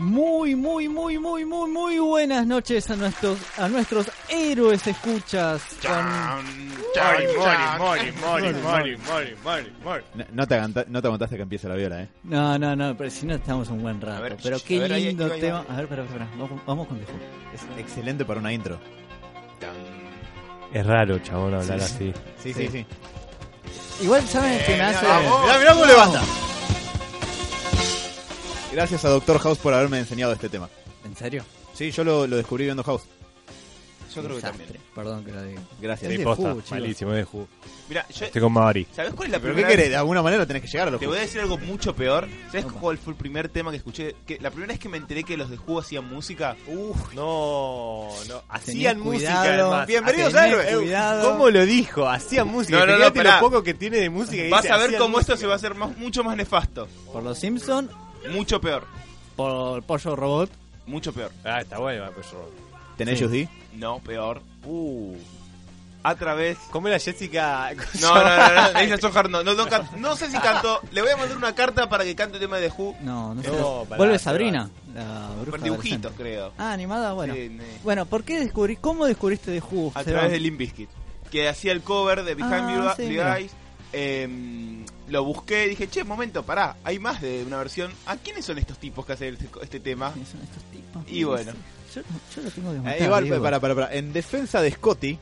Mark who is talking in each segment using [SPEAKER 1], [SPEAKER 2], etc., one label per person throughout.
[SPEAKER 1] Muy, muy, muy, muy, muy, muy buenas noches a nuestros, a nuestros héroes escuchas. Con-
[SPEAKER 2] Mori, Mori, Mori, Mori, Mori, Mori, Mori.
[SPEAKER 3] No, no te aganta- no te aguantaste que empiece la viola, ¿eh?
[SPEAKER 1] No, no, no, pero si no estamos un buen rato.
[SPEAKER 2] A ver,
[SPEAKER 1] pero
[SPEAKER 2] ch-
[SPEAKER 1] qué
[SPEAKER 2] a ver, ahí,
[SPEAKER 1] lindo
[SPEAKER 2] ahí, ahí,
[SPEAKER 1] tema.
[SPEAKER 2] ahí.
[SPEAKER 1] A ver, espera, espera, vamos, vamos con Dejo.
[SPEAKER 3] Es excelente para una intro.
[SPEAKER 4] Es raro, chabón, hablar así.
[SPEAKER 3] Sí, sí, sí.
[SPEAKER 1] Igual saben que me hace.
[SPEAKER 2] vamos.
[SPEAKER 3] Mirá, mirá cómo levanta. Gracias a Doctor House por haberme enseñado este tema.
[SPEAKER 1] ¿En serio?
[SPEAKER 3] Sí, yo lo, lo descubrí viendo House.
[SPEAKER 2] Yo creo que
[SPEAKER 1] Desastre.
[SPEAKER 2] también.
[SPEAKER 1] Perdón que lo diga.
[SPEAKER 3] Gracias.
[SPEAKER 1] Sí,
[SPEAKER 4] Sí,
[SPEAKER 1] de
[SPEAKER 4] posta,
[SPEAKER 1] Ju, chicos.
[SPEAKER 4] malísimo, es de Ju.
[SPEAKER 2] Mira, yo,
[SPEAKER 4] Estoy con Mauri.
[SPEAKER 2] ¿sabés cuál es la
[SPEAKER 3] ¿Pero
[SPEAKER 2] primera
[SPEAKER 3] qué querés? De alguna manera tenés que llegar a los
[SPEAKER 2] Te voy a
[SPEAKER 3] juegos.
[SPEAKER 2] decir algo mucho peor. ¿Sabes
[SPEAKER 1] Opa.
[SPEAKER 2] cuál fue el primer tema que escuché? Que la primera vez que me enteré que los de Jugo hacían música.
[SPEAKER 3] Uf.
[SPEAKER 2] Oh, No, no.
[SPEAKER 1] Tenía
[SPEAKER 2] Hacían música,
[SPEAKER 1] cuidado,
[SPEAKER 2] además.
[SPEAKER 1] Bienvenidos
[SPEAKER 2] Tenía
[SPEAKER 1] a Héroes. cuidado.
[SPEAKER 4] ¿Cómo lo dijo? Hacía música.
[SPEAKER 2] No, no, no,
[SPEAKER 4] Fíjate
[SPEAKER 2] pará.
[SPEAKER 4] lo poco que tiene de música. que
[SPEAKER 2] Vas
[SPEAKER 4] dice,
[SPEAKER 2] a ver
[SPEAKER 4] hacían
[SPEAKER 2] cómo esto
[SPEAKER 4] música.
[SPEAKER 2] se va a hacer más- mucho más nefasto.
[SPEAKER 1] Por los Simpsons,
[SPEAKER 2] Mucho peor.
[SPEAKER 1] por Pollo Robot.
[SPEAKER 2] Mucho peor.
[SPEAKER 4] Ah, está bueno, ah, pues yo-
[SPEAKER 3] ¿Tenés
[SPEAKER 1] Sí.
[SPEAKER 3] USD?
[SPEAKER 2] No, peor. Uh. A través.
[SPEAKER 4] ¿Cómo era Jessica?
[SPEAKER 2] No, no, no, no, Alicia Sojar no, no, no, can- no sé si cantó. Le voy a mandar una carta para que cante el tema de The Who.
[SPEAKER 1] No, no sé.
[SPEAKER 4] No, pará,
[SPEAKER 1] Vuelve
[SPEAKER 4] se
[SPEAKER 1] Sabrina, la bruja.
[SPEAKER 2] Con dibujitos,
[SPEAKER 1] adolescente.
[SPEAKER 2] creo.
[SPEAKER 1] Ah, animada, bueno.
[SPEAKER 2] Sí, sí.
[SPEAKER 1] Bueno, ¿por qué descubrí, cómo descubriste de Who?
[SPEAKER 2] A
[SPEAKER 1] Seba?
[SPEAKER 2] través de Limp Bizkit. Que hacía el cover de Behind
[SPEAKER 1] Ah,
[SPEAKER 2] Blue-
[SPEAKER 1] sí,
[SPEAKER 2] Blue
[SPEAKER 1] mira.
[SPEAKER 2] Eyes. Em, lo busqué y dije, che, momento, pará, hay más de una versión. ¿A quiénes son estos tipos que hacen este, este tema?
[SPEAKER 1] ¿Quiénes son estos tipos?
[SPEAKER 2] Y bueno.
[SPEAKER 1] Yo, yo lo tengo que
[SPEAKER 3] Eh,
[SPEAKER 1] matar,
[SPEAKER 3] igual,
[SPEAKER 1] Diego.
[SPEAKER 3] para, para, para. En defensa de Scotty,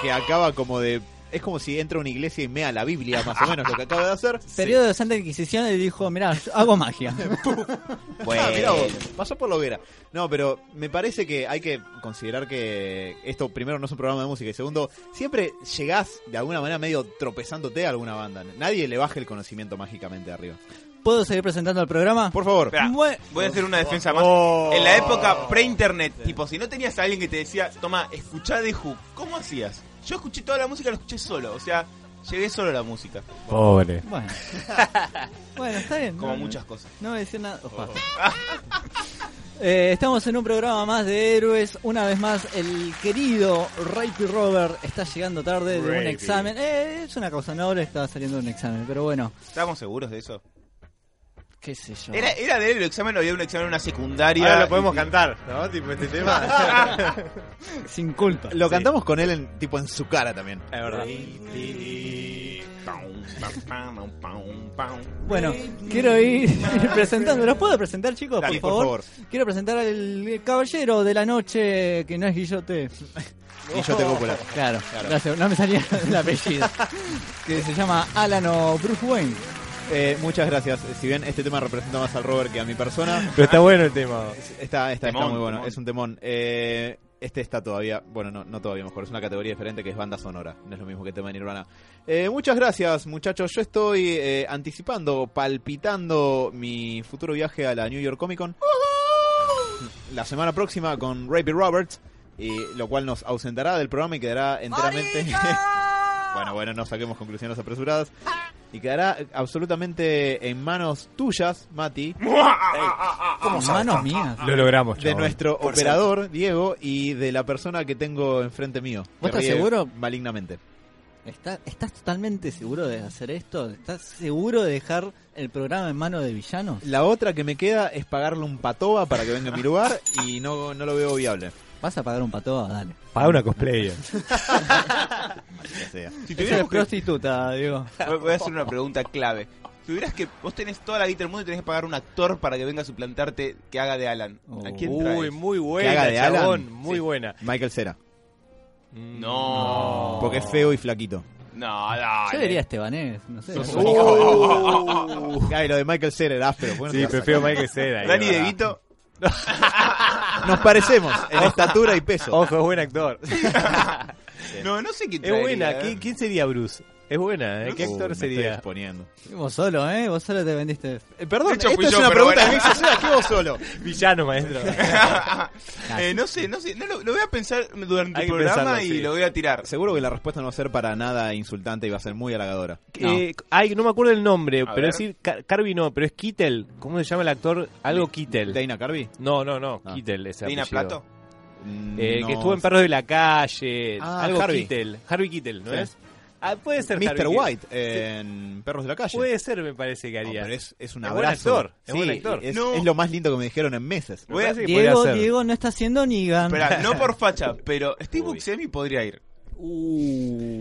[SPEAKER 3] que acaba como de. Es como si entra a una iglesia y mea la Biblia, más o menos, lo que acaba de hacer.
[SPEAKER 1] Periodo de Santa Inquisición y dijo, mirá, yo hago magia.
[SPEAKER 3] Ah, mirá vos, pasó por la hoguera. No, pero me parece que hay que considerar que esto, primero, no es un programa de música y segundo, siempre llegás de alguna manera medio tropezándote a alguna banda. Nadie le baja el conocimiento mágicamente de arriba.
[SPEAKER 1] ¿Puedo seguir presentando el programa?
[SPEAKER 3] Por favor.
[SPEAKER 2] Esperá,
[SPEAKER 1] Bue-
[SPEAKER 2] voy a hacer una defensa más. En la época pre-internet, tipo, si no tenías a alguien que te decía, toma, escuchá The Who, ¿cómo hacías? Yo escuché toda la música, la escuché solo, o sea, llegué solo a la música,
[SPEAKER 4] Pobre.
[SPEAKER 1] Bueno. bueno, está bien.
[SPEAKER 2] como
[SPEAKER 1] no,
[SPEAKER 2] muchas cosas.
[SPEAKER 1] No voy a decir nada. Opa. Eh, estamos en un programa más de héroes. Una vez más, el querido Rapey Robert está llegando tarde de un
[SPEAKER 4] Rapey.
[SPEAKER 1] examen. Eh, es una causa noble, estaba saliendo de un examen. Pero bueno,
[SPEAKER 2] ¿Estábamos seguros de eso?
[SPEAKER 1] qué sé yo.
[SPEAKER 2] Era, era de él el examen, había un examen en una secundaria.
[SPEAKER 4] Ahora Ah, lo podemos
[SPEAKER 2] Ah, y-
[SPEAKER 4] cantar, ¿no? Tipo este tema.
[SPEAKER 1] Sin culpa.
[SPEAKER 3] Lo cantamos con él en, tipo en su cara también.
[SPEAKER 2] Eh,
[SPEAKER 4] es verdad.
[SPEAKER 1] Bueno, quiero ir presentando. ¿Los puedo presentar, chicos?
[SPEAKER 3] Dale,
[SPEAKER 1] por,
[SPEAKER 3] por
[SPEAKER 1] favor?
[SPEAKER 3] favor.
[SPEAKER 1] Quiero presentar al caballero de la noche, que no es Guillote.
[SPEAKER 3] Y yo te copula.
[SPEAKER 1] Oh. Claro, gracias. No me salía el apellido. que se llama Alano Bruce Wayne.
[SPEAKER 3] Eh, muchas gracias. Si bien este tema representa más al Robert que a mi persona,
[SPEAKER 4] Pero está bueno el tema.
[SPEAKER 3] es- está, está, está
[SPEAKER 2] Temón,
[SPEAKER 3] muy bueno.
[SPEAKER 2] temón.
[SPEAKER 3] Es un temón. Eh, este está todavía, bueno, no, no todavía mejor, es una categoría diferente que es banda sonora. No es lo mismo que tema de Nirvana. Eh, muchas gracias, muchachos. Yo estoy eh, anticipando, palpitando mi futuro viaje a la New York Comic Con. La semana próxima con Rapey Roberts. Y lo cual nos ausentará del programa y quedará enteramente. bueno, bueno, no saquemos conclusiones apresuradas. Y quedará absolutamente en manos tuyas, Mati,
[SPEAKER 1] Manos mías.
[SPEAKER 4] Lo logramos,
[SPEAKER 3] de
[SPEAKER 4] chabón.
[SPEAKER 3] nuestro operador, Diego, y de la persona que tengo enfrente mío.
[SPEAKER 1] ¿Vos
[SPEAKER 3] que
[SPEAKER 1] estás
[SPEAKER 3] ríe
[SPEAKER 1] seguro?
[SPEAKER 3] Malignamente.
[SPEAKER 1] ¿Está- ¿Estás totalmente seguro de hacer esto? ¿Estás seguro de dejar el programa en manos de villanos?
[SPEAKER 3] La otra que me queda es pagarle un patoba para que venga a mi lugar y no, no lo veo viable.
[SPEAKER 1] ¿Vas a pagar un patoa? Dale.
[SPEAKER 4] Paga una cosplayer.
[SPEAKER 3] Ya sea.
[SPEAKER 2] Si
[SPEAKER 1] Esa es
[SPEAKER 2] tuviéramos que-
[SPEAKER 1] prostituta, digo.
[SPEAKER 2] Voy- Voy a hacer una pregunta clave. Tuvieras que. Vos tenés toda la guita del mundo y tenés que pagar un actor para que venga a suplantarte que haga de Alan. ¿A
[SPEAKER 4] Oh.
[SPEAKER 2] quién traes?
[SPEAKER 4] Uy, muy
[SPEAKER 3] Que haga
[SPEAKER 4] buena,
[SPEAKER 3] de Alan.
[SPEAKER 4] chabón. Muy
[SPEAKER 3] Sí.
[SPEAKER 4] buena.
[SPEAKER 3] Michael Cera.
[SPEAKER 2] No.
[SPEAKER 3] Porque es feo y flaquito.
[SPEAKER 2] No, dale.
[SPEAKER 1] Yo diría Estebanés, no sé.
[SPEAKER 4] Sos
[SPEAKER 1] algo
[SPEAKER 4] un
[SPEAKER 1] así.
[SPEAKER 4] hijo de- Oh.
[SPEAKER 3] Ay, lo de Michael Cera era áspero. ¿por qué
[SPEAKER 4] Sí,
[SPEAKER 3] no te vas a
[SPEAKER 4] prefiero Michael Cera.
[SPEAKER 2] Dani
[SPEAKER 4] de
[SPEAKER 2] Devito.
[SPEAKER 3] sacar? Nos parecemos en estatura y peso.
[SPEAKER 4] Oh. Ojo, es buen actor.
[SPEAKER 2] No, no sé quién
[SPEAKER 4] Es
[SPEAKER 2] traería,
[SPEAKER 4] buena.
[SPEAKER 2] ¿eh?
[SPEAKER 4] ¿Qui- ¿Quién sería Bruce? Es buena, ¿eh? ¿Qué
[SPEAKER 3] Uh,
[SPEAKER 4] actor
[SPEAKER 3] me Estoy
[SPEAKER 4] sería?
[SPEAKER 3] exponiendo.
[SPEAKER 1] Vos solo, ¿eh? Vos solo te vendiste.
[SPEAKER 3] Eh, perdón,
[SPEAKER 2] De hecho,
[SPEAKER 3] esta
[SPEAKER 2] fui
[SPEAKER 3] es
[SPEAKER 2] yo,
[SPEAKER 3] una
[SPEAKER 2] pero
[SPEAKER 3] pregunta que
[SPEAKER 2] bueno.
[SPEAKER 3] me hice aquí vos solo.
[SPEAKER 4] Villano, maestro.
[SPEAKER 2] Eh, no sé, no sé. No, lo, lo voy a pensar durante
[SPEAKER 4] Hay
[SPEAKER 2] el
[SPEAKER 4] que
[SPEAKER 2] programa
[SPEAKER 4] pensarlo,
[SPEAKER 2] y
[SPEAKER 4] sí.
[SPEAKER 2] lo voy a tirar.
[SPEAKER 3] Seguro que la respuesta no va a ser para nada insultante y va a ser muy halagadora.
[SPEAKER 4] Eh, ay, no me acuerdo el nombre,
[SPEAKER 2] A
[SPEAKER 4] pero
[SPEAKER 2] ver.
[SPEAKER 4] es decir, Car- Carby no, pero es Kittel. ¿Cómo se llama el actor? Algo Kittel.
[SPEAKER 3] ¿Dana Carvey?
[SPEAKER 4] No, no, no,
[SPEAKER 3] Ah.
[SPEAKER 4] Kittel ese
[SPEAKER 2] ¿Dina
[SPEAKER 4] apellido.
[SPEAKER 2] Plato?
[SPEAKER 3] Mm,
[SPEAKER 4] Eh,
[SPEAKER 3] no.
[SPEAKER 4] Que estuvo en Perros de la Calle,
[SPEAKER 3] Ah,
[SPEAKER 4] algo
[SPEAKER 3] Harvey.
[SPEAKER 4] Kittel. Harvey Kittel, ¿no
[SPEAKER 3] Sí.
[SPEAKER 4] es? Ah, puede ser Harvey
[SPEAKER 3] Mr.
[SPEAKER 4] Kittel.
[SPEAKER 3] White en Perros de la Calle.
[SPEAKER 4] Puede ser, me parece que
[SPEAKER 3] No,
[SPEAKER 4] haría.
[SPEAKER 3] pero es, es un
[SPEAKER 4] Es buen
[SPEAKER 3] abrazo.
[SPEAKER 4] actor, es buen actor.
[SPEAKER 3] Es,
[SPEAKER 2] No.
[SPEAKER 3] es lo más lindo que me dijeron en meses.
[SPEAKER 4] Me parece que
[SPEAKER 1] Diego,
[SPEAKER 4] podría ser.
[SPEAKER 1] Diego no está haciendo ni gan.
[SPEAKER 2] Espera, no por facha, pero Steve
[SPEAKER 3] Uy.
[SPEAKER 2] Buscemi podría ir.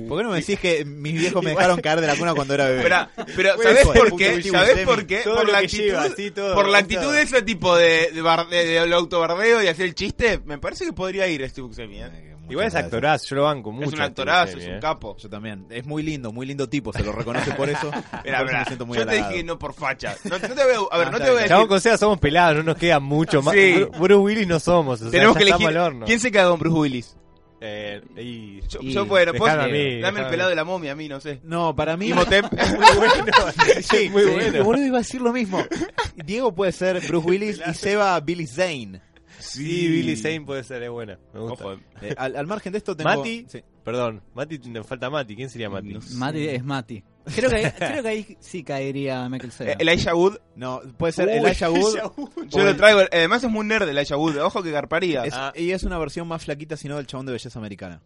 [SPEAKER 3] ¿Por qué no me decís que mis viejos me dejaron caer de la cuna cuando era bebé?
[SPEAKER 2] Esperá, pero
[SPEAKER 3] Bueno,
[SPEAKER 2] ¿sabés
[SPEAKER 3] hijo de
[SPEAKER 2] por
[SPEAKER 3] puta,
[SPEAKER 2] qué?
[SPEAKER 3] Steve
[SPEAKER 2] ¿Sabés
[SPEAKER 3] Buscemi.
[SPEAKER 2] por qué?
[SPEAKER 3] Todo
[SPEAKER 2] Por
[SPEAKER 3] lo
[SPEAKER 2] la
[SPEAKER 3] que
[SPEAKER 2] actitud,
[SPEAKER 3] lleva, así, todo
[SPEAKER 2] por la
[SPEAKER 3] todo.
[SPEAKER 2] actitud de ese tipo de, de, bar- de- de autobardeo y hacer el chiste, me parece que podría ir Steve Buscemi. ¿eh?
[SPEAKER 3] Eh, muchas
[SPEAKER 4] Igual es
[SPEAKER 3] gracias.
[SPEAKER 4] actorazo, yo lo banco mucho.
[SPEAKER 2] Es un
[SPEAKER 4] a
[SPEAKER 2] actorazo,
[SPEAKER 4] Steve
[SPEAKER 2] es
[SPEAKER 4] Buscemi,
[SPEAKER 2] un
[SPEAKER 4] eh.
[SPEAKER 2] capo.
[SPEAKER 3] Yo también. Es muy lindo, muy lindo tipo, se lo reconoce por eso.
[SPEAKER 2] Esperá,
[SPEAKER 3] Por eso
[SPEAKER 2] esperá,
[SPEAKER 3] me siento muy
[SPEAKER 2] yo te dije
[SPEAKER 3] halagado.
[SPEAKER 2] que no por facha. No, no te voy a, a ver,
[SPEAKER 3] Ah,
[SPEAKER 2] no
[SPEAKER 3] está
[SPEAKER 2] te voy a
[SPEAKER 3] bien.
[SPEAKER 4] Chabón
[SPEAKER 2] decir.
[SPEAKER 4] con seda somos pelados, no nos queda mucho más.
[SPEAKER 2] Sí.
[SPEAKER 4] Bru- Bruce Willis no somos, o sea,
[SPEAKER 2] Tenemos
[SPEAKER 4] ya
[SPEAKER 2] que
[SPEAKER 4] estamos
[SPEAKER 2] elegir.
[SPEAKER 4] al horno.
[SPEAKER 2] ¿Quién se queda con Bruce Willis?
[SPEAKER 4] Eh, y-
[SPEAKER 2] Yo,
[SPEAKER 1] Y
[SPEAKER 2] yo, bueno, pues,
[SPEAKER 4] dejalo a
[SPEAKER 2] dame
[SPEAKER 4] mí, dejalo a
[SPEAKER 2] el
[SPEAKER 4] mí.
[SPEAKER 2] pelado de la momia a mí, no sé.
[SPEAKER 3] No, para mí.
[SPEAKER 2] Imhotep.
[SPEAKER 3] Muy bueno.
[SPEAKER 4] Sí, muy bueno.
[SPEAKER 3] Yo, boludo, iba a decir lo mismo. Diego puede ser Bruce Willis y Seba Billy Zane.
[SPEAKER 4] Sí, Billy Zane puede ser, es buena. Me gusta.
[SPEAKER 2] Ojo,
[SPEAKER 3] Eh, al, al margen de esto tengo...
[SPEAKER 4] Mati,
[SPEAKER 3] Sí.
[SPEAKER 4] perdón, Mati nos falta Mati, ¿quién sería Mati?
[SPEAKER 1] Mati es Mati. Creo que, ahí- creo que ahí sí caería Michael Cera.
[SPEAKER 2] Eh, Elijah Wood,
[SPEAKER 3] No, puede ser
[SPEAKER 4] Uy,
[SPEAKER 3] Elijah Wood.
[SPEAKER 4] Elijah Wood.
[SPEAKER 3] o
[SPEAKER 2] yo
[SPEAKER 3] el-
[SPEAKER 2] lo traigo. Además es muy nerd Elijah Wood, ojo que garparía.
[SPEAKER 3] es-
[SPEAKER 4] Ah.
[SPEAKER 3] Y es una versión más flaquita, sino del chabón de belleza americana.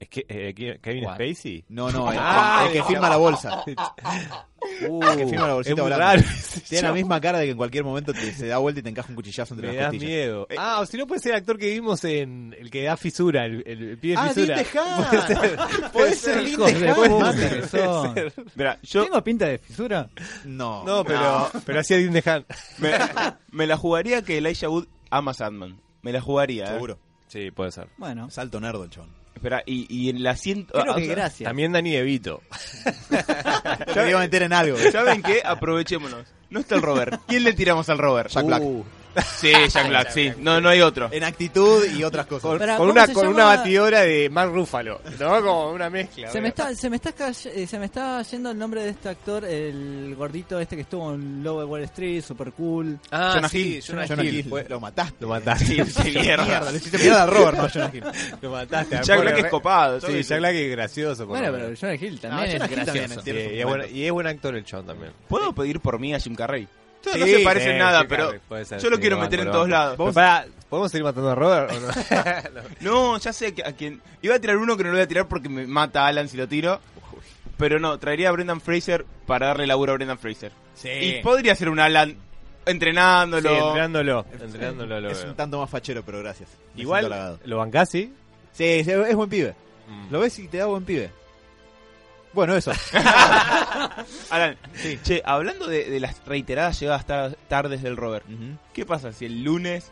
[SPEAKER 4] Es que eh, Ke- Kevin
[SPEAKER 1] What?
[SPEAKER 4] Spacey.
[SPEAKER 3] No, no, el,
[SPEAKER 4] Ah, Uh,
[SPEAKER 3] el que firma la bolsa. el que firma la
[SPEAKER 4] es
[SPEAKER 3] bolsita
[SPEAKER 4] muy
[SPEAKER 3] volando.
[SPEAKER 4] raro. ese
[SPEAKER 3] Tiene la
[SPEAKER 4] chabón.
[SPEAKER 3] misma cara de que en cualquier momento te- se da vuelta y te encaja un cuchillazo entre
[SPEAKER 4] Me
[SPEAKER 3] las
[SPEAKER 4] da
[SPEAKER 3] costillas.
[SPEAKER 4] miedo. Ah, o si no puede ser el actor que vimos en el que da fisura, el, el, el pibe
[SPEAKER 3] Ah,
[SPEAKER 4] fisura.
[SPEAKER 3] Lin Tejan. Puede ser Lin
[SPEAKER 1] Hijos de
[SPEAKER 3] Tejan.
[SPEAKER 1] puta
[SPEAKER 3] Mate.
[SPEAKER 1] que son.
[SPEAKER 2] Mira, yo
[SPEAKER 1] ¿Tengo pinta de fisura?
[SPEAKER 3] No.
[SPEAKER 4] No, pero, pero hacía Dean DeHaan.
[SPEAKER 2] me, me la jugaría que Elijah Wood ama Sandman. Me la jugaría. ¿eh?
[SPEAKER 3] Seguro.
[SPEAKER 4] Sí, puede ser.
[SPEAKER 1] Bueno,
[SPEAKER 3] Salto nerdo el chabón.
[SPEAKER 2] Espera, y, y en el asiento.
[SPEAKER 1] creo
[SPEAKER 2] ah,
[SPEAKER 1] que
[SPEAKER 2] o sea,
[SPEAKER 1] gracias.
[SPEAKER 4] También Danny DeVito.
[SPEAKER 3] Yo me iba a meter en algo.
[SPEAKER 2] ¿Saben qué? Aprovechémonos. No está el Robert. ¿Quién le tiramos al Robert?
[SPEAKER 3] Jack Black.
[SPEAKER 2] Sí, Jack Black, sí. No, no hay otro.
[SPEAKER 3] En actitud y otras cosas.
[SPEAKER 1] Pará,
[SPEAKER 4] Con
[SPEAKER 1] ¿cómo
[SPEAKER 4] una,
[SPEAKER 1] se
[SPEAKER 4] con
[SPEAKER 1] llama?
[SPEAKER 4] una batidora de Mark Ruffalo, ¿no? Como una mezcla.
[SPEAKER 1] Se me,
[SPEAKER 4] ¿no?
[SPEAKER 1] está, se, me está cay- eh, se me está yendo el nombre de este actor, el gordito este que estuvo en Lobo de Wall Street, super cool.
[SPEAKER 4] Ah,
[SPEAKER 2] Jonah
[SPEAKER 4] sí,
[SPEAKER 2] Hill.
[SPEAKER 4] Jonah
[SPEAKER 3] Jonah
[SPEAKER 4] Hill.
[SPEAKER 3] Hill, fue- lo mataste.
[SPEAKER 4] Lo mataste.
[SPEAKER 2] Sí, sí, mierda.
[SPEAKER 3] Mierda, le hiciste mierda a Robert, no a Jonah Hill.
[SPEAKER 4] Lo mataste. al
[SPEAKER 2] Jack
[SPEAKER 4] pobre
[SPEAKER 2] Black es
[SPEAKER 4] re-
[SPEAKER 2] copado.
[SPEAKER 4] Sí, Jack Black es gracioso. por
[SPEAKER 1] Bueno,
[SPEAKER 4] lo
[SPEAKER 1] pero
[SPEAKER 4] menos.
[SPEAKER 1] Jonah Hill
[SPEAKER 3] Ah,
[SPEAKER 1] también
[SPEAKER 3] Jonah
[SPEAKER 1] es
[SPEAKER 3] Hill también
[SPEAKER 1] gracioso.
[SPEAKER 3] tiene
[SPEAKER 4] Sí,
[SPEAKER 3] su
[SPEAKER 4] y, es
[SPEAKER 3] momento.
[SPEAKER 4] buen, y es buen actor el chabón también.
[SPEAKER 2] ¿Puedo pedir por mí a Jim Carrey?
[SPEAKER 4] Sí,
[SPEAKER 2] no se parecen
[SPEAKER 4] sí,
[SPEAKER 2] nada,
[SPEAKER 4] sí,
[SPEAKER 2] pero
[SPEAKER 4] claro, puede ser,
[SPEAKER 2] yo lo
[SPEAKER 4] sí,
[SPEAKER 2] quiero
[SPEAKER 4] banco,
[SPEAKER 2] meter en
[SPEAKER 4] lo
[SPEAKER 2] todos
[SPEAKER 4] banco.
[SPEAKER 2] lados.
[SPEAKER 4] Pero pará, ¿podemos seguir matando a Robert o no?
[SPEAKER 2] No, ya sé que a quien. Iba a tirar uno que no lo voy a tirar porque me mata a Alan si lo tiro. Pero no, traería a Brendan Fraser para darle laburo a Brendan Fraser.
[SPEAKER 4] sí.
[SPEAKER 2] Y podría ser un Alan entrenándolo.
[SPEAKER 4] entrenándolo. Entrenándolo lo
[SPEAKER 3] Es
[SPEAKER 4] veo.
[SPEAKER 3] un tanto más fachero, pero gracias. Me siento halagado.
[SPEAKER 4] Igual, lo bancás, sí.
[SPEAKER 3] Sí, sí, es buen pibe.
[SPEAKER 4] Mm.
[SPEAKER 3] Lo ves y te da buen pibe. Bueno, eso.
[SPEAKER 2] Alan, che, hablando de, de las reiteradas llegadas tar- tardes del Robert, ¿qué pasa si el lunes,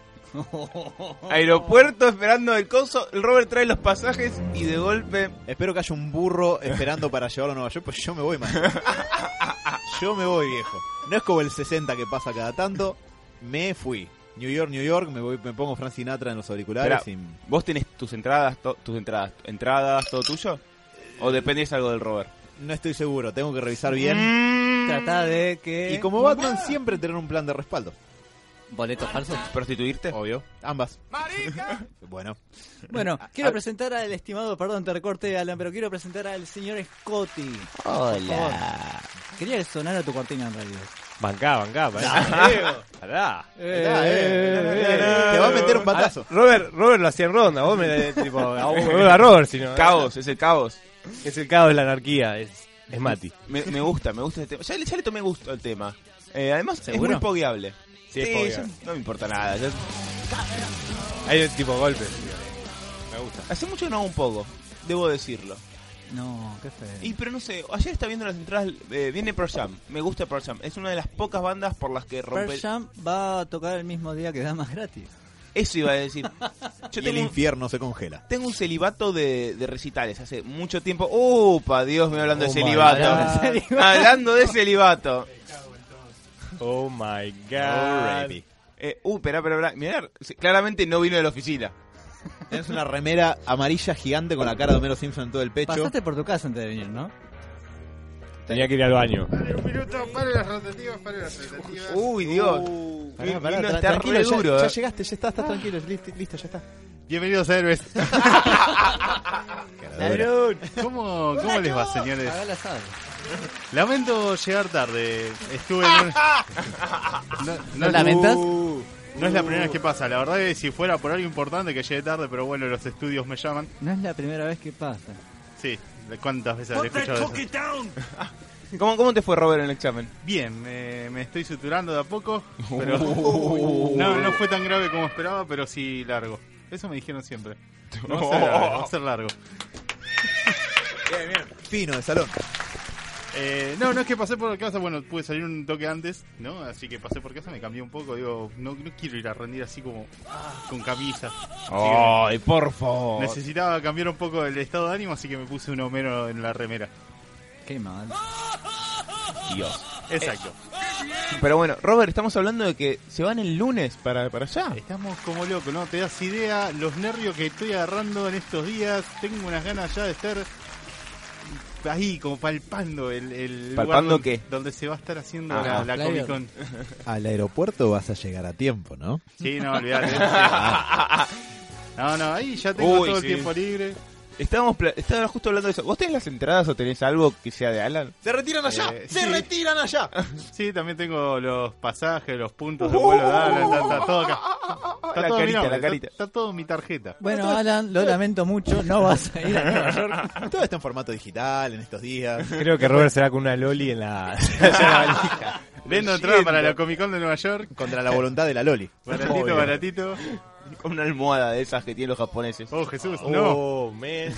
[SPEAKER 2] aeropuerto esperando el coso, el Robert trae los pasajes y de golpe.
[SPEAKER 3] Espero que haya un burro esperando para llevarlo a Nueva York, pues yo me voy, man. Yo me voy, viejo. No es como el 60 que pasa cada tanto. Me fui. New York, New York, me voy, me pongo Frank Sinatra en los auriculares
[SPEAKER 2] Esperá.
[SPEAKER 3] y-
[SPEAKER 2] ¿Vos tenés tus entradas, to- tus entradas, entradas, todo tuyo? ¿O dependés algo del Robert?
[SPEAKER 3] no estoy seguro, tengo que revisar bien.
[SPEAKER 2] Mm.
[SPEAKER 1] Trata de que...
[SPEAKER 3] Y como Batman, siempre tener un plan de respaldo.
[SPEAKER 1] ¿Boletos falsos?
[SPEAKER 2] ¿Prostituirte?
[SPEAKER 3] Obvio. Ambas. Bueno.
[SPEAKER 1] Bueno, quiero presentar al estimado, perdón, te recorté, Alan, pero quiero presentar al señor Scotty. Hola. Quería que sonara tu cortina en realidad.
[SPEAKER 4] Bancá, bancá. Pará. Pará.
[SPEAKER 3] Ah, eh, Te va a meter un batazo.
[SPEAKER 4] Ah, Robert, Robert lo hacía en ronda. Vos me tipo, a vos me vuelve a Robert, si no.
[SPEAKER 2] Caos, es el caos.
[SPEAKER 4] Es el caos, la anarquía. Es, es Mati.
[SPEAKER 2] Me, me gusta, me gusta este tema. Ya, le- ya le tomé gusto al tema. Eh, además, es
[SPEAKER 1] ¿Seguro?
[SPEAKER 2] muy pogueable.
[SPEAKER 4] Sí, es pogueable.
[SPEAKER 2] ya no me importa nada. ya-
[SPEAKER 4] Hay un tipo golpe. Me gusta.
[SPEAKER 2] hace mucho que no hago un poco, debo decirlo.
[SPEAKER 1] No, qué feo.
[SPEAKER 2] Y pero no sé, ayer está viendo las entradas, eh, viene Pearl Jam, me gusta Pearl Jam, es una de las pocas bandas por las que rompe...
[SPEAKER 1] Pearl Jam va a tocar el mismo día que da más gratis.
[SPEAKER 2] Eso iba a decir. Yo
[SPEAKER 3] Y el
[SPEAKER 2] tengo un,
[SPEAKER 3] infierno se congela.
[SPEAKER 2] tengo un celibato de, de recitales, hace mucho tiempo... ¡Upa! Dios mío, hablando
[SPEAKER 4] Oh
[SPEAKER 2] de
[SPEAKER 4] my
[SPEAKER 2] celibato.
[SPEAKER 1] God.
[SPEAKER 2] hablando de celibato.
[SPEAKER 4] Oh my god.
[SPEAKER 3] Alrighty.
[SPEAKER 2] Eh, uh, pero, pero, mirá, se- claramente no vino de la oficina.
[SPEAKER 3] Tienes una remera amarilla gigante con la cara de Homero Simpson en todo el pecho.
[SPEAKER 1] Pasaste por tu casa antes de venir, ¿no?
[SPEAKER 4] Tenía que ir al baño.
[SPEAKER 5] Pare un minuto, pare las rotativas, pare las rotativas.
[SPEAKER 2] Uy, Dios.
[SPEAKER 3] Pará, pará,
[SPEAKER 2] Vino
[SPEAKER 3] tra-
[SPEAKER 2] está
[SPEAKER 3] tranquilo,
[SPEAKER 2] re
[SPEAKER 3] ya-
[SPEAKER 2] duro,
[SPEAKER 3] ya,
[SPEAKER 2] eh.
[SPEAKER 3] llegaste, ya estás, estás tranquilo, listo, listo, ya está.
[SPEAKER 5] Bienvenidos a Héroes.
[SPEAKER 3] Ladrón.
[SPEAKER 5] ¿Cómo, ¿Cómo les va, señores?
[SPEAKER 1] Acá la sabe.
[SPEAKER 5] Lamento llegar tarde. Estuve en un- No, no-
[SPEAKER 1] lamentas?
[SPEAKER 5] No es la primera vez que pasa. La verdad es que si fuera por algo importante que llegue tarde, pero bueno, los estudios me llaman.
[SPEAKER 1] No es la primera vez que pasa.
[SPEAKER 5] Sí, ¿de ¿cuántas veces he escuchado eso?
[SPEAKER 2] eh. ¿Cómo, ¿Cómo te fue, Robert, en el examen?
[SPEAKER 5] Bien, me, me estoy suturando de a poco, pero no, no fue tan grave como esperaba, pero sí largo. Eso me dijeron siempre. No va a ser largo. va a ser largo.
[SPEAKER 3] Fino, de salón.
[SPEAKER 5] Eh, no, no es que pasé por casa, bueno, pude salir un toque antes, ¿no? Así que pasé por casa, me cambié un poco, digo, no, no quiero ir a rendir así como ah, con camisa. Así que
[SPEAKER 2] por favor.
[SPEAKER 5] necesitaba cambiar un poco el estado de ánimo, así que me puse un homero en la remera.
[SPEAKER 1] Qué mal.
[SPEAKER 2] Dios.
[SPEAKER 5] Exacto.
[SPEAKER 2] Eh. Pero bueno, Robert, estamos hablando de que se van el lunes para, para allá.
[SPEAKER 5] Estamos como locos, ¿no? Te das idea los nervios que estoy agarrando en estos días. Tengo unas ganas ya de estar ahí, como palpando el, el lugar
[SPEAKER 2] ¿Palpando
[SPEAKER 5] donde,
[SPEAKER 2] qué?
[SPEAKER 5] donde se va a estar haciendo
[SPEAKER 2] Ah,
[SPEAKER 5] la, la
[SPEAKER 1] flyer.
[SPEAKER 5] Comic Con.
[SPEAKER 3] Al aeropuerto vas a llegar a tiempo, ¿no?
[SPEAKER 5] Sí, no, olvidate. Sí. No, no, ahí ya tengo
[SPEAKER 2] Uy,
[SPEAKER 5] todo
[SPEAKER 2] sí.
[SPEAKER 5] el tiempo libre.
[SPEAKER 2] Estábamos, pla- estábamos justo hablando de eso. ¿Vos tenés las entradas o tenés algo que sea de Alan?
[SPEAKER 3] ¡Se retiran allá!
[SPEAKER 5] Eh,
[SPEAKER 3] ¡Se
[SPEAKER 5] sí.
[SPEAKER 3] retiran allá!
[SPEAKER 5] Sí, también tengo los pasajes, los puntos de vuelo, dale, está, está todo acá.
[SPEAKER 2] Uh.
[SPEAKER 5] Está
[SPEAKER 2] la
[SPEAKER 5] todo mi
[SPEAKER 2] carita,
[SPEAKER 5] nombre,
[SPEAKER 2] la
[SPEAKER 5] está-
[SPEAKER 2] carita.
[SPEAKER 5] Está, todo en mi tarjeta.
[SPEAKER 1] Bueno, Alan, lo lamento mucho. No vas a ir a Nueva York.
[SPEAKER 3] Todo está en formato digital en estos días.
[SPEAKER 4] Creo que Robert se va con una Loli en la.
[SPEAKER 5] Vendo entrada para la Comic Con de Nueva York.
[SPEAKER 3] Contra la voluntad de la Loli.
[SPEAKER 5] Baratito,
[SPEAKER 2] Obvio.
[SPEAKER 5] baratito.
[SPEAKER 2] Con una almohada de esas que tienen los japoneses.
[SPEAKER 5] Oh, Jesús, no.
[SPEAKER 4] Oh, man.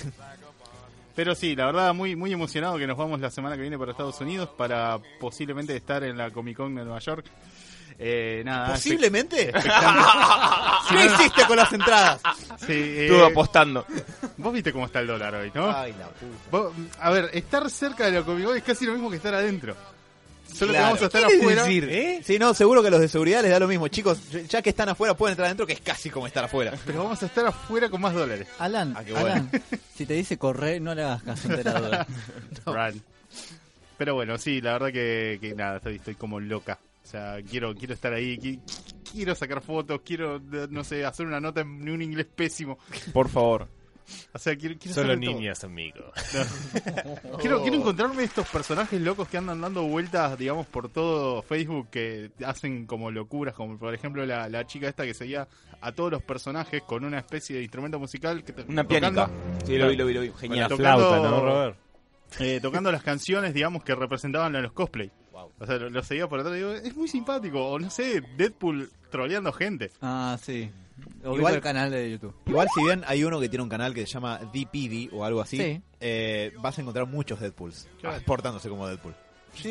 [SPEAKER 5] Pero sí, la verdad, muy, muy emocionado que nos vamos la semana que viene para Estados Unidos para posiblemente estar en la Comic Con de Nueva York. Eh, nada,
[SPEAKER 3] ¿Posiblemente?
[SPEAKER 5] expectante.
[SPEAKER 3] ¿Qué hiciste con las entradas?
[SPEAKER 5] Sí, eh,
[SPEAKER 2] Estuve apostando.
[SPEAKER 5] vos viste cómo está el dólar hoy, ¿no?
[SPEAKER 3] Ay, la puta.
[SPEAKER 5] Vos- a ver, estar cerca de la Comic Con es casi lo mismo que estar adentro.
[SPEAKER 3] Claro.
[SPEAKER 5] Solo que vamos a estar afuera.
[SPEAKER 4] ¿Eh?
[SPEAKER 3] Sí, no, seguro que a los de seguridad les da lo mismo. Chicos, ya que están afuera, pueden entrar adentro, que es casi como estar afuera.
[SPEAKER 5] Pero vamos a estar afuera con más dólares.
[SPEAKER 1] Alan,
[SPEAKER 3] Ah, qué bueno.
[SPEAKER 1] Alan, si te dice correr, no le hagas caso enterador.
[SPEAKER 5] Run. Pero bueno, sí, la verdad que, que nada, estoy, estoy como loca. O sea, quiero, quiero estar ahí, qui- quiero sacar fotos, quiero, no sé, hacer una nota en un inglés pésimo.
[SPEAKER 2] Por favor.
[SPEAKER 5] O sea, quiero, quiero
[SPEAKER 4] Solo
[SPEAKER 5] saber todo.
[SPEAKER 4] niñas, amigo.
[SPEAKER 5] Quiero, quiero encontrarme estos personajes locos que andan dando vueltas, digamos, por todo Facebook, que hacen como locuras, como por ejemplo la, la chica esta que seguía a todos los personajes con una especie de instrumento musical. Que te-
[SPEAKER 2] Una
[SPEAKER 5] tocando-
[SPEAKER 2] pianica. Sí, lo vi, lo vi, lo vi.
[SPEAKER 4] Con la
[SPEAKER 2] Genial.
[SPEAKER 5] Bueno,
[SPEAKER 4] flauta,
[SPEAKER 5] tocando-
[SPEAKER 4] ¿no, Robert?
[SPEAKER 5] eh, tocando las canciones, digamos, que representaban a los cosplay. O sea, lo, lo seguía por atrás y digo, es muy simpático. O no sé, Deadpool troleando gente.
[SPEAKER 1] Ah, sí. O
[SPEAKER 3] Igual-
[SPEAKER 1] el canal de YouTube.
[SPEAKER 3] Igual, si bien hay uno que tiene un canal que se llama DPD o algo así,
[SPEAKER 1] Sí.
[SPEAKER 3] eh, vas a encontrar muchos Deadpools.
[SPEAKER 5] Claro.
[SPEAKER 3] Portándose como Deadpool.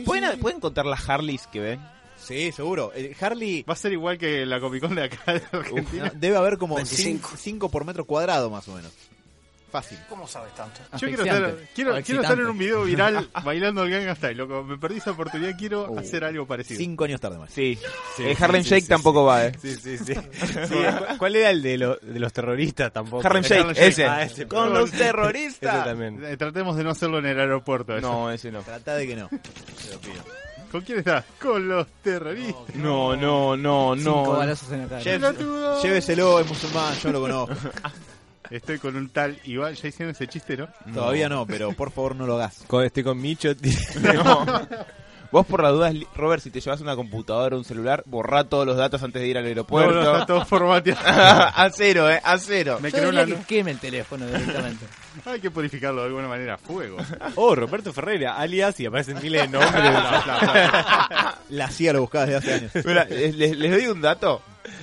[SPEAKER 2] ¿Pueden, ¿Pueden contar las Harleys que ven?
[SPEAKER 3] Sí, seguro. El Harley
[SPEAKER 5] Va a ser igual que la Comic Con de acá de Argentina.
[SPEAKER 3] no, debe haber como
[SPEAKER 6] 25.
[SPEAKER 3] 5 por metro cuadrado, más o menos. Fácil.
[SPEAKER 6] ¿Cómo sabes tanto?
[SPEAKER 2] Ah,
[SPEAKER 5] Yo quiero estar,
[SPEAKER 1] Asfixiante.
[SPEAKER 5] quiero,
[SPEAKER 1] O
[SPEAKER 5] quiero estar en
[SPEAKER 1] excitante.
[SPEAKER 5] un video viral bailando el Gangnam Style, loco. Me perdí esa oportunidad, quiero
[SPEAKER 2] Uh.
[SPEAKER 5] hacer algo parecido.
[SPEAKER 3] 5 años tarde más.
[SPEAKER 2] Sí. el Harlem Shake tampoco va, eh.
[SPEAKER 4] Sí, sí, sí. ¿Cuál era el de, lo- de los terroristas tampoco?
[SPEAKER 2] Harlem
[SPEAKER 4] Eh,
[SPEAKER 2] Shake,
[SPEAKER 5] Harlem Shake.
[SPEAKER 2] ese.
[SPEAKER 4] Ah, ese,
[SPEAKER 2] Con
[SPEAKER 5] perdón.
[SPEAKER 2] los
[SPEAKER 4] Ese
[SPEAKER 2] terroristas.
[SPEAKER 4] también.
[SPEAKER 5] Eh, Tratemos de no hacerlo en el aeropuerto. eso.
[SPEAKER 2] No, ese no.
[SPEAKER 3] Trata de que no.
[SPEAKER 5] ¿Con quién estás? Con los terroristas.
[SPEAKER 2] No, no, no,
[SPEAKER 1] Cinco
[SPEAKER 2] no.
[SPEAKER 1] balazos en la cara.
[SPEAKER 3] Jeff-
[SPEAKER 5] Pelotudo.
[SPEAKER 3] Lléveselo, es musulmán, yo lo conozco.
[SPEAKER 5] Estoy con un tal Iván. Ya hicieron ese chiste, ¿no?
[SPEAKER 3] Todavía no, pero por favor no lo hagas.
[SPEAKER 4] Con- Estoy con Micho.
[SPEAKER 2] No. Vos por las dudas, Li- Robert, si te llevas una computadora o un celular, borrá todos los datos antes de ir al aeropuerto.
[SPEAKER 5] No, no, está todo formateado.
[SPEAKER 2] a cero, eh, a cero.
[SPEAKER 5] Me
[SPEAKER 1] Yo
[SPEAKER 5] creo
[SPEAKER 1] diría
[SPEAKER 5] una...
[SPEAKER 1] que queme el teléfono directamente.
[SPEAKER 5] Hay que purificarlo de alguna manera. Fuego.
[SPEAKER 4] Oh, Roberto Ferreira, alias, y aparecen miles de nombres.
[SPEAKER 3] La CIA lo buscaba desde hace años.
[SPEAKER 2] Mira, les, les- les doy un dato.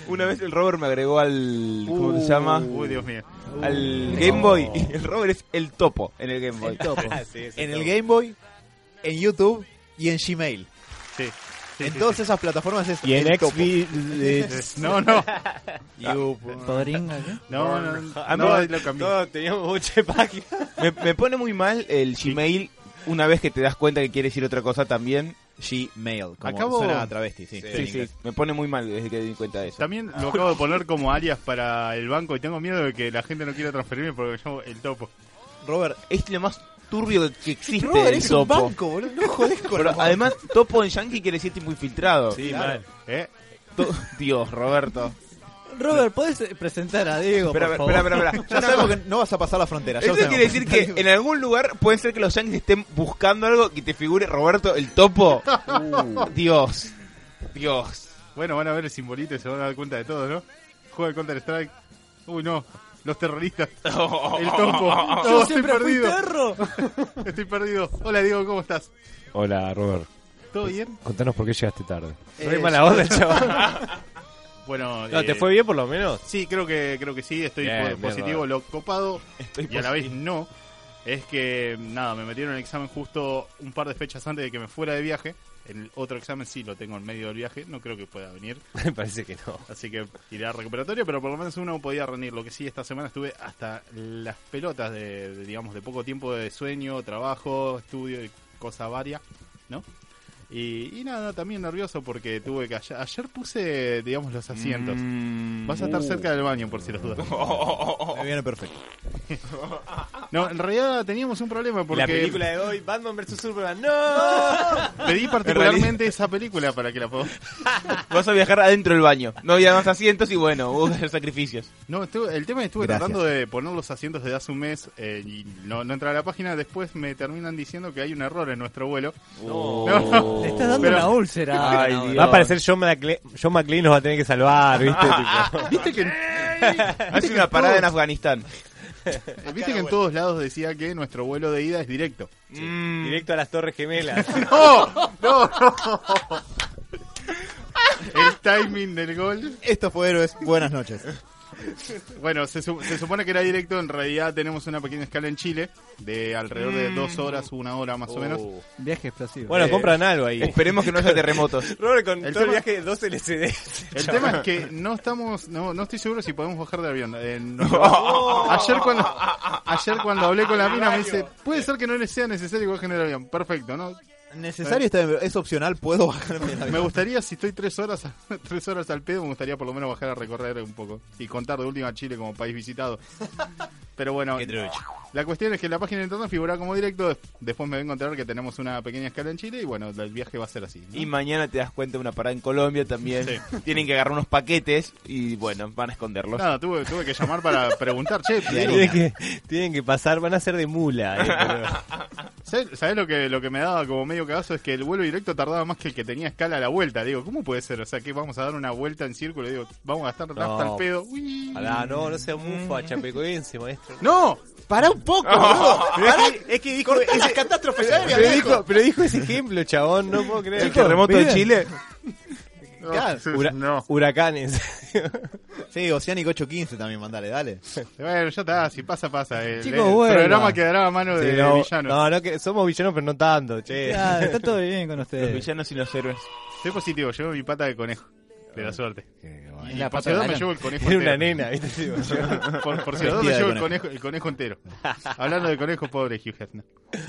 [SPEAKER 2] Una vez el Robert me agregó al. ¿Cómo
[SPEAKER 3] Uh.
[SPEAKER 2] se llama?
[SPEAKER 5] Uy, Dios mío.
[SPEAKER 2] Al Game Boy. Y el Robert es el topo en el Game Boy.
[SPEAKER 1] El topo.
[SPEAKER 3] En el Game Boy, en YouTube y en Gmail.
[SPEAKER 5] Sí. sí,
[SPEAKER 3] En
[SPEAKER 5] sí,
[SPEAKER 3] todas esas plataformas es
[SPEAKER 4] Y en
[SPEAKER 3] el topo.
[SPEAKER 4] XB.
[SPEAKER 5] sí. No, no.
[SPEAKER 3] You-
[SPEAKER 1] Podringa, ¿qué?
[SPEAKER 5] No, no.
[SPEAKER 1] Ah,
[SPEAKER 5] No,
[SPEAKER 4] no,
[SPEAKER 5] ahí lo cambié.
[SPEAKER 4] Todos teníamos mucha página.
[SPEAKER 2] Me, me pone muy mal el Gmail una vez que te das cuenta que quieres ir a otra cosa también.
[SPEAKER 3] Gmail, como
[SPEAKER 5] Acabo-
[SPEAKER 3] suena a travesti, sí. en
[SPEAKER 2] Ah. Sí, sí,
[SPEAKER 3] inglés.
[SPEAKER 2] me pone muy mal desde que di cuenta de eso.
[SPEAKER 5] También lo acabo de poner como alias para el banco y tengo miedo de que la gente no quiera transferirme porque me llamo el topo.
[SPEAKER 3] Robert,
[SPEAKER 2] Es lo más turbio que existe
[SPEAKER 6] Robert
[SPEAKER 2] del
[SPEAKER 6] es un
[SPEAKER 2] topo.
[SPEAKER 6] banco, boludo. No jodés con
[SPEAKER 2] Pero
[SPEAKER 6] los bancos.
[SPEAKER 2] además, topo en yankee quiere decir tipo infiltrado.
[SPEAKER 4] Sí, mal.
[SPEAKER 5] ¿Eh?
[SPEAKER 2] To- Dios, Roberto.
[SPEAKER 1] Robert, ¿podés eh, presentar a Diego,
[SPEAKER 2] Espera,
[SPEAKER 1] por
[SPEAKER 2] espera,
[SPEAKER 1] favor?
[SPEAKER 2] espera.
[SPEAKER 3] Ya sabemos que no vas a pasar la frontera. ya
[SPEAKER 2] Eso
[SPEAKER 3] lo sabemos.
[SPEAKER 2] quiere decir que en algún lugar puede ser que los yankees estén buscando algo que te figure Roberto el topo. Uh. Dios. Dios.
[SPEAKER 5] Bueno, van a ver el simbolito y se van a dar cuenta de todo, ¿no? Juego de Counter Strike. Uy, no. Los terroristas. El topo. No,
[SPEAKER 1] Yo
[SPEAKER 5] estoy
[SPEAKER 1] siempre fui
[SPEAKER 5] perdido.
[SPEAKER 1] perro.
[SPEAKER 5] Estoy perdido. Hola, Diego, ¿cómo estás?
[SPEAKER 4] Hola, Robert.
[SPEAKER 5] ¿Todo
[SPEAKER 1] Pues,
[SPEAKER 5] bien?
[SPEAKER 4] Contanos por qué llegaste tarde.
[SPEAKER 5] Eh,
[SPEAKER 4] Re mala onda el chaval.
[SPEAKER 5] Bueno,
[SPEAKER 4] No,
[SPEAKER 5] eh,
[SPEAKER 4] ¿Te fue bien por lo menos?
[SPEAKER 5] Sí, creo que, creo que sí. Estoy
[SPEAKER 4] Bien,
[SPEAKER 5] po-
[SPEAKER 4] bien,
[SPEAKER 5] positivo.
[SPEAKER 4] Robert.
[SPEAKER 5] Lo copado y a la vez no. Es que, nada, me metieron el examen justo un par de fechas antes de que me fuera de viaje. El otro examen sí lo tengo en medio del viaje. No creo que pueda venir.
[SPEAKER 4] Me parece que no.
[SPEAKER 5] Así que iré a recuperatoria, pero por lo menos uno podía rendir. Lo que sí, esta semana estuve hasta las pelotas de, de, digamos, de poco tiempo de sueño, trabajo, estudio y cosas varias, ¿no? Y, y nada, también nervioso porque tuve que... Ayer, ayer puse, digamos, los asientos.
[SPEAKER 4] Mm,
[SPEAKER 5] Vas a estar
[SPEAKER 4] uh.
[SPEAKER 5] cerca del baño, por si los dudas.
[SPEAKER 3] Me viene perfecto.
[SPEAKER 5] No, en realidad teníamos un problema porque...
[SPEAKER 4] La película de hoy, Batman vs Superman. ¡No!
[SPEAKER 5] Pedí particularmente esa película para que la puedo...
[SPEAKER 2] Vas a viajar adentro del baño. No había más asientos y bueno, hubo que hacer sacrificios.
[SPEAKER 5] No, estuve- el tema es que estuve
[SPEAKER 3] Gracias.
[SPEAKER 5] tratando de poner los asientos desde hace un mes eh, y no, no entrar a la página. Después me terminan diciendo que hay un error en nuestro vuelo. No, no.
[SPEAKER 1] Te estás dando
[SPEAKER 5] Pero-
[SPEAKER 1] una úlcera.
[SPEAKER 2] Ay,
[SPEAKER 1] ahora.
[SPEAKER 2] Dios.
[SPEAKER 4] Va a aparecer John McLean, John McLean nos va a tener que salvar, ¿viste? Tipo,
[SPEAKER 5] Viste que,
[SPEAKER 2] Hace una parada en Afganistán.
[SPEAKER 5] viste que en todos lados decía que nuestro vuelo de ida es directo.
[SPEAKER 2] Mm.
[SPEAKER 4] directo a las Torres Gemelas.
[SPEAKER 5] ¡No! ¡No! no. El timing del gol.
[SPEAKER 3] Esto fue Héroes. Buenas noches.
[SPEAKER 5] Bueno, se, su- se supone que era directo. En realidad tenemos una pequeña escala en Chile de alrededor de dos horas, una hora más o menos.
[SPEAKER 1] Viaje explosivo.
[SPEAKER 4] Bueno,
[SPEAKER 5] Eh,
[SPEAKER 4] compran algo ahí.
[SPEAKER 2] Esperemos que no haya terremotos.
[SPEAKER 4] Robert con
[SPEAKER 5] el
[SPEAKER 4] todo el
[SPEAKER 5] tema-
[SPEAKER 4] viaje de dos LCDs.
[SPEAKER 5] El tema es que no estamos, no, no estoy seguro si podemos bajar de avión. Eh, no- ayer cuando ayer cuando hablé con la mina me dice, puede ser que no les sea necesario que bajen el avión. Perfecto, ¿no?
[SPEAKER 3] Necesario está, es opcional, puedo bajarme del
[SPEAKER 5] Me
[SPEAKER 3] avión.
[SPEAKER 5] gustaría, si estoy tres horas, tres horas al pedo, me gustaría por lo menos bajar a recorrer un poco y contar de última Chile como país visitado. Pero bueno, la cuestión es que la página de internet figura como directo. Después me voy a encontrar que tenemos una pequeña escala en Chile y bueno, el viaje va a ser así. ¿no?
[SPEAKER 2] Y mañana te das cuenta de una parada en Colombia también.
[SPEAKER 5] Sí.
[SPEAKER 2] Tienen que agarrar unos paquetes y bueno, van a esconderlos.
[SPEAKER 5] Nada, tuve, tuve que llamar para preguntar, che, ¿pidieron-
[SPEAKER 4] Tienen que, tienen que pasar, van a ser de mula. eh, pero-
[SPEAKER 5] ¿Sabes sabes lo que, lo que me daba como medio cagazo? Es que el vuelo directo tardaba más que el que tenía escala a la vuelta. Digo, ¿cómo puede ser? O sea, que vamos a dar una vuelta en círculo. Digo, vamos a gastar hasta el pedo. Uy.
[SPEAKER 4] Alá, no, no sea mufa, chapecoense, maestro.
[SPEAKER 5] ¡No!
[SPEAKER 3] ¡Para un poco,
[SPEAKER 4] Pero es, que, es que dijo,
[SPEAKER 3] Cortá las
[SPEAKER 4] ese,
[SPEAKER 3] catástrofes aéreas,
[SPEAKER 4] pero,
[SPEAKER 3] viejo.
[SPEAKER 4] dijo, pero dijo ese ejemplo, chabón, no puedo creer.
[SPEAKER 2] El terremoto de
[SPEAKER 4] Miren,
[SPEAKER 2] Chile.
[SPEAKER 5] No,
[SPEAKER 3] Claro.
[SPEAKER 4] hura-
[SPEAKER 5] no.
[SPEAKER 4] Huracanes.
[SPEAKER 3] Sí, Oceánico 815 también, mandale, dale.
[SPEAKER 5] Bueno, ya está. Si pasa, pasa. El,
[SPEAKER 1] Chicos,
[SPEAKER 5] el
[SPEAKER 1] vuelvan.
[SPEAKER 5] programa quedará a mano
[SPEAKER 4] Sí,
[SPEAKER 5] de,
[SPEAKER 4] no,
[SPEAKER 5] villanos.
[SPEAKER 4] no, no, que somos villanos, pero no tanto, che.
[SPEAKER 1] Ya, está todo bien con
[SPEAKER 2] Los
[SPEAKER 1] ustedes.
[SPEAKER 2] villanos y los héroes.
[SPEAKER 5] Soy positivo. Llevo mi pata de conejo. De la suerte.
[SPEAKER 3] Es
[SPEAKER 5] Y
[SPEAKER 3] la
[SPEAKER 5] por
[SPEAKER 3] pata
[SPEAKER 5] ciudad
[SPEAKER 3] de
[SPEAKER 5] me
[SPEAKER 3] Alan.
[SPEAKER 5] llevo el conejo
[SPEAKER 4] Era una
[SPEAKER 5] entero.
[SPEAKER 4] nena, ¿viste? Tipo, yo-
[SPEAKER 5] Por, por ciudad
[SPEAKER 3] Vestida
[SPEAKER 5] me
[SPEAKER 3] de
[SPEAKER 5] llevo el
[SPEAKER 3] conejo.
[SPEAKER 5] conejo, el conejo entero. Hablando de conejos, pobre Hugh Hefner.
[SPEAKER 2] Sí.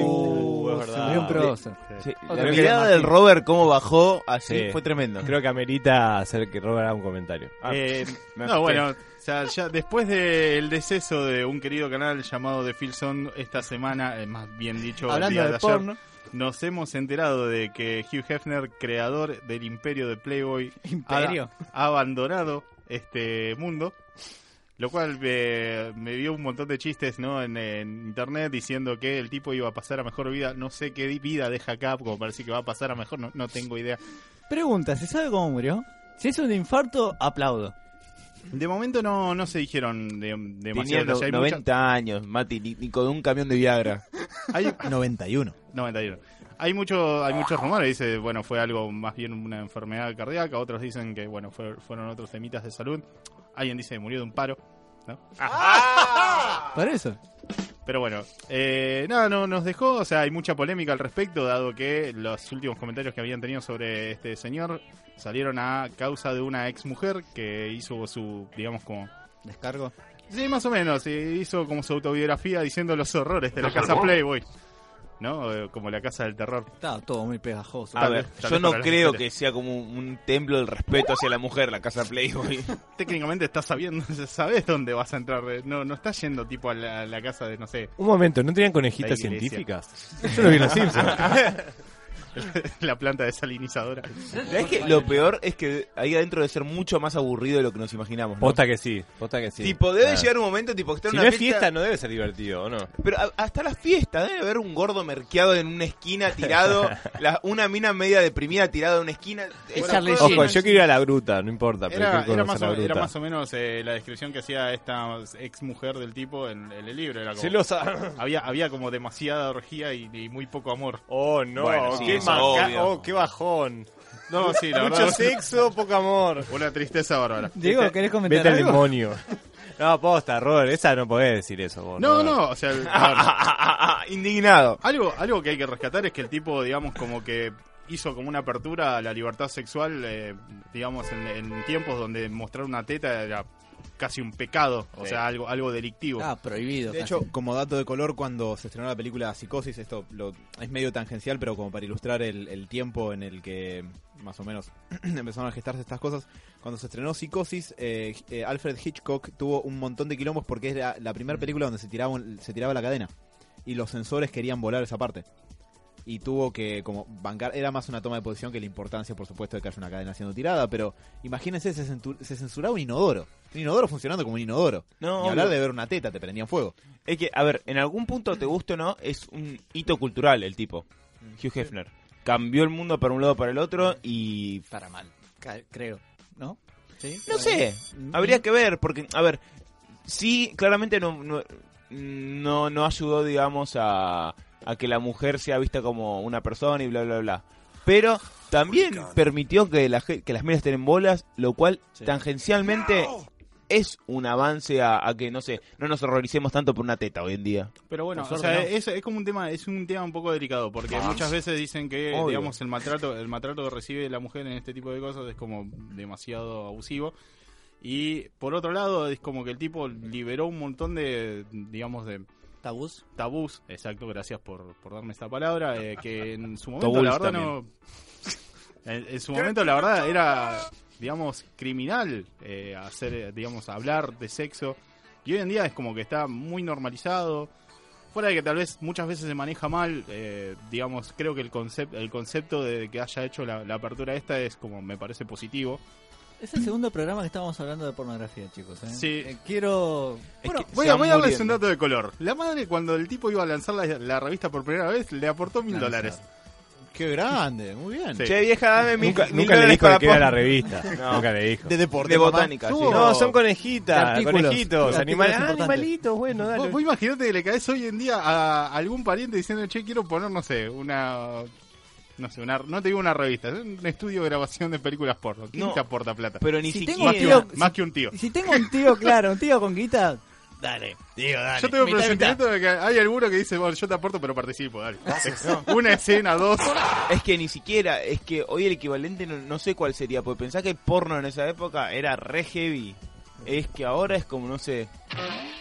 [SPEAKER 1] Uh,
[SPEAKER 4] es
[SPEAKER 1] se
[SPEAKER 4] verdad.
[SPEAKER 1] murió un prócer.
[SPEAKER 2] Sí, La
[SPEAKER 1] Otra vez.
[SPEAKER 2] mirada del Robert, cómo bajó, así
[SPEAKER 4] Sí.
[SPEAKER 2] fue tremendo.
[SPEAKER 4] Creo que amerita hacer que Robert haga un comentario.
[SPEAKER 2] Ah,
[SPEAKER 5] Eh,
[SPEAKER 2] me
[SPEAKER 5] no,
[SPEAKER 2] asusté.
[SPEAKER 5] bueno, o sea, ya después del deceso de un querido canal llamado The Filson esta semana, eh, más bien dicho, el
[SPEAKER 1] Hablando
[SPEAKER 5] día
[SPEAKER 1] de
[SPEAKER 5] ayer,
[SPEAKER 1] porno.
[SPEAKER 5] nos hemos enterado de que Hugh Hefner, creador del imperio de Playboy, ha,
[SPEAKER 1] Imperio.
[SPEAKER 5] ha abandonado este mundo. Lo cual eh, me dio un montón de chistes ¿no? en, en internet diciendo que el tipo iba a pasar a mejor vida. No sé qué di- vida deja acá, como para decir que va a pasar a mejor, no, no tengo idea.
[SPEAKER 1] Pregunta, ¿se sabe cómo murió? Si es un infarto, aplaudo.
[SPEAKER 5] De momento no, no se dijeron de,
[SPEAKER 2] Tenía
[SPEAKER 5] demasiado.
[SPEAKER 2] no-
[SPEAKER 5] detalle. Hay
[SPEAKER 2] 90
[SPEAKER 5] mucha-
[SPEAKER 2] años, Mati, ni, ni con un camión de Viagra.
[SPEAKER 5] hay-
[SPEAKER 3] 91.
[SPEAKER 5] 91. Hay mucho, hay muchos rumores, dice, bueno, fue algo más bien una enfermedad cardíaca, otros dicen que bueno, fue- fueron otros temitas de salud. Alguien dice que murió de un paro, ¿no?
[SPEAKER 1] Por eso.
[SPEAKER 5] Pero bueno, eh, nada, no nos dejó, o sea, hay mucha polémica al respecto, dado que los últimos comentarios que habían tenido sobre este señor salieron a causa de una ex mujer que hizo su, digamos como
[SPEAKER 3] Descargo.
[SPEAKER 5] Sí, más o menos. eh, Hizo como su autobiografía diciendo los horrores de la casa Playboy. ¿no? Eh, Como la casa del terror.
[SPEAKER 1] Está todo muy pegajoso.
[SPEAKER 2] A
[SPEAKER 5] Tal
[SPEAKER 2] ver,
[SPEAKER 5] vez- tal
[SPEAKER 2] yo
[SPEAKER 5] vez
[SPEAKER 2] no
[SPEAKER 5] para las
[SPEAKER 2] creo que
[SPEAKER 5] mujeres.
[SPEAKER 2] sea como un, un templo del respeto hacia la mujer, la casa Playboy.
[SPEAKER 5] Técnicamente estás sabiendo, sabes dónde vas a entrar. eh, No, no estás yendo tipo a la, a la casa de, no sé,
[SPEAKER 4] Un momento, ¿no tenían
[SPEAKER 5] La
[SPEAKER 4] conejitas
[SPEAKER 5] iglesia.
[SPEAKER 4] científicas? Yo lo vi en los Simpsons.
[SPEAKER 5] la planta desalinizadora.
[SPEAKER 2] ¿Sabes que Lo peor es que ahí adentro debe ser mucho más aburrido de lo que nos imaginamos. ¿no?
[SPEAKER 4] Posta que sí, posta que sí.
[SPEAKER 2] Tipo, debe
[SPEAKER 4] Ah.
[SPEAKER 2] llegar un momento, tipo, que está en
[SPEAKER 4] Si no
[SPEAKER 2] una
[SPEAKER 4] es fiesta, no debe ser divertido, ¿o no?
[SPEAKER 2] Pero a- hasta las fiestas, debe haber un gordo merqueado en una esquina tirado, la- una mina media deprimida tirada en una esquina.
[SPEAKER 6] Es
[SPEAKER 2] Bueno,
[SPEAKER 6] Charlie
[SPEAKER 2] pues-
[SPEAKER 6] Sheen.
[SPEAKER 4] Ojo, yo quiero ir a la gruta, no importa, pero
[SPEAKER 5] Era,
[SPEAKER 4] quiero conocer
[SPEAKER 5] era más
[SPEAKER 4] la
[SPEAKER 5] o,
[SPEAKER 4] gruta.
[SPEAKER 5] era más o menos eh, la descripción que hacía esta ex mujer del tipo en, en el libro. Era como,
[SPEAKER 4] Celosa.
[SPEAKER 5] había, había como demasiada orgía y, y muy poco amor.
[SPEAKER 4] Oh, no,
[SPEAKER 5] Bueno, sí,
[SPEAKER 4] qué,
[SPEAKER 2] es
[SPEAKER 4] maca-
[SPEAKER 2] obvio.
[SPEAKER 4] oh, qué bajón.
[SPEAKER 5] No, sí, la
[SPEAKER 4] Mucho
[SPEAKER 5] verdad.
[SPEAKER 4] sexo, poco amor.
[SPEAKER 5] Una tristeza bárbara.
[SPEAKER 1] Diego, ¿querés comentar
[SPEAKER 4] Vete al
[SPEAKER 1] algo?
[SPEAKER 4] demonio. No, posta, Robert, esa no podés decir eso. vos,
[SPEAKER 5] No,
[SPEAKER 4] Robert.
[SPEAKER 5] no, o sea, a ver,
[SPEAKER 2] Ah, ah, ah, ah, indignado.
[SPEAKER 5] algo, algo que hay que rescatar es que el tipo, digamos, como que hizo como una apertura a la libertad sexual, eh, digamos, en, en tiempos donde mostrar una teta era casi un pecado, o sea, algo, algo delictivo.
[SPEAKER 1] Está prohibido.
[SPEAKER 3] De
[SPEAKER 1] casi.
[SPEAKER 3] hecho, como dato de color, cuando se estrenó la película Psicosis, esto lo- es medio tangencial, pero como para ilustrar el, el tiempo en el que más o menos empezaron a gestarse estas cosas, cuando se estrenó Psicosis, eh, eh, Alfred Hitchcock tuvo un montón de quilombos porque era la primera película donde se tiraba, un- se tiraba la cadena y los sensores querían volar esa parte. Y tuvo que como bancar, era más una toma de posición que la importancia, por supuesto, de que haya una cadena siendo tirada, pero imagínense, se, centu- se censuraba un inodoro. Un inodoro funcionando como un inodoro.
[SPEAKER 2] No,
[SPEAKER 3] Ni hablar
[SPEAKER 2] obvio.
[SPEAKER 3] de ver una teta, te prendían fuego.
[SPEAKER 2] Es que, a ver, en algún punto, te guste o no, es un hito cultural el tipo. Hugh Hefner. Cambió el mundo para un lado para el otro y...
[SPEAKER 1] Para mal, ca- creo. ¿No? ¿Sí? Mm,
[SPEAKER 2] No sé, Mm. habría que ver, porque, a ver, sí, claramente no, no, no, no ayudó, digamos, a, a que la mujer sea vista como una persona y bla, bla, bla. Pero también permitió que, la ge- que las medias tienen bolas, lo cual
[SPEAKER 1] Sí.
[SPEAKER 2] tangencialmente es un avance a, a que, no sé, no nos horroricemos tanto por una teta hoy en día.
[SPEAKER 5] Pero bueno,
[SPEAKER 1] Por
[SPEAKER 5] o
[SPEAKER 1] suerte
[SPEAKER 5] sea,
[SPEAKER 1] no. Ah,
[SPEAKER 5] es, es como un tema, es un tema un poco delicado, porque muchas veces dicen que,
[SPEAKER 2] Obvio.
[SPEAKER 5] digamos, el maltrato, el maltrato que recibe la mujer en este tipo de cosas es como demasiado abusivo. Y por otro lado, es como que el tipo liberó un montón de, digamos, de
[SPEAKER 1] ¿Tabús?
[SPEAKER 5] tabús, exacto, gracias por, por darme esta palabra, eh, que en su momento
[SPEAKER 2] Tabús
[SPEAKER 5] la verdad no... En, en su momento la verdad era, digamos, criminal eh, hacer, eh, digamos, hablar de sexo. Y hoy en día es como que está muy normalizado. Fuera de que tal vez muchas veces se maneja mal, eh, digamos, creo que el, concepto el concepto de que haya hecho la, la apertura esta es como, me parece positivo.
[SPEAKER 1] Es el segundo programa que estábamos hablando de pornografía, chicos. ¿eh?
[SPEAKER 5] Sí.
[SPEAKER 1] Eh, quiero.
[SPEAKER 5] Bueno,
[SPEAKER 2] que
[SPEAKER 5] voy,
[SPEAKER 2] se
[SPEAKER 5] a,
[SPEAKER 2] van
[SPEAKER 5] voy a darles un
[SPEAKER 2] muriendo.
[SPEAKER 5] dato de color. La madre cuando el tipo iba a lanzar la, la revista por primera vez le aportó mil dólares.
[SPEAKER 3] Qué grande, muy bien.
[SPEAKER 5] Sí.
[SPEAKER 2] Che, vieja, dame mil,
[SPEAKER 4] Nunca,
[SPEAKER 2] mil
[SPEAKER 4] nunca le
[SPEAKER 2] dólares
[SPEAKER 4] dijo
[SPEAKER 2] para
[SPEAKER 4] de qué era la
[SPEAKER 2] pon-
[SPEAKER 4] revista.
[SPEAKER 2] No.
[SPEAKER 4] Nunca le dijo.
[SPEAKER 3] De deporte.
[SPEAKER 2] De
[SPEAKER 3] mamá.
[SPEAKER 2] botánica, sí.
[SPEAKER 3] Tuvo-
[SPEAKER 4] No, son
[SPEAKER 3] De
[SPEAKER 4] conejitas,
[SPEAKER 3] artículos.
[SPEAKER 4] conejitos,
[SPEAKER 1] De
[SPEAKER 4] animales,
[SPEAKER 1] artículos
[SPEAKER 4] ah,
[SPEAKER 1] importantes.
[SPEAKER 4] animalitos, bueno, dale.
[SPEAKER 5] Vos, vos imaginate que le caes hoy en día a algún pariente diciendo, che, quiero poner, no sé, una... No sé, una, no te digo una revista, un estudio de grabación de películas porno. ¿Quién
[SPEAKER 2] No.
[SPEAKER 5] te aporta plata?
[SPEAKER 2] Pero eh, ni
[SPEAKER 1] Si tengo
[SPEAKER 2] siquiera...
[SPEAKER 5] más, que
[SPEAKER 1] Tío,
[SPEAKER 5] un, más que un tío.
[SPEAKER 1] Si tengo un tío, claro, un tío con guita. Dale.
[SPEAKER 5] Yo tengo el presentimiento de que hay alguno que dice, bueno, yo te aporto, pero participo, dale. No, Una escena, dos.
[SPEAKER 2] Es que ni siquiera, es que hoy el equivalente no, no sé cuál sería, porque pensá que el porno en esa época era re heavy. Es que ahora es como, no sé.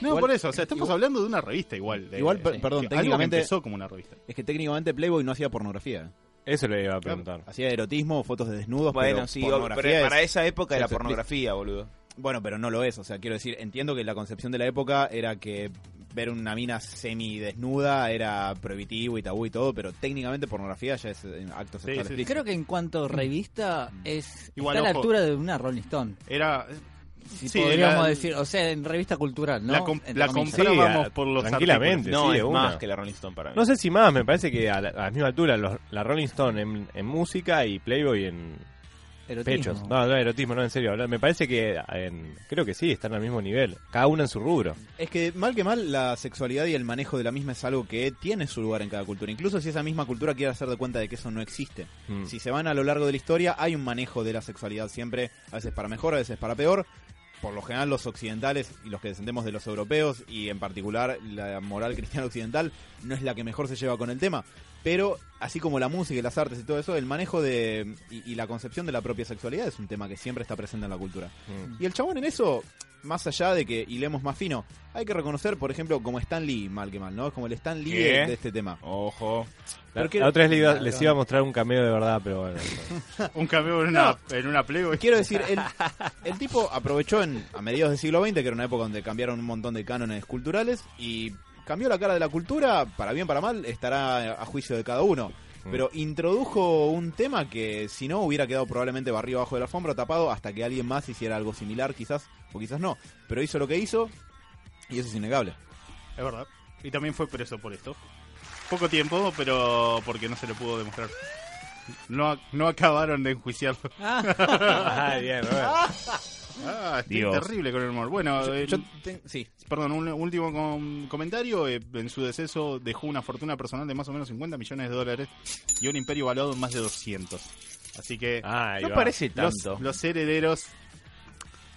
[SPEAKER 5] No,
[SPEAKER 3] Igual-
[SPEAKER 5] por eso, o sea, estamos hablando de una revista igual. de-
[SPEAKER 3] Igual, per-
[SPEAKER 5] sí.
[SPEAKER 3] perdón,
[SPEAKER 5] Algo que
[SPEAKER 3] técnicamente-
[SPEAKER 5] empezó como una revista.
[SPEAKER 3] Es que técnicamente Playboy no hacía pornografía.
[SPEAKER 4] Eso le iba a preguntar.
[SPEAKER 3] Hacía erotismo, fotos de desnudos.
[SPEAKER 2] Bueno,
[SPEAKER 3] pero
[SPEAKER 2] sí,
[SPEAKER 3] pornografía
[SPEAKER 2] pero
[SPEAKER 3] es-
[SPEAKER 2] para esa época
[SPEAKER 3] se
[SPEAKER 2] era
[SPEAKER 3] explica.
[SPEAKER 2] pornografía, boludo.
[SPEAKER 3] Bueno, pero no lo es. O sea, quiero decir, entiendo que la concepción de la época era que ver una mina semi desnuda era prohibitivo y tabú y todo, pero técnicamente pornografía ya es eh, acto sexual.
[SPEAKER 5] sí,
[SPEAKER 3] explícito.
[SPEAKER 1] Creo que en cuanto revista es
[SPEAKER 5] Igual,
[SPEAKER 1] está a la
[SPEAKER 5] ojo.
[SPEAKER 1] altura de una Rolling Stone.
[SPEAKER 5] Era...
[SPEAKER 1] Si
[SPEAKER 5] Sí,
[SPEAKER 1] podríamos
[SPEAKER 5] la-
[SPEAKER 1] decir, o sea, en revista cultural, ¿no?
[SPEAKER 5] La com-
[SPEAKER 1] Entre
[SPEAKER 5] la
[SPEAKER 1] comillas.
[SPEAKER 5] compré. Ahora vamos
[SPEAKER 4] a-
[SPEAKER 5] por los
[SPEAKER 4] tranquilamente,
[SPEAKER 2] No,
[SPEAKER 4] sí, de
[SPEAKER 2] es
[SPEAKER 4] una.
[SPEAKER 2] más que la Rolling Stone para mí.
[SPEAKER 4] No sé si más, me parece que a la, a la misma altura los- la Rolling Stone en, en música y Playboy en
[SPEAKER 1] Erotismo.
[SPEAKER 4] pechos. No, no, erotismo, no, en serio. no, Me parece que en- creo que sí, están al mismo nivel. Cada uno en su rubro.
[SPEAKER 3] Es que mal que mal la sexualidad y el manejo de la misma es algo que tiene su lugar en cada cultura. Incluso si esa misma cultura quiere hacer de cuenta de que eso no existe.
[SPEAKER 4] Mm.
[SPEAKER 3] Si se van a lo largo de la historia, hay un manejo de la sexualidad siempre, a veces para mejor, a veces para peor. Por lo general los occidentales y los que descendemos de los europeos y en particular la moral cristiana occidental no es la que mejor se lleva con el tema. Pero así como la música y las artes y todo eso, el manejo de y, y la concepción de la propia sexualidad es un tema que siempre está presente en la cultura.
[SPEAKER 4] Mm.
[SPEAKER 3] Y el chabón en eso más allá de que hilemos más fino, hay que reconocer, por ejemplo, como Stan Lee, mal que mal, ¿no? Es como el Stan Lee
[SPEAKER 2] ¿Qué?
[SPEAKER 3] de, de este tema.
[SPEAKER 2] Ojo.
[SPEAKER 4] La,
[SPEAKER 3] Porque-
[SPEAKER 4] la otra vez le iba- les iba a mostrar un cameo de verdad, pero bueno.
[SPEAKER 5] Un cameo en una, en una Playboy.
[SPEAKER 3] Quiero decir, el, el tipo aprovechó en, a mediados del siglo XX, que era una época donde cambiaron un montón de cánones culturales, y cambió la cara de la cultura, para bien, para mal, estará a juicio de cada uno.
[SPEAKER 2] Mm.
[SPEAKER 3] Pero introdujo un tema que si no hubiera quedado probablemente barrido abajo de la alfombra, tapado, hasta que alguien más hiciera algo similar, quizás, o quizás no. Pero hizo lo que hizo, y eso es innegable.
[SPEAKER 5] Es verdad. Y también fue preso por esto. Poco tiempo, pero porque no se lo pudo demostrar. No, ac- no acabaron de enjuiciarlo.
[SPEAKER 4] Ah, bien, Robert.
[SPEAKER 5] Ah, estoy
[SPEAKER 2] Dios.
[SPEAKER 5] terrible con el humor. Bueno, eh,
[SPEAKER 3] Yo te- sí.
[SPEAKER 5] perdón, un último com- comentario. Eh, en su deceso dejó una fortuna personal de más o menos 50 millones de dólares y un imperio valuado en más de 200. Así que
[SPEAKER 4] Ah, ahí
[SPEAKER 2] No
[SPEAKER 4] va.
[SPEAKER 2] parece
[SPEAKER 5] los,
[SPEAKER 2] tanto.
[SPEAKER 5] los herederos...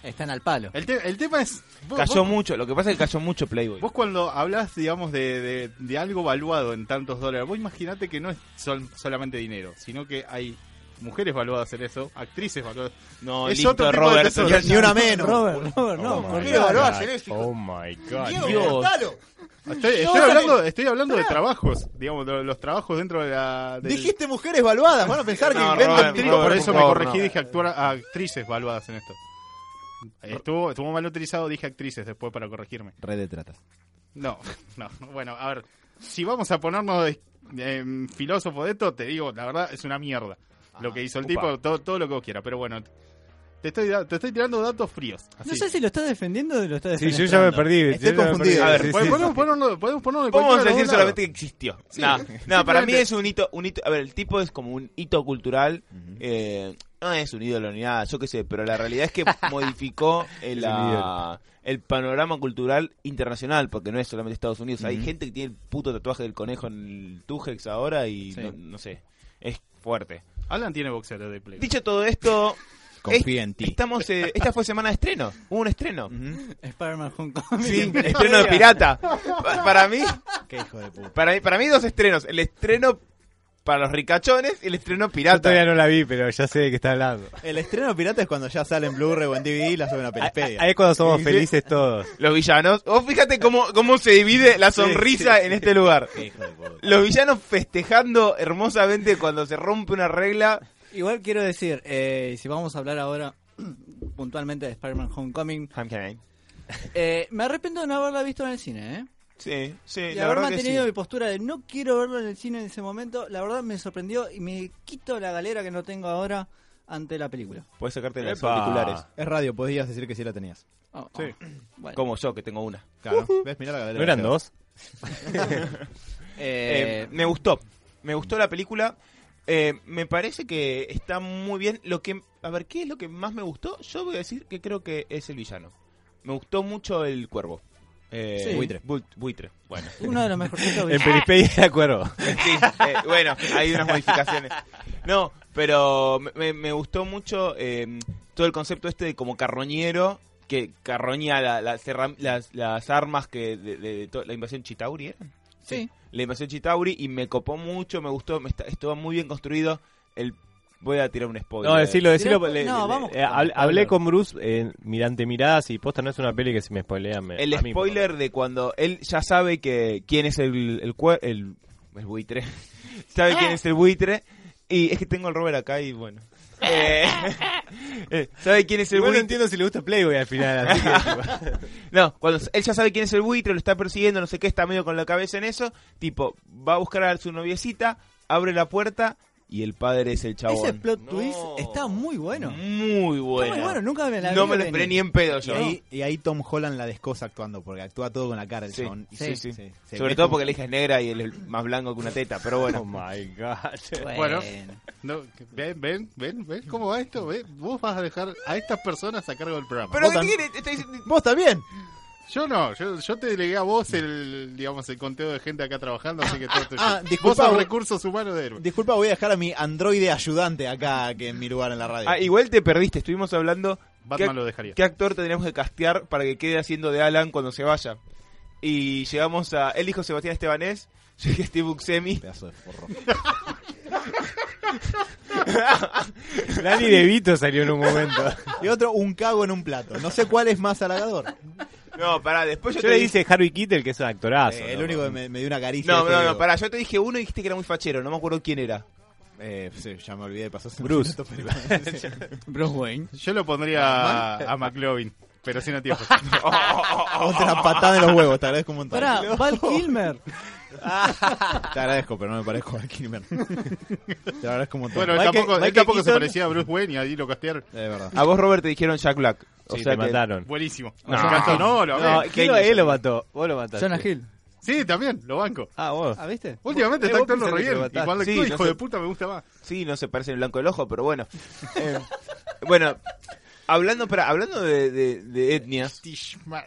[SPEAKER 1] Están al palo.
[SPEAKER 5] El, te- el tema es... vos-
[SPEAKER 2] Cayó
[SPEAKER 5] vos-
[SPEAKER 2] mucho. Lo que pasa es que cayó mucho Playboy.
[SPEAKER 5] Vos cuando hablas, digamos, de, de- de algo valuado en tantos dólares, vos imaginate que no es sol- solamente dinero, sino que hay mujeres valuadas en eso, actrices valuadas.
[SPEAKER 2] No,
[SPEAKER 5] Es
[SPEAKER 2] listo,
[SPEAKER 5] otro tipo de
[SPEAKER 2] Robert.
[SPEAKER 5] tesoro.
[SPEAKER 2] ya-
[SPEAKER 3] Ni una menos.
[SPEAKER 1] Robert, Robert, no.
[SPEAKER 4] Oh
[SPEAKER 1] por
[SPEAKER 4] my
[SPEAKER 1] Dios.
[SPEAKER 4] God.
[SPEAKER 6] evaluás en eso, hijo?
[SPEAKER 4] Oh my god.
[SPEAKER 6] Diego,
[SPEAKER 4] Dios.
[SPEAKER 6] cortalo.
[SPEAKER 5] Estoy, estoy
[SPEAKER 6] Ahora
[SPEAKER 5] hablando, estoy hablando de trabajos, digamos, lo- los, trabajos dentro de la... del-
[SPEAKER 3] Dijiste mujeres valuadas, van a pensar que
[SPEAKER 2] No,
[SPEAKER 3] inventan
[SPEAKER 2] Robert,
[SPEAKER 3] tri-
[SPEAKER 5] Actriz- por
[SPEAKER 2] Robert,
[SPEAKER 5] eso
[SPEAKER 2] por
[SPEAKER 5] me
[SPEAKER 2] favor,
[SPEAKER 5] corregí,
[SPEAKER 2] no.
[SPEAKER 5] dije actuar actrices valuadas en esto. Estuvo, estuvo mal utilizado, dije actrices después para corregirme.
[SPEAKER 3] Red de tratas.
[SPEAKER 5] No, no, bueno, a ver, si vamos a ponernos de, em, filósofo de esto, te digo, la verdad es una mierda lo que hizo el
[SPEAKER 2] upa.
[SPEAKER 5] tipo, todo, todo lo que vos quieras, pero bueno, te estoy, da- te estoy tirando datos fríos.
[SPEAKER 1] No
[SPEAKER 5] así.
[SPEAKER 1] sé si lo estás defendiendo o lo estás
[SPEAKER 4] Sí,
[SPEAKER 1] defendiendo.
[SPEAKER 4] yo ya me perdí.
[SPEAKER 3] Estoy
[SPEAKER 4] yo ya me
[SPEAKER 3] confundido.
[SPEAKER 4] perdí.
[SPEAKER 3] A ver,
[SPEAKER 4] Sí, sí,
[SPEAKER 5] Podemos-
[SPEAKER 4] sí.
[SPEAKER 5] podemos ponerlo- podemos ponerlo de
[SPEAKER 2] Vamos a
[SPEAKER 5] cualquiera de
[SPEAKER 2] decir
[SPEAKER 5] los dos
[SPEAKER 2] solamente que existió. no, no,
[SPEAKER 5] simplemente.
[SPEAKER 2] para mí es un hito, un hito. A ver, el tipo es como un hito cultural. eh, no es un ídolo ni nada, yo qué sé, pero la realidad es que modificó el, la- el panorama cultural internacional, porque no es solamente Estados Unidos. Hay
[SPEAKER 3] Ujú.
[SPEAKER 2] gente que tiene el puto tatuaje del conejo en el Tujex ahora y no, no sé, es fuerte.
[SPEAKER 5] lados. Alan tiene boxeadores de play.
[SPEAKER 2] Dicho todo esto,
[SPEAKER 3] Confía en ti.
[SPEAKER 2] estamos, eh, esta fue semana de estreno, hubo un estreno.
[SPEAKER 1] Spider-Man Homecoming.
[SPEAKER 2] Sí, estreno de pirata. Pa- Para mí,
[SPEAKER 3] Qué hijo de puta.
[SPEAKER 2] Para mí, para mí dos estrenos. El estreno para los ricachones y el estreno
[SPEAKER 4] Yo todavía
[SPEAKER 2] pirata.
[SPEAKER 4] no la vi, pero ya sé de qué está hablando.
[SPEAKER 3] El estreno pirata es cuando ya sale en Blu-ray o en DVD y la suben a Pelispedia.
[SPEAKER 4] Ahí es cuando somos
[SPEAKER 2] Sí, sí.
[SPEAKER 4] felices todos.
[SPEAKER 2] Los villanos. Vos fíjate cómo, cómo se divide la sonrisa en este lugar.
[SPEAKER 3] Qué hijo de puta.
[SPEAKER 2] Los villanos festejando hermosamente cuando se rompe una regla.
[SPEAKER 1] Igual quiero decir, eh, si vamos a hablar ahora puntualmente de Spider-Man Homecoming, eh, me arrepiento de no haberla visto en el cine, ¿eh?
[SPEAKER 2] Sí, sí,
[SPEAKER 1] Y
[SPEAKER 2] la
[SPEAKER 1] haber
[SPEAKER 2] verdad que sí.
[SPEAKER 1] mantenido mi postura de no quiero verlo en el cine en ese momento, la verdad me sorprendió y me quito la galera que no tengo ahora ante la película.
[SPEAKER 2] Puedes sacarte las
[SPEAKER 4] Epa.
[SPEAKER 2] auriculares.
[SPEAKER 3] Es radio, podías decir que sí la tenías.
[SPEAKER 1] Oh, oh. Bueno.
[SPEAKER 2] Como yo, que tengo una.
[SPEAKER 3] Claro. ¿Ves? Mirá la galera.
[SPEAKER 4] ¿No eran
[SPEAKER 3] de-
[SPEAKER 4] dos?
[SPEAKER 2] Eh,
[SPEAKER 1] Eh,
[SPEAKER 2] me gustó. Me gustó la película. Eh, me parece que está muy bien. Lo que, a ver, ¿qué es lo que más me gustó? Yo voy a decir que creo que es el villano. Me gustó mucho el cuervo. Eh,
[SPEAKER 1] Sí.
[SPEAKER 3] Buitre.
[SPEAKER 2] bu- buitre. Bueno.
[SPEAKER 1] uno de los mejorcitos
[SPEAKER 4] En
[SPEAKER 1] villanos.
[SPEAKER 4] Perispedia era cuervo.
[SPEAKER 2] Sí, eh, bueno, hay unas modificaciones. No, pero me- me, me gustó mucho eh, todo el concepto este de como carroñero que carroña la- las, herram- las, las armas que de, de- de to- la invasión Chitauri, ¿era?
[SPEAKER 1] Sí.
[SPEAKER 2] la invasión Chitauri y me copó mucho, me gustó, me está- estuvo muy bien construido. El voy a tirar un spoiler.
[SPEAKER 4] No, decilo, decilo.
[SPEAKER 1] Tirá-
[SPEAKER 4] le-
[SPEAKER 1] no,
[SPEAKER 4] le-
[SPEAKER 1] vamos.
[SPEAKER 4] eh, hab- hablé con Bruce eh, mirante miradas y posta no es una peli que si me spoilean me,
[SPEAKER 2] El
[SPEAKER 4] Eh, a mí, por lo
[SPEAKER 2] spoiler de cuando él ya sabe que quién es el el, cue- el, el buitre. sabe quién es el buitre. Y es que tengo el Robert acá y bueno. Eh, eh, sabe quién es el
[SPEAKER 4] Igual no
[SPEAKER 2] buitre.
[SPEAKER 4] entiendo si le gusta Playboy al final. así que, tipo,
[SPEAKER 2] No, cuando él ya sabe quién es el buitre, lo está persiguiendo, no sé qué, está medio con la cabeza en eso. Tipo, va a buscar a su noviecita, abre la puerta y el padre es el chabón.
[SPEAKER 1] Ah, Ese plot
[SPEAKER 2] No.
[SPEAKER 1] twist está muy bueno.
[SPEAKER 2] Muy bueno.
[SPEAKER 1] Está muy bueno, nunca me la
[SPEAKER 2] no
[SPEAKER 1] vi
[SPEAKER 2] me lo
[SPEAKER 1] venir.
[SPEAKER 2] esperé ni en pedo
[SPEAKER 3] Y
[SPEAKER 2] yo.
[SPEAKER 3] ahí, y ahí Tom Holland la descosa actuando, porque actúa todo con la cara el
[SPEAKER 2] Sí,
[SPEAKER 3] chabón. Y
[SPEAKER 1] sí,
[SPEAKER 2] sí.
[SPEAKER 3] se
[SPEAKER 2] Sobre
[SPEAKER 3] ve
[SPEAKER 2] todo
[SPEAKER 3] como-
[SPEAKER 2] porque la hija es negra y él es más blanco que una teta, pero
[SPEAKER 4] oh
[SPEAKER 2] bueno.
[SPEAKER 4] my god.
[SPEAKER 5] Bueno. No, ven, ven, ven, ven cómo va esto. ¿Ven? Vos vas a dejar a estas personas a cargo del programa.
[SPEAKER 2] Pero
[SPEAKER 3] Vos
[SPEAKER 2] ¿qué
[SPEAKER 3] tam-
[SPEAKER 2] quiere? Está diciendo-
[SPEAKER 3] ¡Vos también!
[SPEAKER 5] Yo no, yo, yo te delegué a vos el, digamos, el conteo de gente acá trabajando, así que todo tuyo.
[SPEAKER 3] Ah, disculpa,
[SPEAKER 5] vos sos
[SPEAKER 3] vos-
[SPEAKER 5] recursos humanos de héroe.
[SPEAKER 3] Disculpa, voy a dejar a mi androide ayudante acá, que en mi lugar en la radio.
[SPEAKER 2] Ah, igual te perdiste, estuvimos hablando
[SPEAKER 5] Batman
[SPEAKER 2] qué-
[SPEAKER 5] lo dejaría.
[SPEAKER 2] qué actor tendríamos que castear para que quede haciendo de Alan cuando se vaya. Y llegamos a... Él dijo Sebastián Estebanés, yo dije Steve Buscemi.
[SPEAKER 3] Pedazo de forro.
[SPEAKER 4] Danny DeVito salió en un momento.
[SPEAKER 3] Y otro, un cago en un plato. No sé cuál es más halagador.
[SPEAKER 2] No, pará, después yo,
[SPEAKER 4] Yo
[SPEAKER 2] te
[SPEAKER 4] le
[SPEAKER 2] dije...
[SPEAKER 4] hice Harvey Keitel, que es un actorazo.
[SPEAKER 3] Eh, el
[SPEAKER 4] ¿no?
[SPEAKER 3] único que me, me dio una caricia.
[SPEAKER 2] No,
[SPEAKER 3] ese
[SPEAKER 2] no,
[SPEAKER 3] Diego.
[SPEAKER 2] no, pará, yo te dije uno y dijiste que era muy fachero, no me acuerdo quién era.
[SPEAKER 3] Eh, sí, ya me olvidé, pasó hace
[SPEAKER 4] Bruce.
[SPEAKER 3] un minuto, pero- sí.
[SPEAKER 1] Bruce Wayne.
[SPEAKER 5] Yo lo pondría
[SPEAKER 2] Ah,
[SPEAKER 5] a, a McLovin, pero sin anteojos. Oh,
[SPEAKER 3] Otra patada en los huevos, te agradezco un montón.
[SPEAKER 1] Pará, Val Kilmer.
[SPEAKER 3] Te agradezco, pero no me parezco a Kilmer. Te lo agradezco un montón.
[SPEAKER 5] bueno, él
[SPEAKER 2] Michael-
[SPEAKER 5] tampoco, él
[SPEAKER 2] Michael
[SPEAKER 5] tampoco se
[SPEAKER 2] Keaton.
[SPEAKER 5] parecía a Bruce Wayne y a Dilo Castier.
[SPEAKER 3] De verdad.
[SPEAKER 2] A vos, Robert, te dijeron Jack Black. O
[SPEAKER 4] Sí,
[SPEAKER 2] sea
[SPEAKER 4] te
[SPEAKER 2] que-
[SPEAKER 4] mataron.
[SPEAKER 5] Buenísimo.
[SPEAKER 4] No.
[SPEAKER 5] Me encantó. No, lo
[SPEAKER 4] No,
[SPEAKER 5] amé.
[SPEAKER 4] ¿quién lo, él lo mató? Vos lo mataste.
[SPEAKER 1] Jonah Hill.
[SPEAKER 5] Sí, también, lo banco.
[SPEAKER 4] Ah, vos.
[SPEAKER 1] Ah, ¿viste?
[SPEAKER 5] Últimamente
[SPEAKER 4] Eh,
[SPEAKER 5] está
[SPEAKER 4] vos
[SPEAKER 5] actuando
[SPEAKER 4] pensás
[SPEAKER 5] re
[SPEAKER 4] que lo
[SPEAKER 5] bien. Y
[SPEAKER 4] matás.
[SPEAKER 5] cuando
[SPEAKER 2] Sí,
[SPEAKER 5] actúa,
[SPEAKER 2] yo
[SPEAKER 5] hijo
[SPEAKER 2] sé.
[SPEAKER 5] de puta, me gusta más.
[SPEAKER 2] Sí, no se parece en el blanco del ojo, pero bueno. Eh, bueno, hablando, pará, hablando de, de- de etnias,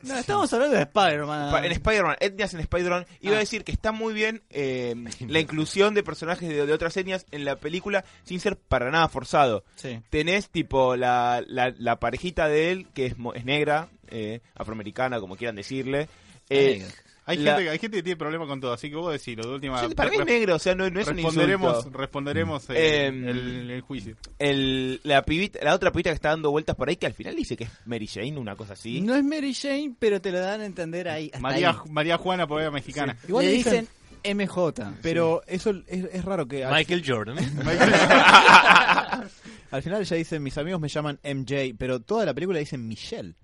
[SPEAKER 1] No, estamos hablando de Spider-Man.
[SPEAKER 2] pa- en Spider-Man, etnias en Spider-Man, iba a decir que está muy bien eh, la inclusión de personajes de, de otras etnias en la película sin ser para nada forzado.
[SPEAKER 1] Sí.
[SPEAKER 2] Tenés tipo la, la, la parejita de él, que es, mo- es negra, eh, afroamericana, como quieran decirle. Eh,
[SPEAKER 1] Negra.
[SPEAKER 5] Hay,
[SPEAKER 2] la-
[SPEAKER 5] gente, que- hay gente que tiene problemas con todo, así que vos decís, lo de última.
[SPEAKER 2] yo- para mí es
[SPEAKER 5] Re-
[SPEAKER 2] negro, o sea, no, no es un
[SPEAKER 5] responderemos
[SPEAKER 2] insulto.
[SPEAKER 5] responderemos eh,
[SPEAKER 2] Em,
[SPEAKER 5] el, el juicio.
[SPEAKER 2] El- la, pibita, la otra pibita que está dando vueltas por ahí, que al final dice que es Mary Jane, una cosa así.
[SPEAKER 1] No es Mary Jane, pero te lo dan a entender ahí. hasta
[SPEAKER 5] María,
[SPEAKER 1] ahí.
[SPEAKER 5] María Juana, pobreza mexicana.
[SPEAKER 1] Igual le dicen MJ.
[SPEAKER 3] Pero eso es, es raro que al,
[SPEAKER 4] Michael Jordan.
[SPEAKER 3] al final ya dicen, mis amigos me llaman MJ, pero toda la película dicen Michelle.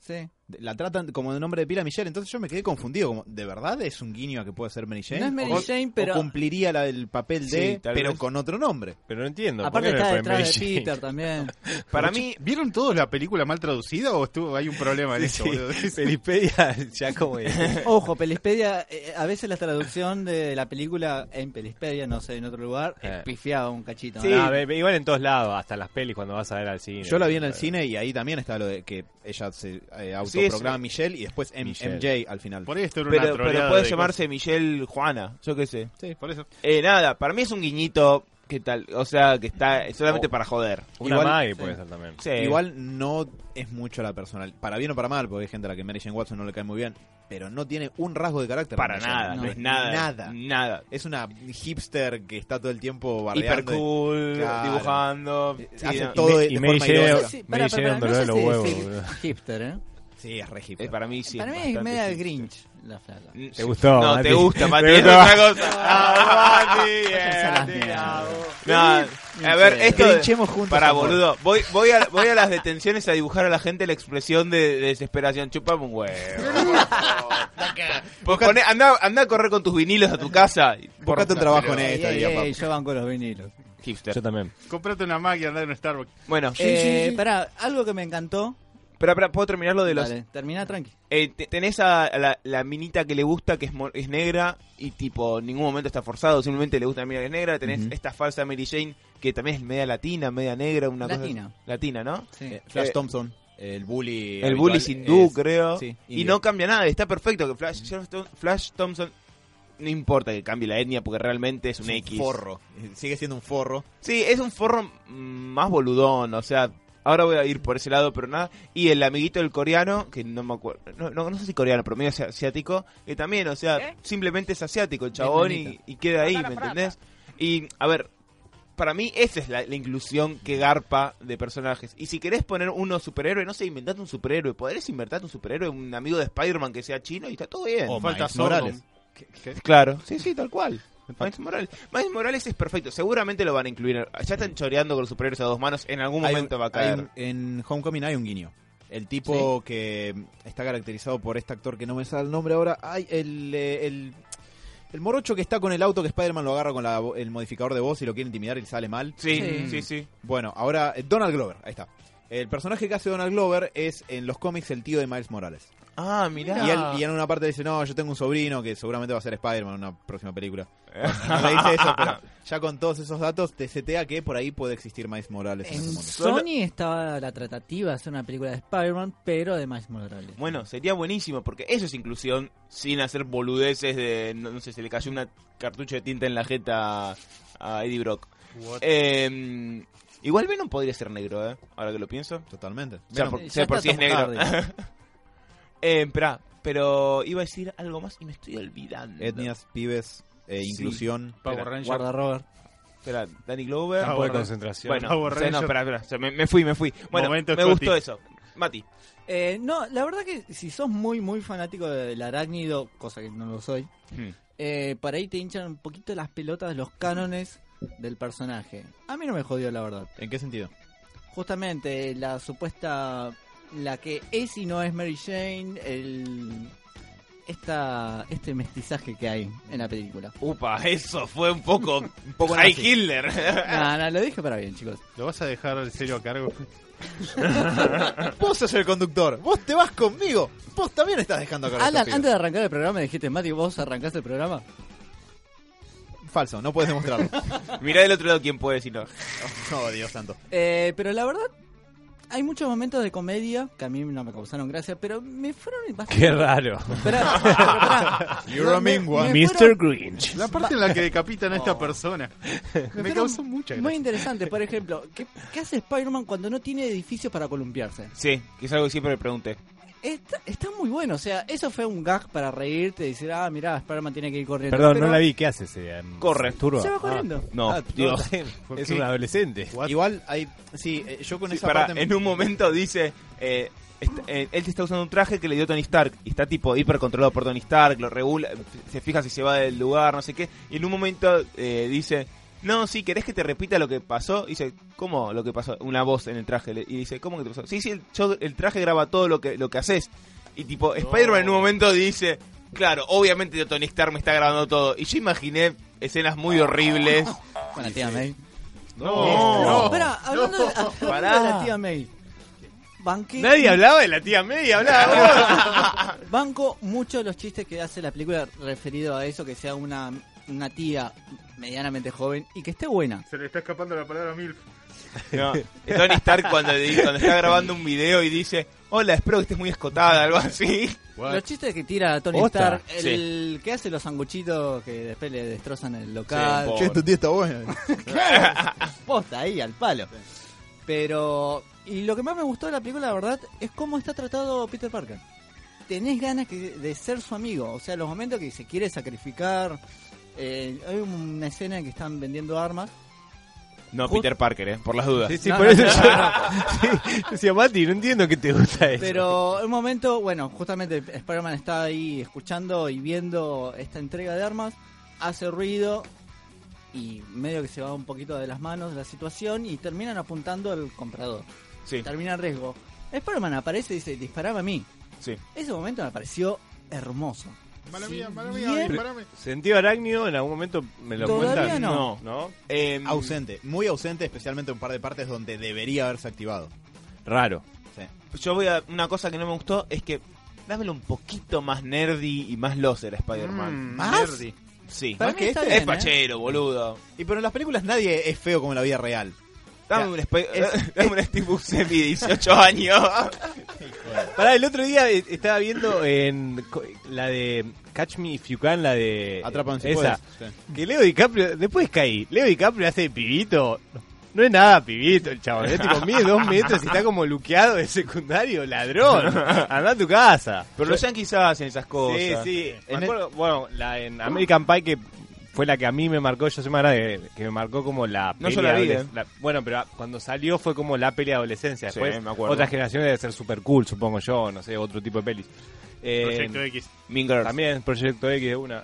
[SPEAKER 1] Sí.
[SPEAKER 3] De- La tratan como de nombre de pila Michelle, entonces yo me quedé confundido, como, ¿de verdad es un guiño a que puede ser Mary Jane?
[SPEAKER 1] No es Mary
[SPEAKER 3] O-
[SPEAKER 1] Jane,
[SPEAKER 3] o
[SPEAKER 1] pero-
[SPEAKER 3] cumpliría la- el papel
[SPEAKER 2] Sí,
[SPEAKER 3] de,
[SPEAKER 2] tal
[SPEAKER 3] pero
[SPEAKER 2] vez.
[SPEAKER 3] con otro nombre.
[SPEAKER 4] Pero no entiendo. ¿por
[SPEAKER 1] Aparte
[SPEAKER 4] qué no
[SPEAKER 1] está
[SPEAKER 4] fue Mary
[SPEAKER 1] detrás de
[SPEAKER 4] Jane?
[SPEAKER 1] Peter también.
[SPEAKER 2] Para mí,
[SPEAKER 5] ¿Vieron todos la película mal traducida o estuvo, hay un problema en
[SPEAKER 4] Sí,
[SPEAKER 5] eso?
[SPEAKER 4] sí.
[SPEAKER 5] boludo?
[SPEAKER 4] Felipedia, ya como es.
[SPEAKER 1] Ojo, Pelispedia, eh, a veces la traducción de la película en Pelispedia, no sé, en otro lugar,
[SPEAKER 4] Eh.
[SPEAKER 1] pifiaba un cachito.
[SPEAKER 4] Sí.
[SPEAKER 2] Ah,
[SPEAKER 4] No, ve- ve- igual en todos lados, hasta en las pelis cuando vas a ver al cine.
[SPEAKER 3] Yo la vi en el cine y ahí también está lo de que ella se eh, autoprograma Michelle y después M-
[SPEAKER 4] Michelle.
[SPEAKER 3] MJ al final.
[SPEAKER 5] Por esto era una
[SPEAKER 2] pero, pero
[SPEAKER 5] troleada
[SPEAKER 2] puede
[SPEAKER 5] de
[SPEAKER 2] llamarse Michelle Juana, yo qué sé.
[SPEAKER 5] cosas. Sí, por eso.
[SPEAKER 2] Eh, nada, para mí es un guiñito, ¿qué tal? O sea, que está solamente para joder.
[SPEAKER 4] Una
[SPEAKER 3] Igual-
[SPEAKER 4] Maggie puede ser también.
[SPEAKER 2] Sí.
[SPEAKER 3] Igual no es mucho la personalidad, para bien o para mal, porque hay gente a la que Mary Jane Watson no le cae muy bien, pero no tiene un rasgo de carácter.
[SPEAKER 2] para
[SPEAKER 3] Mary
[SPEAKER 2] nada,
[SPEAKER 3] Jane.
[SPEAKER 2] no,
[SPEAKER 1] no,
[SPEAKER 2] es nada.
[SPEAKER 3] nada.
[SPEAKER 2] Nada.
[SPEAKER 3] Es una hipster que está todo el tiempo bardeando.
[SPEAKER 2] Hiper cool,
[SPEAKER 3] Claro.
[SPEAKER 2] dibujando. sí,
[SPEAKER 3] hace
[SPEAKER 2] no.
[SPEAKER 3] todo de,
[SPEAKER 4] y
[SPEAKER 3] de
[SPEAKER 4] me
[SPEAKER 3] forma
[SPEAKER 4] lleva-
[SPEAKER 3] irónica.
[SPEAKER 4] Pero- me
[SPEAKER 1] pará,
[SPEAKER 4] hicieron
[SPEAKER 1] pará,
[SPEAKER 4] dolor
[SPEAKER 1] sé
[SPEAKER 4] de los
[SPEAKER 1] si
[SPEAKER 4] huevos,
[SPEAKER 1] decir
[SPEAKER 4] boludo.
[SPEAKER 1] hipster, ¿eh?
[SPEAKER 3] Sí, es re hipster.
[SPEAKER 2] Eh, para mí sí.
[SPEAKER 1] Para mí es
[SPEAKER 2] bastante
[SPEAKER 1] media
[SPEAKER 2] sí.
[SPEAKER 1] Grinch la flaca.
[SPEAKER 4] Te gustó,
[SPEAKER 2] No,
[SPEAKER 4] Mati.
[SPEAKER 2] te gusta, Mati.
[SPEAKER 4] Te
[SPEAKER 2] Es
[SPEAKER 4] gustó.
[SPEAKER 2] otra cosa. Ah, Mati, eh,
[SPEAKER 1] las
[SPEAKER 2] Mati,
[SPEAKER 1] mías.
[SPEAKER 2] ah, vos. No, a ver, esto.
[SPEAKER 3] Grinchemos juntos,
[SPEAKER 2] Para,
[SPEAKER 3] amor.
[SPEAKER 2] boludo. Voy, voy, a, voy a las detenciones a dibujar a la gente la expresión de, de desesperación. Chupame un huevo. Pues poné- anda, anda a correr con tus vinilos a tu casa.
[SPEAKER 3] Buscate un trabajo en
[SPEAKER 1] Ey,
[SPEAKER 3] esta,
[SPEAKER 1] ey,
[SPEAKER 3] diga, papá.
[SPEAKER 1] ey, yo banco los vinilos.
[SPEAKER 2] Hipster.
[SPEAKER 4] Yo también.
[SPEAKER 5] Comprate una Mac y andá en un Starbucks.
[SPEAKER 2] Bueno,
[SPEAKER 1] eh, Pará, algo que me encantó.
[SPEAKER 2] pero, pero puedo terminar lo de los.
[SPEAKER 1] Dale, terminá tranqui.
[SPEAKER 2] Eh, te- tenés a, a la, la minita que le gusta, que es, mo- es negra, y tipo, en ningún momento está forzado, simplemente le gusta la mina que es negra. Tenés esta falsa Mary Jane, que también es media latina, media negra, una
[SPEAKER 1] Latina.
[SPEAKER 2] cosa. Latina, ¿no?
[SPEAKER 1] Sí.
[SPEAKER 3] Eh, Flash
[SPEAKER 2] Eh,
[SPEAKER 3] Thompson, el bully.
[SPEAKER 2] El bully
[SPEAKER 3] habitual,
[SPEAKER 2] hindú,
[SPEAKER 3] es-
[SPEAKER 2] creo.
[SPEAKER 3] sí,
[SPEAKER 2] y
[SPEAKER 3] indio.
[SPEAKER 2] no cambia nada, está perfecto. que Flash, Flash Thompson, no importa que cambie la etnia, porque realmente es un X.
[SPEAKER 3] Forro. Sigue siendo un forro.
[SPEAKER 2] Sí, es un forro mm, más boludón, o sea, ahora voy a ir por ese lado, pero nada. Y el amiguito del coreano, que no me acuerdo, no, no, no sé si coreano, pero medio asi- asiático, que también, o sea, simplemente es asiático el chabón y,
[SPEAKER 1] Vietnamita.
[SPEAKER 2] y queda ahí, ¿me entendés? Y, a ver, para mí esa es la, la inclusión que garpa de personajes. Y si querés poner uno superhéroe, no sé, inventate un superhéroe, podés inventarte un superhéroe, un amigo de Spider-Man que sea chino y está todo bien.
[SPEAKER 3] O
[SPEAKER 5] Falta
[SPEAKER 3] Miles
[SPEAKER 5] Sordom.
[SPEAKER 3] Morales.
[SPEAKER 2] Claro, sí, sí, tal cual. Miles Morales. Miles Morales es perfecto, seguramente lo van a incluir. Ya están choreando con los superiores a dos manos, en algún
[SPEAKER 3] Hay un-
[SPEAKER 2] momento va a
[SPEAKER 3] hay
[SPEAKER 2] caer.
[SPEAKER 3] un- en Homecoming hay un guiño. El tipo que está caracterizado por este actor que no me sale el nombre ahora. Ay, el, eh, el, el morocho que está con el auto que Spider-Man lo agarra con la vo- el modificador de voz y lo quiere intimidar y le sale mal.
[SPEAKER 2] Sí,
[SPEAKER 1] Sí.
[SPEAKER 2] sí, sí, sí.
[SPEAKER 3] Bueno, ahora eh, Donald Glover, ahí está. El personaje que hace Donald Glover es en los cómics el tío de Miles Morales.
[SPEAKER 2] Ah, mirá.
[SPEAKER 3] Y, él, y en una parte dice, no, yo tengo un sobrino que seguramente va a ser Spider-Man en una próxima película. No le dice eso, pero ya con todos esos datos te setea que por ahí puede existir Miles Morales en
[SPEAKER 1] En
[SPEAKER 3] ese mundo.
[SPEAKER 1] Sony estaba la tratativa de hacer una película de Spider-Man, pero de Miles Morales.
[SPEAKER 2] Bueno, sería buenísimo, porque eso es inclusión sin hacer boludeces de, no, no sé, se le cayó una cartucho de tinta en la jeta a Eddie Brock. Eh, igual Venom podría ser negro, ¿eh? Ahora que lo pienso.
[SPEAKER 3] Totalmente.
[SPEAKER 2] Ya
[SPEAKER 3] Venom.
[SPEAKER 2] por,
[SPEAKER 1] Ya
[SPEAKER 2] sea por
[SPEAKER 1] está
[SPEAKER 2] si es
[SPEAKER 1] Tom
[SPEAKER 2] negro.
[SPEAKER 1] Hardy.
[SPEAKER 2] eh, esperá, pero iba a decir algo más y me estoy olvidando.
[SPEAKER 3] Etnias, pibes, eh,
[SPEAKER 2] Sí.
[SPEAKER 3] inclusión.
[SPEAKER 5] Power Ranger.
[SPEAKER 1] Guarda Robert.
[SPEAKER 2] que era Danny Glover.
[SPEAKER 5] Ah,
[SPEAKER 4] Campo de
[SPEAKER 5] bueno.
[SPEAKER 4] concentración.
[SPEAKER 2] Bueno,
[SPEAKER 5] Power
[SPEAKER 2] o sea, no,
[SPEAKER 5] Ranger.
[SPEAKER 2] espera, espera, o sea, me, me fui, me fui. Bueno,
[SPEAKER 5] Momento
[SPEAKER 2] me gustó
[SPEAKER 5] Scotty.
[SPEAKER 2] eso. Mati.
[SPEAKER 1] Eh, no, la verdad que si sos muy, muy fanático del arácnido, cosa que no lo soy,
[SPEAKER 2] Hmm.
[SPEAKER 1] eh, para ahí te hinchan un poquito las pelotas, los cánones del personaje. A mí no me jodió, la verdad.
[SPEAKER 3] ¿En qué sentido?
[SPEAKER 1] Justamente la supuesta, la que es y no es Mary Jane, el... Esta, este mestizaje que hay en la película.
[SPEAKER 2] Upa, eso fue un poco. un poco
[SPEAKER 1] nazi.
[SPEAKER 2] High Hitler.
[SPEAKER 1] No, no, lo dije para bien, chicos.
[SPEAKER 5] ¿Lo vas a dejar el serio a cargo?
[SPEAKER 3] Vos sos el conductor, vos te vas conmigo, vos también estás dejando acá.
[SPEAKER 1] Alan, antes de arrancar el programa, dijiste, Mati, vos arrancaste el programa.
[SPEAKER 3] Falso, no puedes demostrarlo.
[SPEAKER 2] Mirá del otro lado quién puede decirlo.
[SPEAKER 3] no, Dios santo.
[SPEAKER 1] Eh, pero la verdad, hay muchos momentos de comedia que a mí no me causaron gracia, pero me fueron bastante.
[SPEAKER 4] Qué raro.
[SPEAKER 1] Esperá, esperá.
[SPEAKER 3] You're a
[SPEAKER 1] Me-
[SPEAKER 3] mean one.
[SPEAKER 1] me
[SPEAKER 4] Mr.
[SPEAKER 1] fueron
[SPEAKER 4] Grinch.
[SPEAKER 5] La parte en la que decapitan a esta persona. Me
[SPEAKER 1] fueron
[SPEAKER 5] causó mucha
[SPEAKER 1] Muy
[SPEAKER 5] gracia.
[SPEAKER 1] interesante, por ejemplo, ¿qué, qué hace Spider-Man cuando no tiene edificios para columpiarse?
[SPEAKER 2] Sí, que es algo que siempre me pregunté.
[SPEAKER 1] Está, está muy bueno, o sea, eso fue un gag para reírte y decir, ah, mirá, Spider-Man tiene que ir corriendo.
[SPEAKER 4] Perdón,
[SPEAKER 1] Pero
[SPEAKER 4] no la vi. ¿Qué haces? Eh, em,
[SPEAKER 2] Corre.
[SPEAKER 4] turba?
[SPEAKER 1] Se va
[SPEAKER 4] Ah.
[SPEAKER 1] corriendo.
[SPEAKER 2] No,
[SPEAKER 4] Ah,
[SPEAKER 2] digo.
[SPEAKER 4] no, es
[SPEAKER 5] qué?
[SPEAKER 4] un adolescente.
[SPEAKER 5] What?
[SPEAKER 3] Igual hay. Sí, eh, yo con
[SPEAKER 2] Sí,
[SPEAKER 3] esa
[SPEAKER 2] pará,
[SPEAKER 3] parte.
[SPEAKER 2] en un momento dice. eh, est- eh, él te está usando un traje que le dio Tony Stark y está tipo hiper controlado por Tony Stark, lo regula, se fija si se va del lugar, no sé qué. Y en un momento eh, dice, no, sí, ¿querés que te repita lo que pasó? Y dice, ¿cómo lo que pasó? Una voz en el traje. le- Y dice, ¿cómo que te pasó? Sí, sí, el, yo- el traje graba todo lo que, lo que haces. Y tipo, Spider-Man en un momento dice, claro, obviamente Tony Stark me está grabando todo. Y yo imaginé escenas muy horribles.
[SPEAKER 4] Ah,
[SPEAKER 1] Con la tía May.
[SPEAKER 5] No, no.
[SPEAKER 1] Espera, hablando, de, hablando
[SPEAKER 2] Pará.
[SPEAKER 1] de la tía May. Banqué
[SPEAKER 4] Nadie hablaba de la tía media, hablaba.
[SPEAKER 1] Banco mucho los chistes que hace la película referido a eso, que sea una, una tía medianamente joven y que esté buena.
[SPEAKER 5] Se le está escapando la palabra mil.
[SPEAKER 2] No, Tony Stark cuando, di- cuando está grabando un video y dice, hola, espero que estés muy escotada, algo así.
[SPEAKER 1] Los chistes que tira Tony
[SPEAKER 4] Posta.
[SPEAKER 1] Stark, el que hace los sanguchitos que después le destrozan el local,
[SPEAKER 2] Sí,
[SPEAKER 3] Che, tu tía está buena.
[SPEAKER 1] posta ahí al palo. Pero, y lo que más me gustó de la película, la verdad, es cómo está tratado Peter Parker. Tenés ganas que- de ser su amigo, o sea, los momentos que se quiere sacrificar. eh, hay una escena en que están vendiendo armas
[SPEAKER 2] No, Peter Parker, eh, por las dudas.
[SPEAKER 4] Sí, sí,
[SPEAKER 1] No,
[SPEAKER 4] por
[SPEAKER 1] no,
[SPEAKER 4] eso
[SPEAKER 1] no,
[SPEAKER 4] yo. Sí, decía, Mati, no entiendo que te gusta eso.
[SPEAKER 1] Pero en un momento, bueno, justamente Spider-Man está ahí escuchando y viendo esta entrega de armas, hace ruido y medio que se va un poquito de las manos la situación y terminan apuntando al comprador.
[SPEAKER 2] Sí,
[SPEAKER 1] Termina el riesgo. Spider-Man aparece y dice, disparame a mí.
[SPEAKER 2] sí.
[SPEAKER 1] Ese momento me pareció hermoso.
[SPEAKER 5] Mala
[SPEAKER 1] Si
[SPEAKER 5] mía, mala
[SPEAKER 1] bien-
[SPEAKER 5] mía, disparame.
[SPEAKER 4] ¿Sentido arácnido en algún momento me lo
[SPEAKER 1] Todavía
[SPEAKER 4] cuentan?
[SPEAKER 1] no.
[SPEAKER 4] ¿No?
[SPEAKER 2] Em,
[SPEAKER 3] ausente, muy ausente, especialmente un par de partes donde debería haberse activado.
[SPEAKER 4] Raro.
[SPEAKER 3] Sí.
[SPEAKER 2] yo voy a... Una cosa que no me gustó es que... Dámelo un poquito más nerdy y más loser a Spider-Man.
[SPEAKER 5] Mm,
[SPEAKER 3] ¿Más?
[SPEAKER 5] nerdy.
[SPEAKER 2] Sí.
[SPEAKER 1] Para mí
[SPEAKER 3] Más que
[SPEAKER 1] está
[SPEAKER 3] este,
[SPEAKER 1] bien,
[SPEAKER 2] Es
[SPEAKER 1] ¿eh?
[SPEAKER 2] pachero, boludo.
[SPEAKER 3] Y pero en las películas nadie es feo como en la vida real.
[SPEAKER 2] Dame un, Spi- dame un Steve Buscemi de 18 años.
[SPEAKER 4] Pará, el otro día eh, estaba viendo en co- la de Catch Me If You Can, la de.
[SPEAKER 3] Atrapan si
[SPEAKER 4] esa.
[SPEAKER 3] puedes. Sí.
[SPEAKER 4] Que Leo DiCaprio. Después caí. Leo DiCaprio hace de pibito. No es nada pibito el chabón. Es tipo, mide dos metros y está como luqueado de secundario, ladrón. Anda a tu casa.
[SPEAKER 2] Pero los Yankees hacen esas cosas.
[SPEAKER 4] Sí, sí. Me
[SPEAKER 3] En el-
[SPEAKER 4] acuerdo, bueno, la en American Pie que fue la que a mí me marcó, yo soy más grande, que me marcó como la
[SPEAKER 2] No, yo la vi,
[SPEAKER 4] adoles-
[SPEAKER 2] eh.
[SPEAKER 4] la- bueno, pero ah, cuando salió fue como la peli de adolescencia.
[SPEAKER 2] Sí,
[SPEAKER 4] Después,
[SPEAKER 2] me acuerdo.
[SPEAKER 4] otras generaciones debe ser super cool, supongo yo, no sé, otro tipo de pelis. Eh,
[SPEAKER 5] Proyecto X.
[SPEAKER 2] Mean Girls.
[SPEAKER 4] También Proyecto X de una.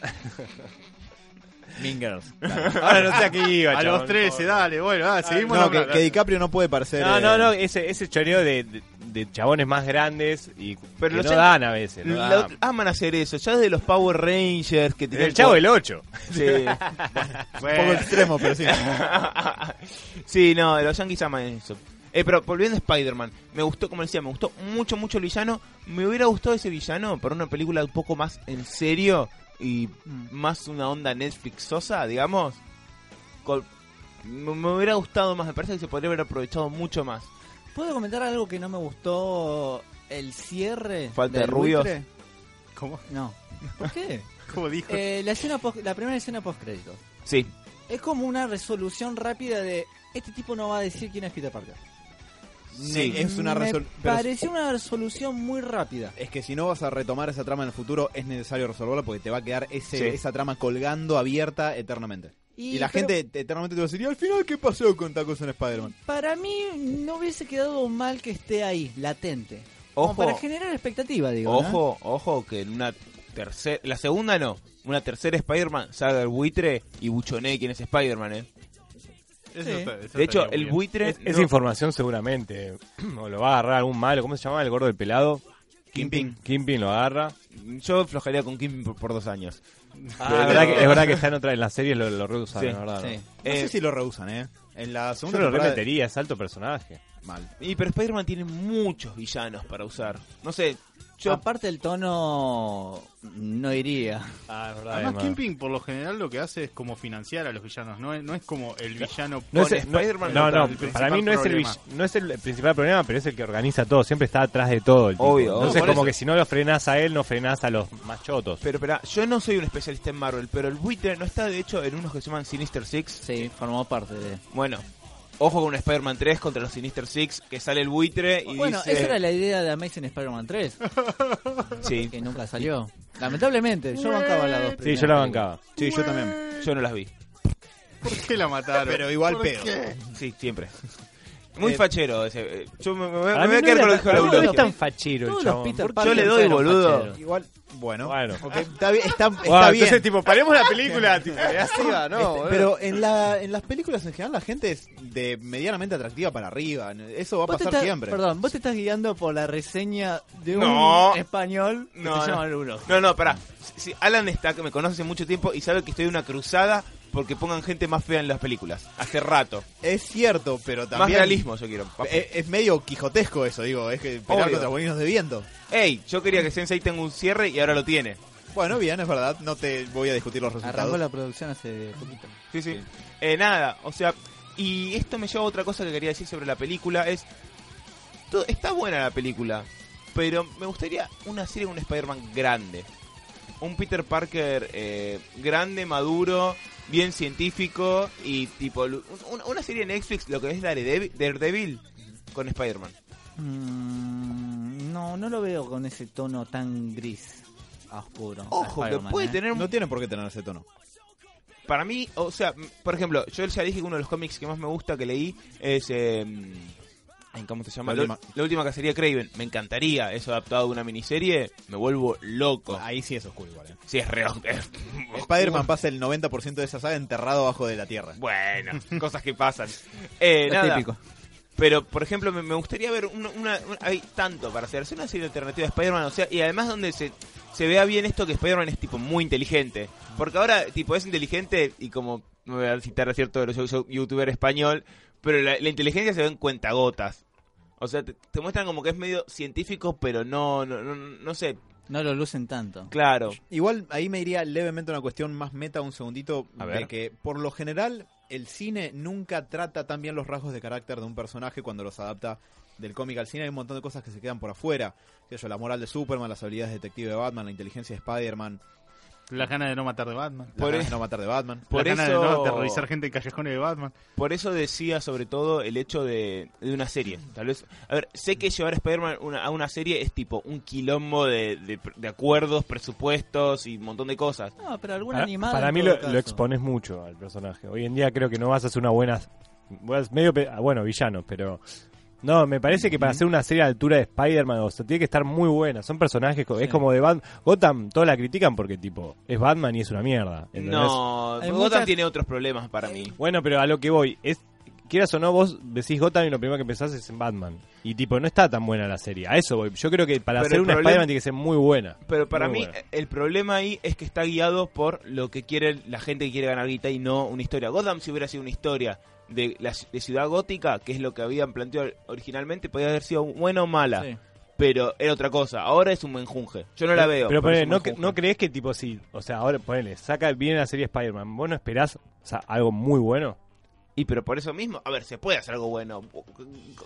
[SPEAKER 3] Mean Girls.
[SPEAKER 4] Ahora no sé a qué iba,
[SPEAKER 5] A
[SPEAKER 4] chabón,
[SPEAKER 5] los 13,
[SPEAKER 4] por
[SPEAKER 5] dale, bueno, ah, seguimos.
[SPEAKER 3] No, que,
[SPEAKER 5] nombrando.
[SPEAKER 3] que DiCaprio no puede parecer.
[SPEAKER 4] favor.
[SPEAKER 3] eh,
[SPEAKER 4] No, no, no, ese, ese choreo de, de- de chabones más grandes y
[SPEAKER 2] Pero
[SPEAKER 4] que
[SPEAKER 2] los
[SPEAKER 4] no
[SPEAKER 2] cien-
[SPEAKER 4] dan a veces. no
[SPEAKER 2] Lo-
[SPEAKER 4] dan.
[SPEAKER 2] aman hacer eso, ya desde los Power Rangers que
[SPEAKER 4] Desde
[SPEAKER 2] tienen
[SPEAKER 4] el chavo del 8.
[SPEAKER 2] Sí.
[SPEAKER 3] Un poco extremo, pero sí.
[SPEAKER 2] sí, no, los Yankees aman eso. Eh, pero volviendo a Spider-Man, me gustó, como decía, me gustó mucho, mucho el villano. Me hubiera gustado ese villano para una película un poco más en serio y
[SPEAKER 1] Mm.
[SPEAKER 2] más una onda Netflixosa, digamos. Con- me, me hubiera gustado más, me parece que se podría haber aprovechado mucho más.
[SPEAKER 1] ¿Puedo comentar algo que no me gustó? El cierre.
[SPEAKER 2] Falta de
[SPEAKER 1] del
[SPEAKER 2] rubios.
[SPEAKER 1] buitre?
[SPEAKER 5] ¿Cómo,
[SPEAKER 1] No. ¿Por qué?
[SPEAKER 5] cómo dijo?
[SPEAKER 1] Eh, la, escena post- la primera escena post-crédito.
[SPEAKER 2] Sí,
[SPEAKER 1] Es como una resolución rápida de este tipo no va a decir quién es Peter Parker.
[SPEAKER 2] sí.
[SPEAKER 3] Es una
[SPEAKER 1] Me
[SPEAKER 3] resol- pero-
[SPEAKER 1] Pareció una resolución muy rápida.
[SPEAKER 3] Es que si no vas a retomar esa trama en el futuro, es necesario resolverla porque te va a quedar ese,
[SPEAKER 2] Sí.
[SPEAKER 3] esa trama colgando abierta eternamente.
[SPEAKER 1] Y,
[SPEAKER 3] Y, la
[SPEAKER 1] pero
[SPEAKER 3] gente eternamente te va a decir, ¿y al final qué pasó con Tacos en Spider-Man?
[SPEAKER 1] Para mí no hubiese quedado mal que esté ahí, latente.
[SPEAKER 2] Ojo.
[SPEAKER 1] Como para generar expectativa, digo. ¿no?
[SPEAKER 2] Ojo, ojo, que en una tercera. La segunda no. Una tercera Spider-Man salga el buitre y buchonee quién es Spider-Man, ¿eh?
[SPEAKER 5] Eso
[SPEAKER 1] Sí.
[SPEAKER 5] está- eso
[SPEAKER 2] De hecho,
[SPEAKER 5] estaría
[SPEAKER 2] el
[SPEAKER 5] muy bien.
[SPEAKER 2] buitre.
[SPEAKER 4] Es, es
[SPEAKER 2] no-
[SPEAKER 4] información seguramente. O lo va a agarrar algún malo. ¿Cómo se llama? El gordo del pelado.
[SPEAKER 2] Kingpin.
[SPEAKER 4] Kimpin lo agarra.
[SPEAKER 2] Yo flojaría con Kim por, por dos años.
[SPEAKER 4] es, verdad que, es verdad que está en otra, en las series lo, lo reusan,
[SPEAKER 2] Ah, Sí,
[SPEAKER 4] la verdad.
[SPEAKER 1] Sí.
[SPEAKER 3] No
[SPEAKER 2] Eh,
[SPEAKER 3] sé si lo rehusan, ¿eh? En la
[SPEAKER 4] Yo
[SPEAKER 3] segunda
[SPEAKER 4] lo
[SPEAKER 3] temporada-
[SPEAKER 4] remetería, es alto personaje.
[SPEAKER 3] Mal.
[SPEAKER 2] Y pero Spider-Man tiene muchos villanos para usar. No sé, yo
[SPEAKER 1] Aparte el tono no iría.
[SPEAKER 4] Ah, es verdad.
[SPEAKER 5] Además, Kingpin por lo general lo que hace es como financiar a los villanos, no es, no es como el villano
[SPEAKER 4] No, es,
[SPEAKER 2] Con
[SPEAKER 4] no,
[SPEAKER 2] Spider-Man
[SPEAKER 4] no,
[SPEAKER 5] está
[SPEAKER 4] no,
[SPEAKER 5] el
[SPEAKER 4] para
[SPEAKER 5] principal
[SPEAKER 4] mí no es, el,
[SPEAKER 5] problema.
[SPEAKER 4] vill- no es el principal problema, pero es el que organiza todo, siempre está atrás de todo. El tipo.
[SPEAKER 2] Obvio,
[SPEAKER 4] Entonces,
[SPEAKER 5] por
[SPEAKER 4] como
[SPEAKER 5] eso.
[SPEAKER 4] que si no lo frenás a él, no frenás a los machotos.
[SPEAKER 2] Pero, espera, yo no soy un especialista en Marvel, pero el buitre no está de hecho en unos que se llaman Sinister Six.
[SPEAKER 1] Sí, formó parte de...
[SPEAKER 2] Bueno, ojo con un Spider-Man 3 contra los Sinister Six, que sale el buitre y
[SPEAKER 1] Bueno,
[SPEAKER 2] dice...
[SPEAKER 1] esa era la idea de Amazing Spider-man 3,
[SPEAKER 2] Sí,
[SPEAKER 1] que nunca salió. Lamentablemente, yo bancaba las dos
[SPEAKER 4] Sí,
[SPEAKER 1] primeras
[SPEAKER 4] yo
[SPEAKER 1] películas.
[SPEAKER 4] la bancaba.
[SPEAKER 3] Sí, yo también.
[SPEAKER 2] yo no las vi.
[SPEAKER 5] ¿Por qué la mataron?
[SPEAKER 3] Pero igual
[SPEAKER 5] ¿Por
[SPEAKER 3] pedo.
[SPEAKER 5] qué?
[SPEAKER 2] Sí, siempre. Muy
[SPEAKER 3] Eh,
[SPEAKER 2] fachero ese. eh, Yo me, me- me
[SPEAKER 4] Para
[SPEAKER 2] voy a
[SPEAKER 4] mí no
[SPEAKER 2] quedar con
[SPEAKER 4] era
[SPEAKER 2] lo
[SPEAKER 4] tan-
[SPEAKER 2] que dijo la
[SPEAKER 4] para mí no es
[SPEAKER 2] biología.
[SPEAKER 4] tan fachero el
[SPEAKER 1] Todos los
[SPEAKER 4] chabón.
[SPEAKER 1] Peter
[SPEAKER 4] Por-
[SPEAKER 1] Parker
[SPEAKER 2] le doy,
[SPEAKER 1] fueron
[SPEAKER 2] boludo.
[SPEAKER 1] facheros.
[SPEAKER 3] Igual, bueno.
[SPEAKER 4] Bueno.
[SPEAKER 3] Ok, está bien. Está, está
[SPEAKER 4] Wow,
[SPEAKER 3] bien.
[SPEAKER 4] entonces, tipo, paremos la película, tipo, y así va, ¿no?
[SPEAKER 3] Este,
[SPEAKER 4] boludo?
[SPEAKER 3] pero en, la, en las películas en general la gente es de medianamente atractiva para arriba. Eso va a
[SPEAKER 1] Vos te
[SPEAKER 3] pasar
[SPEAKER 1] estás-
[SPEAKER 3] siempre.
[SPEAKER 1] Perdón, vos te estás guiando por la reseña de un
[SPEAKER 2] No.
[SPEAKER 1] español que
[SPEAKER 2] No,
[SPEAKER 1] se
[SPEAKER 2] no.
[SPEAKER 1] llama Bruno.
[SPEAKER 2] No, no, pará. Si- si Alan está, que me conoce hace mucho tiempo y sabe que estoy en una cruzada porque pongan gente más fea en las películas. Hace rato. Eh,
[SPEAKER 3] Es cierto, pero también.
[SPEAKER 2] Más realismo yo quiero. papá.
[SPEAKER 3] Es, es medio quijotesco eso, digo. Es que pelear
[SPEAKER 2] Obvio.
[SPEAKER 3] contra molinos de viento.
[SPEAKER 2] Ey, yo quería que Sensei tenga un cierre y ahora lo tiene.
[SPEAKER 3] Bueno, bien, es verdad. No te voy a discutir los
[SPEAKER 1] Arrancó
[SPEAKER 3] resultados.
[SPEAKER 1] la producción hace poquito.
[SPEAKER 2] Sí, sí. Eh, nada, o sea, y esto me lleva a otra cosa que quería decir sobre la película, es... to- está buena la película, pero me gustaría una serie con un Spider-Man grande. Un Peter Parker eh, grande, maduro, bien científico y tipo... lu- un- Una serie de Netflix, lo que es Daredevil, Daredevil con Spider-Man.
[SPEAKER 1] Mm, no, no lo veo con ese tono tan gris, a oscuro. a
[SPEAKER 2] Ojo, que
[SPEAKER 1] Spider-Man,
[SPEAKER 2] puede
[SPEAKER 1] ¿eh?
[SPEAKER 2] tener...
[SPEAKER 3] No tiene por qué tener ese tono.
[SPEAKER 2] Para mí, o sea, m- por ejemplo, yo ya dije que uno de los cómics que más me gusta que leí es. eh, ay, ¿Cómo se llama?
[SPEAKER 3] La
[SPEAKER 2] La,
[SPEAKER 3] última.
[SPEAKER 2] la última cacería de Craven. Me encantaría eso adaptado a una miniserie. Me vuelvo loco.
[SPEAKER 3] Ahí sí es oscuro igual. eh.
[SPEAKER 2] Sí, es re. es-
[SPEAKER 3] Spider-Man pasa el 90% de esa saga enterrado bajo de la tierra.
[SPEAKER 2] Bueno, cosas que pasan. Eh,
[SPEAKER 1] Lo
[SPEAKER 2] nada.
[SPEAKER 1] típico.
[SPEAKER 2] Pero, por ejemplo, me, me gustaría ver una, una- una- Hay tanto para hacer. Hacer una serie alternativa de Spider-Man. O sea, y además donde se, se vea bien esto que Spider-Man es, tipo, muy inteligente. Porque ahora, tipo, es inteligente y como... Me voy a citar a cierto yo- yo- youtuber español. Pero la, la inteligencia se ve en cuentagotas. O sea, te, te muestran como que es medio científico, pero no... No, no, no sé.
[SPEAKER 1] No lo lucen tanto.
[SPEAKER 2] Claro.
[SPEAKER 3] Igual ahí me iría levemente a una cuestión más meta un segundito
[SPEAKER 2] A
[SPEAKER 3] de
[SPEAKER 2] ver.
[SPEAKER 3] que por lo general el cine nunca trata tan bien los rasgos de carácter de un personaje cuando los adapta del cómic al cine hay un montón de cosas que se quedan por afuera, Qué sé yo, la moral de Superman, las habilidades de detective de Batman, la inteligencia de Spider-Man,
[SPEAKER 5] Las ganas de no matar de Batman.
[SPEAKER 3] las
[SPEAKER 2] Por
[SPEAKER 3] ganas
[SPEAKER 2] e-
[SPEAKER 3] de no matar de Batman.
[SPEAKER 2] Por
[SPEAKER 5] las ganas de
[SPEAKER 2] eso-
[SPEAKER 5] no aterrorizar gente en callejones de Batman.
[SPEAKER 2] Por eso decía sobre todo el hecho de, de una serie. Tal vez, a ver, sé que llevar a Spider-Man una- a una serie es tipo un quilombo de, de pr- de acuerdos, presupuestos y un montón de cosas.
[SPEAKER 1] No, pero alguna
[SPEAKER 4] Para,
[SPEAKER 1] animada.
[SPEAKER 4] para
[SPEAKER 1] en
[SPEAKER 4] mí
[SPEAKER 1] todo
[SPEAKER 4] lo,
[SPEAKER 1] caso.
[SPEAKER 4] lo expones mucho al personaje. Hoy en día creo que no vas a hacer una buena. vas medio. pe- ah, Bueno, villanos, pero. No, me parece que para hacer una serie a la altura de Spider-Man, o sea, tiene que estar muy buena. Son personajes. co- Es como de Batman. Gotham, todos la critican porque, tipo, es Batman y es una mierda. ¿entendés?
[SPEAKER 2] No,
[SPEAKER 1] Hay
[SPEAKER 2] Gotham
[SPEAKER 1] muchas-
[SPEAKER 2] tiene otros problemas para mí.
[SPEAKER 4] Bueno, pero a lo que voy. es Quieras o no, vos decís Gotham y lo primero que pensás es en Batman. Y, tipo, no está tan buena la serie. A eso voy. Yo creo que para
[SPEAKER 2] Pero
[SPEAKER 4] hacer
[SPEAKER 2] el
[SPEAKER 4] una
[SPEAKER 2] problema-
[SPEAKER 4] Spider-Man tiene que ser muy buena.
[SPEAKER 2] Pero para
[SPEAKER 4] Muy
[SPEAKER 2] mí
[SPEAKER 4] buena.
[SPEAKER 2] eh, el problema ahí es que está guiado por lo que quiere la gente que quiere ganar guita y no una historia. Gotham si hubiera sido una historia de la ci- de ciudad gótica, que es lo que habían planteado originalmente, podía haber sido buena o mala.
[SPEAKER 1] Sí.
[SPEAKER 2] Pero era otra cosa. Ahora es un menjunje. Yo no la veo.
[SPEAKER 4] Pero
[SPEAKER 2] pero es
[SPEAKER 4] ponele,
[SPEAKER 2] un
[SPEAKER 4] ¿no, cre-
[SPEAKER 2] menjunje.
[SPEAKER 4] ¿no crees que tipo si, o sea, ahora ponele, saca, viene la serie Spider-Man, vos no esperás o sea, algo muy bueno?
[SPEAKER 2] Y pero por eso mismo, a ver, se puede hacer algo bueno.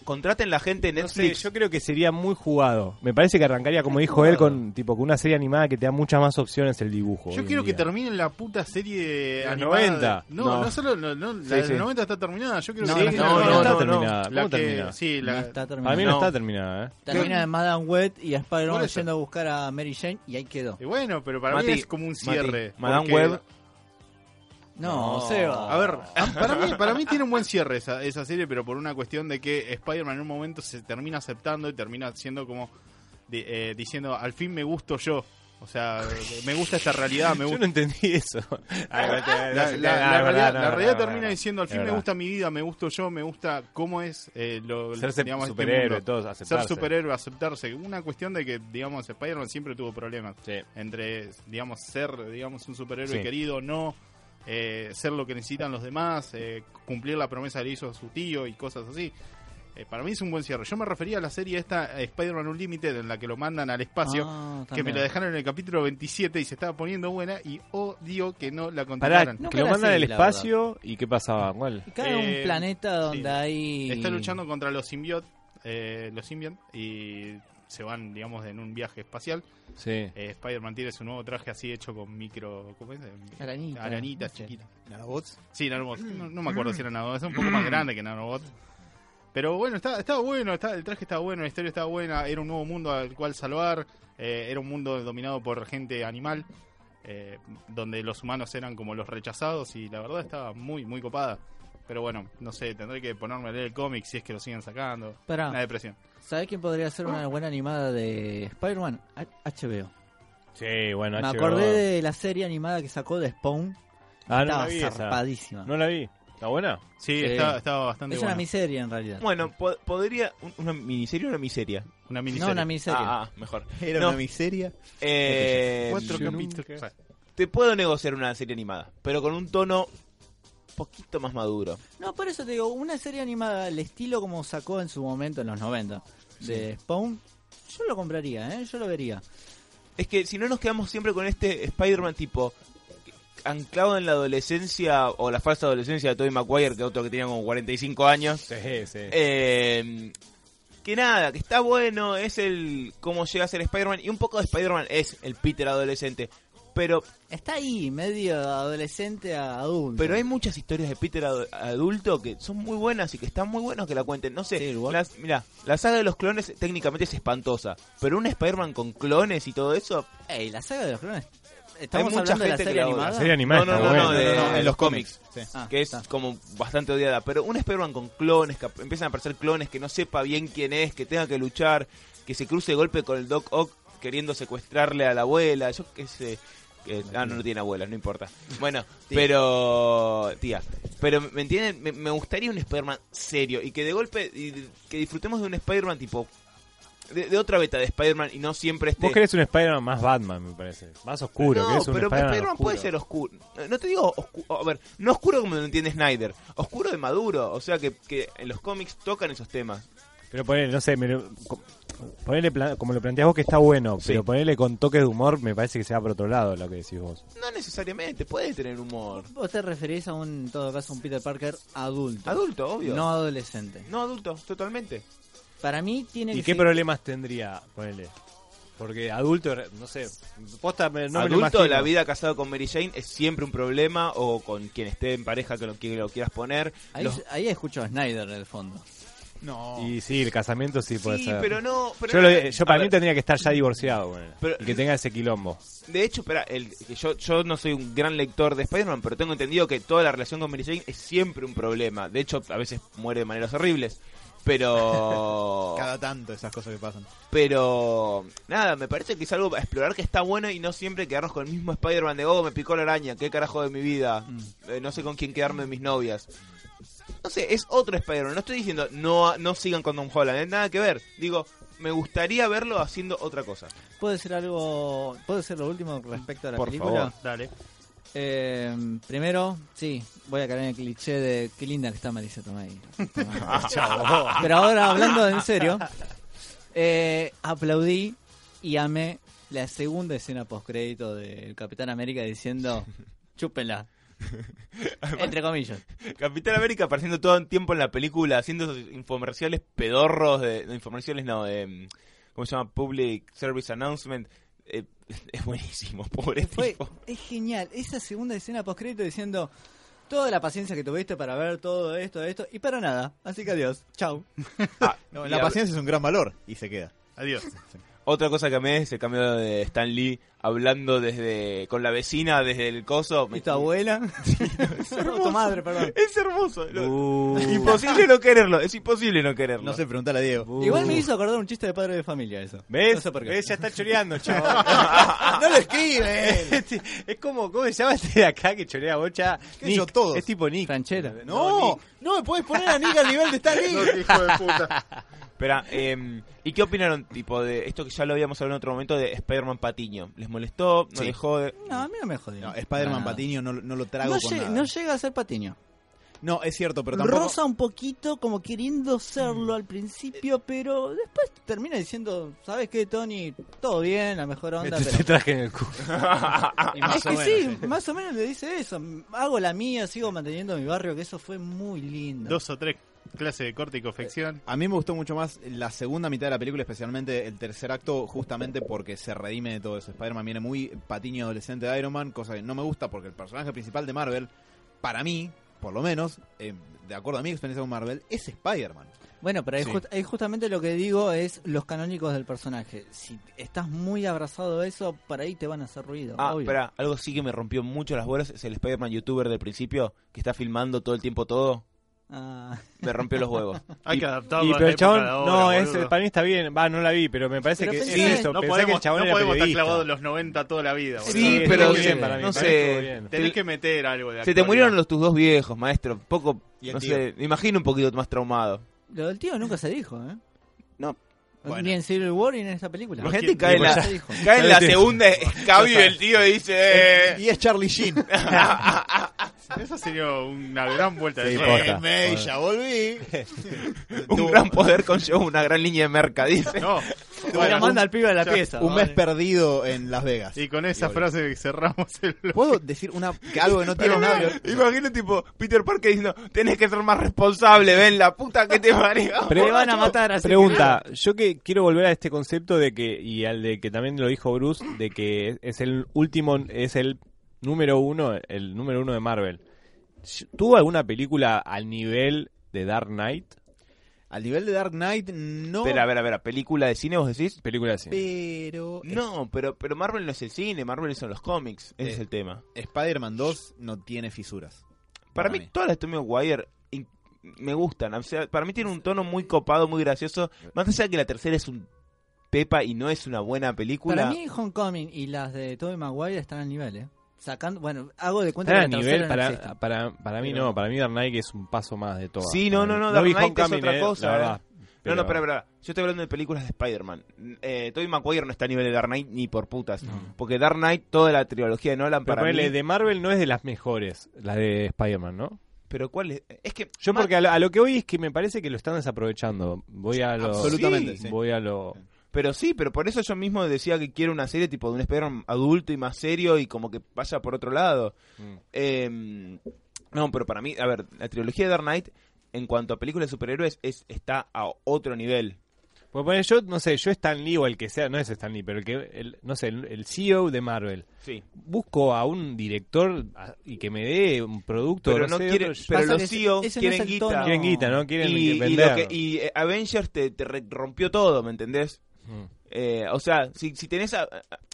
[SPEAKER 2] Contraten la gente en
[SPEAKER 4] No sé,
[SPEAKER 2] Netflix.
[SPEAKER 4] yo creo que sería muy jugado. Me parece que arrancaría, como dijo él, con tipo con una serie animada que te da muchas más opciones el dibujo. hoy
[SPEAKER 5] Yo
[SPEAKER 4] en
[SPEAKER 5] quiero que
[SPEAKER 4] día.
[SPEAKER 5] termine la puta serie
[SPEAKER 4] Las
[SPEAKER 5] animada de-
[SPEAKER 4] 90.
[SPEAKER 5] No,
[SPEAKER 4] No.
[SPEAKER 5] no, solo no, no, la de los
[SPEAKER 2] sí.
[SPEAKER 5] 90 está terminada, yo quiero
[SPEAKER 4] No,
[SPEAKER 5] que
[SPEAKER 4] no,
[SPEAKER 5] sí,
[SPEAKER 4] no,
[SPEAKER 5] la-
[SPEAKER 4] no
[SPEAKER 5] la-
[SPEAKER 4] está
[SPEAKER 2] no, no.
[SPEAKER 4] terminada.
[SPEAKER 5] la
[SPEAKER 4] ¿Cómo
[SPEAKER 5] que-
[SPEAKER 4] termina?
[SPEAKER 5] sí, la-
[SPEAKER 1] No está
[SPEAKER 4] Para
[SPEAKER 1] terminada.
[SPEAKER 4] mí no,
[SPEAKER 2] No.
[SPEAKER 4] está terminada, ¿eh?
[SPEAKER 1] Termina de Madame Web y a
[SPEAKER 5] Por
[SPEAKER 1] Spider-Man
[SPEAKER 5] eso.
[SPEAKER 1] yendo a buscar a Mary Jane y ahí quedó.
[SPEAKER 5] Y bueno, pero para
[SPEAKER 2] Mati,
[SPEAKER 5] mí es como un cierre.
[SPEAKER 2] Mati, Madame
[SPEAKER 5] porque-
[SPEAKER 2] Web.
[SPEAKER 1] No, Ah, Seba.
[SPEAKER 5] A ver,
[SPEAKER 4] Ah.
[SPEAKER 5] para mí, para mí tiene un buen cierre esa, esa serie, pero por una cuestión de que Spider-Man en un momento se termina aceptando y termina siendo como di- eh, diciendo, al fin me gusto yo. O sea, me gusta esta realidad, me
[SPEAKER 4] Yo
[SPEAKER 5] gusta...
[SPEAKER 4] no entendí eso. Ah,
[SPEAKER 5] La, la- la realidad, la realidad termina diciendo, al fin me gusta mi vida, me gusto yo, me gusta cómo es eh, lo,
[SPEAKER 4] Ser se-
[SPEAKER 5] digamos, este
[SPEAKER 4] superhéroe,
[SPEAKER 5] mundo.
[SPEAKER 4] todos,
[SPEAKER 5] Ser
[SPEAKER 4] aceptarse.
[SPEAKER 5] superhéroe, aceptarse. Una cuestión de que, digamos, Spider-Man siempre tuvo problemas
[SPEAKER 4] Sí.
[SPEAKER 5] entre, digamos, ser, digamos, un superhéroe
[SPEAKER 4] Sí.
[SPEAKER 5] querido, no, eh, ser lo que necesitan los demás, eh, cumplir la promesa que le hizo a su tío y cosas así. Eh, para mí es un buen cierre. Yo me refería a la serie esta, eh, Spider-Man Unlimited, en la que lo mandan al espacio,
[SPEAKER 1] Ah,
[SPEAKER 5] que me
[SPEAKER 1] también.
[SPEAKER 5] la dejaron en el capítulo 27 y se estaba poniendo buena y odio que no la
[SPEAKER 4] Pará,
[SPEAKER 5] continuaran.
[SPEAKER 1] No,
[SPEAKER 4] que lo
[SPEAKER 1] la
[SPEAKER 4] mandan al
[SPEAKER 1] serie, la
[SPEAKER 4] espacio y qué pasaba, ¿cuál?
[SPEAKER 1] Y cae en
[SPEAKER 5] Eh,
[SPEAKER 1] un planeta donde
[SPEAKER 5] sí.
[SPEAKER 1] hay.
[SPEAKER 5] Está luchando contra los simbiot, eh, los simbiont, y se van, digamos, en un viaje espacial.
[SPEAKER 4] Sí.
[SPEAKER 5] Eh, Spider-Man tiene su nuevo traje así hecho con micro... ¿Cómo es?
[SPEAKER 1] Aranita.
[SPEAKER 5] Aranitas
[SPEAKER 1] Sí.
[SPEAKER 5] chiquitas. Sí, nanobots.
[SPEAKER 1] Mm.
[SPEAKER 5] No, no me acuerdo si eran nanobots. Es un poco más grande que nanobots. Pero bueno, está- estaba bueno. está- el traje estaba bueno, la historia estaba buena. Era un nuevo mundo al cual salvar. eh, era un mundo dominado por gente animal. eh, donde los humanos eran como los rechazados. Y la verdad estaba muy, muy copada. Pero bueno, no sé, tendré que ponerme a leer el cómic si es que lo siguen sacando.
[SPEAKER 1] Pará.
[SPEAKER 5] Una depresión.
[SPEAKER 1] ¿Sabés quién podría hacer una buena animada de Spider-Man? H- HBO.
[SPEAKER 4] Sí, bueno,
[SPEAKER 1] Me
[SPEAKER 4] HBO.
[SPEAKER 1] acordé de la serie animada que sacó de Spawn.
[SPEAKER 4] Ah, no la
[SPEAKER 1] Estaba
[SPEAKER 4] vi esa.
[SPEAKER 1] zarpadísima.
[SPEAKER 4] No la vi. ¿Está buena?
[SPEAKER 5] Sí,
[SPEAKER 1] Sí.
[SPEAKER 5] Estaba, estaba bastante
[SPEAKER 1] es
[SPEAKER 5] buena.
[SPEAKER 1] una miseria en realidad.
[SPEAKER 2] Bueno, po- podría. un- ¿Una miniserie o una miseria?
[SPEAKER 5] Una
[SPEAKER 1] no
[SPEAKER 5] miniserie.
[SPEAKER 1] una miseria.
[SPEAKER 2] Ah, ah, mejor.
[SPEAKER 3] Era
[SPEAKER 2] No.
[SPEAKER 3] una miseria.
[SPEAKER 2] Eh,
[SPEAKER 5] Cuatro
[SPEAKER 4] Yo
[SPEAKER 5] capítulos.
[SPEAKER 4] nunca-
[SPEAKER 5] O sea,
[SPEAKER 2] Te puedo negociar una serie animada, pero con un tono poquito más maduro.
[SPEAKER 4] ah.
[SPEAKER 1] No, por eso te digo, una serie animada al estilo como sacó en su momento en los 90 de Spawn, yo lo compraría, ¿eh? yo lo vería.
[SPEAKER 2] Es que si no nos quedamos siempre con este Spider-Man tipo anclado en la adolescencia o la falsa adolescencia de Tobey Maguire, que otro que tenía como 45 años.
[SPEAKER 4] Sí, sí.
[SPEAKER 2] Eh, que nada, que está bueno, es el cómo llega a ser Spider-Man y un poco de Spider-Man es el Peter adolescente. Pero
[SPEAKER 1] Está ahí, medio adolescente a adulto.
[SPEAKER 2] Pero hay muchas historias de Peter adu- adulto que son muy buenas y que están muy buenos que la cuenten. No sé,
[SPEAKER 1] Sí, igual.
[SPEAKER 2] las- mirá, la saga de los clones técnicamente es espantosa, pero un Spider-Man con clones y todo eso,
[SPEAKER 1] Ey, la saga de los clones. Estamos
[SPEAKER 2] mucha
[SPEAKER 1] hablando de la
[SPEAKER 2] gente que
[SPEAKER 1] serie
[SPEAKER 2] la odia. Ah,
[SPEAKER 1] animada.
[SPEAKER 4] La serie animada
[SPEAKER 2] No, no,
[SPEAKER 4] está
[SPEAKER 2] no,
[SPEAKER 4] buena.
[SPEAKER 2] no, de-
[SPEAKER 5] no, no,
[SPEAKER 2] en los cómics,
[SPEAKER 1] Ah,
[SPEAKER 2] que es
[SPEAKER 1] está.
[SPEAKER 2] como bastante odiada, pero un Spider-Man con clones, que ap- empiezan a aparecer clones que no sepa bien quién es, que tenga que luchar, que se cruce de golpe con el Doc Ock queriendo secuestrarle a la abuela, yo qué sé. que- ah, no, no tiene abuela, no importa. Bueno, pero. Tía. Pero, ¿me entienden? Me, me gustaría un Spider-Man serio y que de golpe. y de- que disfrutemos de un Spider-Man tipo. De, de otra beta de Spider-Man y no siempre este.
[SPEAKER 4] Vos querés un Spider-Man más Batman, me parece. Más oscuro.
[SPEAKER 2] No,
[SPEAKER 4] querés un
[SPEAKER 2] pero
[SPEAKER 4] Spider-Man
[SPEAKER 2] Spider-Man puede
[SPEAKER 4] oscuro.
[SPEAKER 2] ser oscuro. Eh, No te digo oscuro. A ver, no oscuro como lo entiende Snyder. Oscuro de maduro. O sea que, que en los cómics tocan esos temas.
[SPEAKER 4] Pero ponele, no sé, me lo- co- ponele pla- como lo planteas vos que está bueno,
[SPEAKER 2] Sí.
[SPEAKER 4] pero ponele con toques de humor me parece que se va por otro lado lo que decís vos.
[SPEAKER 2] No necesariamente. Puede tener humor.
[SPEAKER 1] Vos te referís a un, en todo caso, un Peter Parker adulto.
[SPEAKER 2] Adulto, obvio.
[SPEAKER 1] No adolescente.
[SPEAKER 2] No, adulto, totalmente.
[SPEAKER 1] Para mí tiene que
[SPEAKER 4] ¿Y qué
[SPEAKER 1] ser-
[SPEAKER 4] problemas tendría? Ponele. Porque adulto, no sé, posta, me- no me lo
[SPEAKER 2] adulto,
[SPEAKER 4] imagino.
[SPEAKER 2] la vida casado con Mary Jane es siempre un problema. O con quien esté en pareja que lo, que lo quieras poner.
[SPEAKER 1] Ahí,
[SPEAKER 2] Los-
[SPEAKER 1] ahí escucho a Snyder en el fondo.
[SPEAKER 4] Y sí, el casamiento sí puede
[SPEAKER 2] Sí,
[SPEAKER 4] ser.
[SPEAKER 2] pero no. pero
[SPEAKER 4] yo
[SPEAKER 2] no-
[SPEAKER 4] lo- yo
[SPEAKER 2] a
[SPEAKER 4] para mí
[SPEAKER 2] ver,
[SPEAKER 4] tendría que estar ya divorciado, ponele,
[SPEAKER 2] Pero-
[SPEAKER 4] y que tenga ese quilombo.
[SPEAKER 2] De hecho, espera, el, que yo, yo no soy un gran lector de Spider-Man, pero tengo entendido que toda la relación con Mary Jane es siempre un problema. De hecho, a veces muere de maneras horribles. Pero.
[SPEAKER 3] Cada tanto esas cosas que pasan.
[SPEAKER 2] pero. Nada, me parece que es algo a explorar que está bueno y no siempre quedarnos con el mismo Spider-Man de, oh, me picó la araña, qué carajo de mi vida. Eh, no sé con quién quedarme de mis novias. No sé, es otro Spider-Man. No estoy diciendo, no, no sigan con Don Holland, eh, nada que ver. Digo, me gustaría verlo haciendo otra cosa.
[SPEAKER 1] ¿Puedo decir algo? ¿Puedo decir lo último respecto a la
[SPEAKER 2] Por
[SPEAKER 1] película?
[SPEAKER 2] favor.
[SPEAKER 5] Dale.
[SPEAKER 1] Eh, primero, sí, voy a caer en el cliché de qué linda que está Marisa Tomei. Pero ahora, hablando en serio, eh, aplaudí y amé la segunda escena postcrédito del Capitán América diciendo, chúpenla. Entre comillas.
[SPEAKER 2] Capitán América apareciendo todo el tiempo en la película, haciendo esos infomerciales pedorros de. No, infomerciales no, de. mm, ¿Cómo se llama? Public Service Announcement. Eh, es buenísimo, pobre
[SPEAKER 1] Fue,
[SPEAKER 2] tipo.
[SPEAKER 1] es genial. Esa segunda escena postcrédito diciendo toda la paciencia que tuviste para ver todo esto, esto, y para nada. Así que adiós. Chau.
[SPEAKER 2] Ah,
[SPEAKER 3] No,
[SPEAKER 2] y
[SPEAKER 3] la
[SPEAKER 2] hab-
[SPEAKER 3] paciencia es un gran valor y se queda.
[SPEAKER 5] Adiós.
[SPEAKER 2] Otra cosa que amé es el cambio de Stan Lee hablando desde con la vecina desde el coso.
[SPEAKER 1] ¿Y tu abuela? No, tu madre, perdón.
[SPEAKER 2] Es hermoso. Lo-
[SPEAKER 4] Uh.
[SPEAKER 2] Imposible no quererlo. Es imposible no quererlo.
[SPEAKER 3] No sé, preguntale a Diego.
[SPEAKER 1] Igual me hizo acordar un chiste de padre de familia eso.
[SPEAKER 4] ¿Ves?
[SPEAKER 1] No sé por qué.
[SPEAKER 4] ¿Ves? Ya está choreando, chaval.
[SPEAKER 1] ¡No lo escribe!
[SPEAKER 4] Este- es como, ¿cómo se llama este de acá que chorea bocha?
[SPEAKER 3] Que yo todos.
[SPEAKER 4] Es tipo Nick.
[SPEAKER 1] Ranchera.
[SPEAKER 3] No, no me podés poner a Nick al nivel de Stan
[SPEAKER 5] No,
[SPEAKER 3] Lee.
[SPEAKER 5] qué hijo de puta.
[SPEAKER 2] Espera, eh, ¿y qué opinaron tipo de esto que ya lo habíamos hablado en otro momento de Spider-Man Patiño? ¿Les molestó? ¿No
[SPEAKER 3] Sí.
[SPEAKER 2] les jode?
[SPEAKER 1] No, a mí no me jodió.
[SPEAKER 3] No, Spider-Man
[SPEAKER 2] Ah.
[SPEAKER 1] Nada.
[SPEAKER 3] Patiño no, no lo trago
[SPEAKER 1] No,
[SPEAKER 3] con
[SPEAKER 1] lleg-
[SPEAKER 3] nada.
[SPEAKER 1] no llega a ser Patiño.
[SPEAKER 3] No, es cierto, pero tampoco...
[SPEAKER 1] Rosa un poquito como queriendo serlo al principio, pero después termina diciendo, ¿sabes qué, Tony? Todo bien, la mejor onda.
[SPEAKER 4] Te,
[SPEAKER 1] pero-
[SPEAKER 4] te traje en el culo.
[SPEAKER 3] Y
[SPEAKER 1] es que sí, más o menos le dice eso. Hago la mía, sigo manteniendo mi barrio, que eso fue muy lindo.
[SPEAKER 5] Dos o tres clases de corte y confección.
[SPEAKER 3] A mí me gustó mucho más la segunda mitad de la película, especialmente el tercer acto, justamente porque se redime de todo eso. Spider-Man viene muy patiño adolescente de Iron Man, cosa que no me gusta porque el personaje principal de Marvel, para mí, por lo menos, eh, de acuerdo a mi experiencia con Marvel, es Spider-Man.
[SPEAKER 1] Bueno, pero ahí,
[SPEAKER 3] Sí.
[SPEAKER 1] just- ahí justamente lo que digo es los canónicos del personaje. Si estás muy abrazado a eso, por ahí te van a hacer ruido.
[SPEAKER 2] Ah,
[SPEAKER 1] obvio.
[SPEAKER 2] espera, algo sí que me rompió mucho las bolas es el Spider-Man youtuber del principio que está filmando todo el tiempo todo.
[SPEAKER 1] Ah,
[SPEAKER 2] Me rompió los huevos.
[SPEAKER 5] Hay
[SPEAKER 2] Y-
[SPEAKER 5] que adaptarlo
[SPEAKER 4] Y
[SPEAKER 5] a
[SPEAKER 4] pero
[SPEAKER 5] la
[SPEAKER 4] el chabón,
[SPEAKER 5] época de ahora,
[SPEAKER 4] no, es,
[SPEAKER 5] boludo.
[SPEAKER 4] para mí está bien, va, no la vi, pero me parece
[SPEAKER 1] Pero
[SPEAKER 4] que
[SPEAKER 1] pensá
[SPEAKER 4] es eso,
[SPEAKER 5] No
[SPEAKER 4] pensá
[SPEAKER 5] podemos,
[SPEAKER 4] que el chabón
[SPEAKER 5] no
[SPEAKER 4] era
[SPEAKER 5] podemos estar
[SPEAKER 4] periodista.
[SPEAKER 5] clavados en los 90 toda la vida. boludo.
[SPEAKER 2] Sí,
[SPEAKER 4] Sí,
[SPEAKER 2] pero
[SPEAKER 4] estuvo bien
[SPEAKER 2] se-
[SPEAKER 4] para mí,
[SPEAKER 2] no
[SPEAKER 4] para mí estuvo
[SPEAKER 2] sé.
[SPEAKER 4] bien.
[SPEAKER 5] Tenés que meter algo de
[SPEAKER 2] Se te
[SPEAKER 5] actualidad.
[SPEAKER 2] murieron los tus dos viejos, maestro. Un poco,
[SPEAKER 3] Y el
[SPEAKER 2] no
[SPEAKER 3] tío.
[SPEAKER 2] sé, me imagino un poquito más traumado.
[SPEAKER 1] lo del tío nunca se dijo, ¿eh?
[SPEAKER 2] No.
[SPEAKER 1] Ni
[SPEAKER 3] Bueno.
[SPEAKER 1] en Civil War ni en esta película.
[SPEAKER 2] Imagínate
[SPEAKER 5] ¿quién-
[SPEAKER 2] cae
[SPEAKER 1] Nunca
[SPEAKER 2] la,
[SPEAKER 1] se dijo.
[SPEAKER 2] cae en
[SPEAKER 4] Ya
[SPEAKER 2] la
[SPEAKER 4] lo tiene.
[SPEAKER 2] segunda escabio y el tío dice... eh,
[SPEAKER 3] Y es Charlie Sheen.
[SPEAKER 5] Esa sería una gran vuelta
[SPEAKER 4] Sí,
[SPEAKER 5] de
[SPEAKER 4] posta.
[SPEAKER 5] tuerca.
[SPEAKER 3] May, ya volví.
[SPEAKER 2] Un gran poder conlleva una gran línea de merca, dice.
[SPEAKER 5] No.
[SPEAKER 1] Bueno,
[SPEAKER 5] Bueno,
[SPEAKER 1] manda al pibe a la
[SPEAKER 5] ya-
[SPEAKER 1] pieza.
[SPEAKER 3] Un mes
[SPEAKER 1] vale.
[SPEAKER 3] perdido en Las Vegas.
[SPEAKER 5] Y con esa frase cerramos el blog.
[SPEAKER 3] ¿Puedo decir una, que algo que no tiene nada que ver?
[SPEAKER 2] Imagino tipo Peter Parker diciendo, tenés que ser más responsable, ven la puta que te mareó.
[SPEAKER 4] Pre-
[SPEAKER 1] Me van a matar así.
[SPEAKER 4] Pregunta, yo que quiero volver a este concepto de que, y al de que también lo dijo Bruce, de que es el último, es el número uno, el número uno de Marvel. ¿Tuvo alguna película al nivel de Dark Knight?
[SPEAKER 3] Al nivel de Dark Knight, no.
[SPEAKER 2] Espera, a ver, a ver, ¿película de cine vos decís?
[SPEAKER 4] Película así.
[SPEAKER 3] Pero
[SPEAKER 2] No, pero, pero Marvel no es el cine, Marvel son los cómics, ese
[SPEAKER 3] Eh.
[SPEAKER 2] es el tema.
[SPEAKER 3] Spider-Man 2 no tiene fisuras.
[SPEAKER 2] Para mí, todas las de Tommy Maguire in- me gustan. O sea, para mí tiene un tono muy copado, muy gracioso. Más allá de que la tercera es un pepa y no es una buena película.
[SPEAKER 1] Para mí, Homecoming y las de Tobey Maguire están al nivel, ¿eh? Sacando, bueno, hago de cuenta
[SPEAKER 4] Están
[SPEAKER 1] que
[SPEAKER 4] a
[SPEAKER 1] la
[SPEAKER 4] nivel,
[SPEAKER 1] tercera no
[SPEAKER 4] para,
[SPEAKER 1] existe.
[SPEAKER 4] para, para mí
[SPEAKER 1] Pero-
[SPEAKER 4] no, para mí Dark Knight es un paso más de todas.
[SPEAKER 2] Sí, no,
[SPEAKER 4] Para mí.
[SPEAKER 2] no, no, Dark
[SPEAKER 4] vi
[SPEAKER 2] Knight es
[SPEAKER 4] Homecoming,
[SPEAKER 2] otra
[SPEAKER 4] eh,
[SPEAKER 2] cosa,
[SPEAKER 4] la
[SPEAKER 2] eh.
[SPEAKER 4] verdad,
[SPEAKER 2] No, no,
[SPEAKER 4] pero-
[SPEAKER 2] espera, espera. Yo estoy hablando de películas de Spider-Man. Eh, Tobey Maguire no está a nivel de Dark Knight ni por putas. Porque Dark Knight, toda la trilogía de Nolan,
[SPEAKER 4] Pero
[SPEAKER 2] para
[SPEAKER 4] ponele,
[SPEAKER 2] mí...
[SPEAKER 4] de Marvel no es de las mejores, la de Spider-Man, ¿no?
[SPEAKER 2] Pero cuál es... Es que...
[SPEAKER 4] Yo
[SPEAKER 2] Ma-
[SPEAKER 4] porque a lo, a lo que voy es que me parece que lo están desaprovechando. Voy a lo...
[SPEAKER 3] Absolutamente,
[SPEAKER 4] Sí.
[SPEAKER 3] sí.
[SPEAKER 4] Voy a lo...
[SPEAKER 2] Pero sí, pero por eso yo mismo decía que quiero una serie tipo de un Spider-Man adulto y más serio y como que vaya por otro lado.
[SPEAKER 4] Mm.
[SPEAKER 2] Eh, no, pero para mí, a ver, la trilogía de Dark Knight, en cuanto a películas de superhéroes, es, está a otro nivel.
[SPEAKER 4] Pues poner yo, no sé, yo Stan Lee o el que sea, no es Stan Lee, pero el que, el- no sé, el, el CEO de Marvel.
[SPEAKER 2] Sí.
[SPEAKER 4] Busco a un director a- y que me dé un producto.
[SPEAKER 2] Pero no
[SPEAKER 4] sé,
[SPEAKER 2] quiere-
[SPEAKER 4] otro-
[SPEAKER 2] pero
[SPEAKER 1] Pasa
[SPEAKER 2] los
[SPEAKER 1] que ese-
[SPEAKER 2] CEOs
[SPEAKER 1] ese no es
[SPEAKER 2] quieren
[SPEAKER 1] el
[SPEAKER 2] guita.
[SPEAKER 1] tono.
[SPEAKER 4] quieren guita, ¿no?
[SPEAKER 2] Y,
[SPEAKER 4] Quieren
[SPEAKER 2] y
[SPEAKER 4] vender.
[SPEAKER 2] lo que- y, eh, Avengers te, te re- rompió todo, ¿me entendés?
[SPEAKER 4] Mm.
[SPEAKER 2] Eh, o sea, si, si tenés a- a-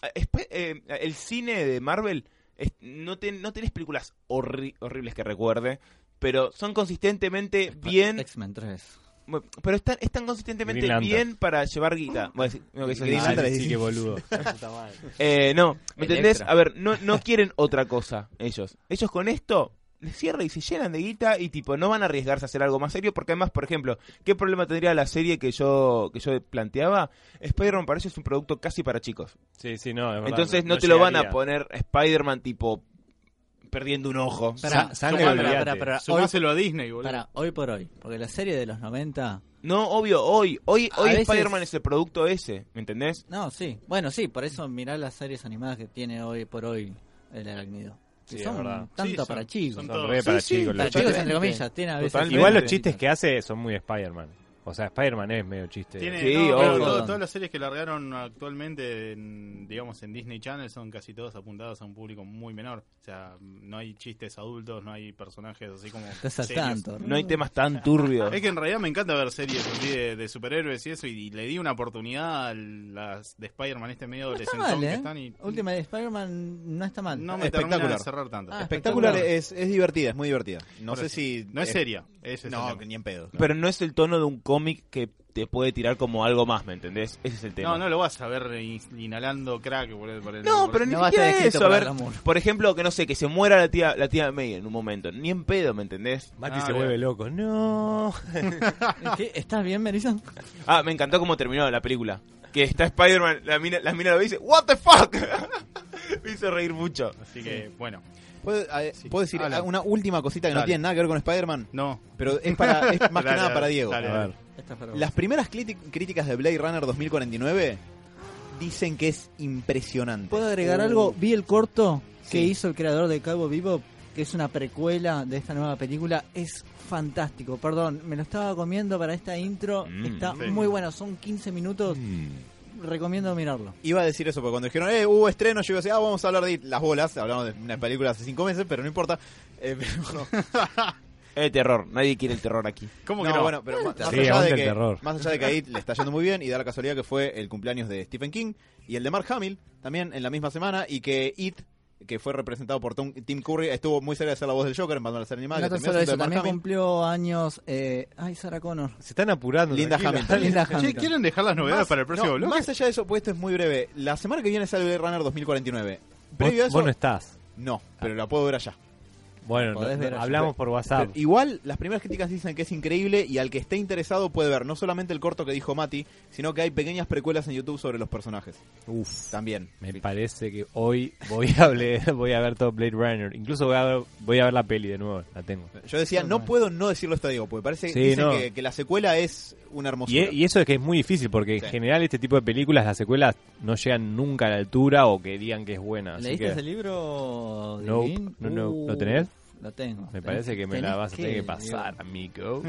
[SPEAKER 2] a- espe- eh, el cine de Marvel, es- no, ten- no tenés películas horri- horribles que recuerde, pero son consistentemente bien...
[SPEAKER 1] X-Men 3.
[SPEAKER 2] Bueno, Pero están, están consistentemente
[SPEAKER 4] Green Lantern.
[SPEAKER 2] bien para llevar guita. Bueno, sí, no, que eso es
[SPEAKER 3] Green
[SPEAKER 4] Ah,
[SPEAKER 2] difícil.
[SPEAKER 3] Lantern.
[SPEAKER 4] sí, sí, que boludo.
[SPEAKER 2] Eh, no, ¿me
[SPEAKER 1] El
[SPEAKER 2] entendés?
[SPEAKER 1] extra.
[SPEAKER 2] A ver, no, no quieren otra cosa ellos. Ellos con esto les cierra y se llenan de guita y tipo no van a arriesgarse a hacer algo más serio porque además, por ejemplo, ¿qué problema tendría la serie que yo que yo planteaba? Spider-Man para ellos es un producto casi para chicos.
[SPEAKER 4] Sí, sí, no, es verdad,
[SPEAKER 2] Entonces no, te lo van a
[SPEAKER 4] llegaría.
[SPEAKER 2] poner Spider-Man tipo perdiendo un ojo.
[SPEAKER 4] Sa- sangre,
[SPEAKER 1] para,
[SPEAKER 4] olvídate.
[SPEAKER 1] hoy,
[SPEAKER 5] Sumáselo a Disney, boludo.
[SPEAKER 1] para, hoy por hoy. Porque la serie de los 90.
[SPEAKER 2] No, obvio, hoy hoy
[SPEAKER 1] A
[SPEAKER 2] hoy
[SPEAKER 1] veces-
[SPEAKER 2] Spider-Man es el producto ese, ¿me entendés?
[SPEAKER 1] No, sí. Bueno, sí, por eso mirá las series animadas que tiene hoy por hoy el arácnido. Que
[SPEAKER 4] Sí, es
[SPEAKER 1] son
[SPEAKER 4] verdad.
[SPEAKER 1] tanto
[SPEAKER 5] Sí,
[SPEAKER 1] para
[SPEAKER 5] son-
[SPEAKER 1] chicos.
[SPEAKER 5] son
[SPEAKER 4] Son
[SPEAKER 5] todos.
[SPEAKER 4] re para
[SPEAKER 2] Sí, sí,
[SPEAKER 4] chicos. los
[SPEAKER 1] para chicos,
[SPEAKER 4] chistes.
[SPEAKER 1] entre comillas. Tiene a veces
[SPEAKER 2] Totalmente.
[SPEAKER 4] Igual los chistes que hace son muy Spider-Man. O sea, Spider-Man es medio chiste.
[SPEAKER 5] Tiene,
[SPEAKER 2] Sí,
[SPEAKER 5] no,
[SPEAKER 2] obvio.
[SPEAKER 5] pero todo- todas las series que largaron actualmente, en, digamos, en Disney Channel son casi todas apuntadas a un público muy menor. O sea, no hay chistes adultos, no hay personajes así como...
[SPEAKER 1] Estás al
[SPEAKER 5] serios.
[SPEAKER 1] tanto.
[SPEAKER 2] No hay temas tan turbios.
[SPEAKER 5] Es que en realidad me encanta ver series así de, de superhéroes y eso, y, y le di una oportunidad a las de Spider-Man este medio
[SPEAKER 1] No está
[SPEAKER 5] adolescentón
[SPEAKER 1] mal,
[SPEAKER 5] que
[SPEAKER 1] ¿eh?
[SPEAKER 5] están y...
[SPEAKER 1] Última de Spider-Man no está mal.
[SPEAKER 5] No me termina de
[SPEAKER 3] Espectacular.
[SPEAKER 5] cerrar tanto.
[SPEAKER 1] Ah,
[SPEAKER 3] Espectacular,
[SPEAKER 1] espectacular.
[SPEAKER 3] es, es divertida, es muy divertida. No
[SPEAKER 5] Por
[SPEAKER 3] sé
[SPEAKER 5] eso.
[SPEAKER 3] si.
[SPEAKER 5] No es seria. ese es el
[SPEAKER 3] No,
[SPEAKER 5] tema.
[SPEAKER 3] ni en pedo.
[SPEAKER 2] Pero no es el tono de un cómic que te puede tirar como algo más, ¿me entendés? Ese es el tema.
[SPEAKER 5] No, no lo vas a ver in- inhalando crack por el- por el-
[SPEAKER 2] No,
[SPEAKER 5] por-
[SPEAKER 2] pero ni
[SPEAKER 1] No va a
[SPEAKER 2] siquiera
[SPEAKER 1] estar escrito
[SPEAKER 2] eso. A
[SPEAKER 1] para
[SPEAKER 2] ver,
[SPEAKER 1] el amor.
[SPEAKER 2] por ejemplo, que no sé, que se muera la tía, la tía May en un momento. Ni en pedo, ¿me entendés?
[SPEAKER 4] Mati
[SPEAKER 5] Ah,
[SPEAKER 4] se
[SPEAKER 5] bien.
[SPEAKER 4] vuelve loco. No.
[SPEAKER 1] ¿Qué? ¿Estás bien, Merizan?
[SPEAKER 2] Ah, me encantó cómo terminó la película. Que está Spider-Man, la mina, la mina lo ve y dice, ¿What the fuck? me hizo reír mucho.
[SPEAKER 5] Así que, bueno,
[SPEAKER 3] ¿Puedo, eh, ¿puedo decir
[SPEAKER 5] Alan.
[SPEAKER 3] una última cosita que no
[SPEAKER 5] Dale.
[SPEAKER 3] tiene nada que ver con Spider-Man?
[SPEAKER 5] no.
[SPEAKER 3] Pero es, para, es más que
[SPEAKER 5] Dale,
[SPEAKER 3] nada
[SPEAKER 5] dale,
[SPEAKER 3] para Diego.
[SPEAKER 5] dale,
[SPEAKER 4] A ver.
[SPEAKER 5] dale.
[SPEAKER 1] Estás para vos.
[SPEAKER 3] Las primeras criti- críticas de Blade Runner 2049 dicen que es impresionante. Uh.
[SPEAKER 1] ¿Puedo agregar algo? Vi el corto que
[SPEAKER 3] Sí.
[SPEAKER 1] hizo el creador de Calvo Vivo, que es una precuela de esta nueva película. Es fantástico. Perdón, me lo estaba comiendo para esta intro.
[SPEAKER 2] Mm,
[SPEAKER 1] Está
[SPEAKER 5] sí.
[SPEAKER 1] muy bueno. Son 15 minutos.
[SPEAKER 4] Mm.
[SPEAKER 1] Recomiendo mirarlo.
[SPEAKER 3] Iba a decir eso, porque cuando dijeron, eh, hubo estreno, yo iba a decir, ah, vamos a hablar de las bolas. Hablamos de una película hace cinco meses, pero no importa. Eh, pero-
[SPEAKER 2] El terror, nadie quiere el terror aquí.
[SPEAKER 5] ¿Cómo que
[SPEAKER 3] No,
[SPEAKER 5] no?
[SPEAKER 3] bueno, pero más, más
[SPEAKER 4] Sí,
[SPEAKER 3] allá
[SPEAKER 4] aguante
[SPEAKER 3] de
[SPEAKER 4] el
[SPEAKER 3] que,
[SPEAKER 4] terror.
[SPEAKER 3] más allá de que ahí le está yendo muy bien y da la casualidad que fue el cumpleaños de Stephen King y el de Mark Hamill también en la misma semana y que It, que fue representado por Tom- Tim Curry, estuvo muy cerca de ser la voz del Joker en Batman la serie animada.
[SPEAKER 1] No
[SPEAKER 3] que
[SPEAKER 1] tan
[SPEAKER 3] terminó
[SPEAKER 1] solo eso,
[SPEAKER 3] siendo de Mark
[SPEAKER 1] también
[SPEAKER 3] Hamill.
[SPEAKER 1] cumplió años. eh, ay, Sarah Connor.
[SPEAKER 4] Se están apurando.
[SPEAKER 3] Linda
[SPEAKER 4] tranquila.
[SPEAKER 3] Hamilton.
[SPEAKER 1] Linda
[SPEAKER 5] Che,
[SPEAKER 1] Hamilton.
[SPEAKER 5] ¿quieren dejar las novedades
[SPEAKER 3] Más-
[SPEAKER 5] para el próximo
[SPEAKER 3] no,
[SPEAKER 5] bloque?
[SPEAKER 3] Más allá de eso, pues esto es muy breve. La semana que viene sale Blade Runner 2049.
[SPEAKER 4] Vos,
[SPEAKER 3] Previo a eso,
[SPEAKER 4] vos
[SPEAKER 3] no,
[SPEAKER 4] no Ah. estás.
[SPEAKER 3] pero la puedo ver allá.
[SPEAKER 4] Bueno,
[SPEAKER 1] Podés
[SPEAKER 4] no-
[SPEAKER 1] ver allá.
[SPEAKER 4] hablamos por WhatsApp.
[SPEAKER 3] Pero igual, las primeras críticas dicen que es increíble y al que esté interesado puede ver no solamente el corto que dijo Mati, sino que hay pequeñas precuelas en YouTube sobre los personajes.
[SPEAKER 4] Uf.
[SPEAKER 3] También.
[SPEAKER 4] Me parece que hoy voy a, hablar- voy a ver todo Blade Runner. Incluso voy a, ver, voy a ver la peli de nuevo. La tengo.
[SPEAKER 3] Yo decía, no puedo no decirlo esto, Diego, porque parece
[SPEAKER 4] Sí,
[SPEAKER 3] dicen
[SPEAKER 4] no.
[SPEAKER 3] que, que la secuela es
[SPEAKER 4] Y,
[SPEAKER 3] una hermosura.
[SPEAKER 4] y eso es que es muy difícil porque en
[SPEAKER 3] Sí.
[SPEAKER 4] general este tipo de películas, las secuelas no llegan nunca a la altura o que digan que es buena. Así
[SPEAKER 1] ¿Leíste
[SPEAKER 4] que
[SPEAKER 1] ese libro? de
[SPEAKER 4] Nope,
[SPEAKER 1] Lin?
[SPEAKER 4] no, no.
[SPEAKER 1] Uh,
[SPEAKER 4] ¿Lo tenés?
[SPEAKER 1] Lo tengo.
[SPEAKER 4] me
[SPEAKER 1] Tenés-
[SPEAKER 4] parece que me la
[SPEAKER 1] tenés
[SPEAKER 4] vas a tener que
[SPEAKER 1] Diego.
[SPEAKER 4] pasar, amigo.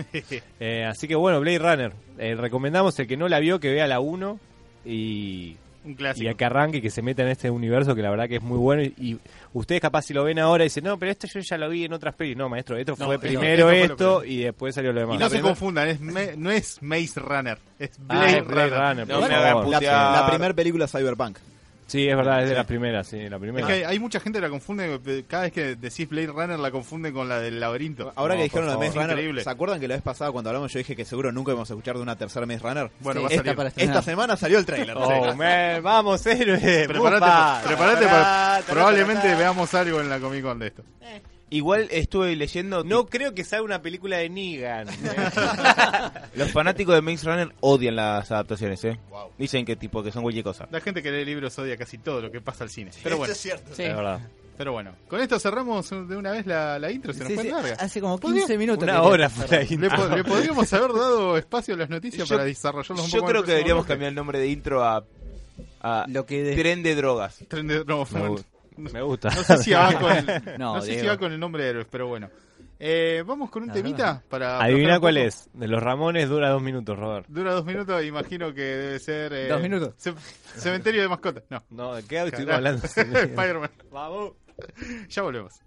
[SPEAKER 4] Eh, así que bueno, Blade Runner. Eh, recomendamos el que no la vio que vea la 1 y
[SPEAKER 5] Un
[SPEAKER 4] y
[SPEAKER 5] clásico.
[SPEAKER 4] a que arranque y que se meta en este universo que la verdad que es muy bueno. Y, y ustedes capaz si lo ven ahora dicen, no, pero esto yo ya lo vi en otras pelis. No, maestro, esto
[SPEAKER 5] No,
[SPEAKER 4] fue
[SPEAKER 5] esto-
[SPEAKER 4] primero
[SPEAKER 5] esto fue lo
[SPEAKER 4] esto,
[SPEAKER 5] primero.
[SPEAKER 4] y después salió lo demás.
[SPEAKER 5] Y no se
[SPEAKER 3] primera-
[SPEAKER 5] confundan, es me- no es Maze Runner, es
[SPEAKER 4] Ah,
[SPEAKER 5] Blade,
[SPEAKER 4] es Blade
[SPEAKER 5] Runner.
[SPEAKER 4] Runner,
[SPEAKER 2] No me
[SPEAKER 4] por favor.
[SPEAKER 2] hagan
[SPEAKER 3] la,
[SPEAKER 2] putear.
[SPEAKER 3] primera película Cyberpunk.
[SPEAKER 4] Sí, es verdad, es de las primeras, sí, la
[SPEAKER 5] Es
[SPEAKER 4] primera.
[SPEAKER 5] que hay, hay mucha gente que la confunde, eh, cada vez que decís Blade Runner la confunde con la del laberinto.
[SPEAKER 3] Ahora
[SPEAKER 4] No,
[SPEAKER 3] que dijeron
[SPEAKER 4] por
[SPEAKER 3] la Maze
[SPEAKER 4] favor.
[SPEAKER 3] Runner,
[SPEAKER 5] Increíble.
[SPEAKER 3] ¿se acuerdan que la vez pasada cuando hablamos yo dije que seguro nunca íbamos a escuchar de una tercera Maze Runner?
[SPEAKER 5] Bueno,
[SPEAKER 1] Sí,
[SPEAKER 5] va a
[SPEAKER 1] esta
[SPEAKER 5] salir.
[SPEAKER 1] para estrenar.
[SPEAKER 3] Esta este- semana salió el trailer.
[SPEAKER 4] Oh, man, vamos, héroe.
[SPEAKER 5] Preparate,
[SPEAKER 4] upa.
[SPEAKER 5] preparate
[SPEAKER 3] Tarará,
[SPEAKER 5] para-
[SPEAKER 3] tarará,
[SPEAKER 5] probablemente
[SPEAKER 3] tarará.
[SPEAKER 5] veamos algo en la Comic Con de esto.
[SPEAKER 2] Igual estuve leyendo,
[SPEAKER 4] No creo que salga una película de Negan.
[SPEAKER 2] los fanáticos de Maze Runner odian las adaptaciones, ¿eh? Dicen que tipo, que son cualquier cosa.
[SPEAKER 5] La gente que lee libros odia casi todo lo que pasa al cine. Pero bueno,
[SPEAKER 1] Sí.
[SPEAKER 4] Es verdad.
[SPEAKER 5] pero bueno. Con esto cerramos de una vez la, la intro, se nos
[SPEAKER 1] Sí,
[SPEAKER 5] fue
[SPEAKER 1] sí,
[SPEAKER 5] larga.
[SPEAKER 1] Hace como
[SPEAKER 5] Podría-
[SPEAKER 1] 15 minutos.
[SPEAKER 4] Una
[SPEAKER 1] que-
[SPEAKER 4] hora fue la
[SPEAKER 5] Le,
[SPEAKER 4] intro.
[SPEAKER 5] po- le podríamos haber dado espacio a las noticias
[SPEAKER 2] Yo-
[SPEAKER 5] para desarrollarlos un
[SPEAKER 2] Yo
[SPEAKER 5] poco. en el
[SPEAKER 2] creo que
[SPEAKER 5] próximo
[SPEAKER 2] deberíamos
[SPEAKER 5] bloque.
[SPEAKER 2] cambiar el nombre de intro a, a
[SPEAKER 1] Lo que de-
[SPEAKER 2] Tren de Drogas.
[SPEAKER 5] Tren de- no, fue-
[SPEAKER 4] Me gu- Me gusta.
[SPEAKER 5] No sé si va con el,
[SPEAKER 1] No,
[SPEAKER 5] no sé si
[SPEAKER 1] Diego.
[SPEAKER 5] va con el nombre de héroes, pero bueno. Eh, vamos con un
[SPEAKER 1] La
[SPEAKER 5] temita
[SPEAKER 1] verdad.
[SPEAKER 5] para. aflojar
[SPEAKER 4] Adivina
[SPEAKER 5] un
[SPEAKER 4] cuál
[SPEAKER 5] poco.
[SPEAKER 4] es. De los Ramones dura dos minutos, Robert.
[SPEAKER 5] Dura dos minutos, imagino que debe ser. eh,
[SPEAKER 1] ¿Dos minutos?
[SPEAKER 5] ce- cementerio de mascotas. No.
[SPEAKER 4] No, ¿de qué estuvimos
[SPEAKER 5] Carajo.
[SPEAKER 4] hablando?
[SPEAKER 5] Spider-Man.
[SPEAKER 4] Vamos.
[SPEAKER 5] Ya volvemos.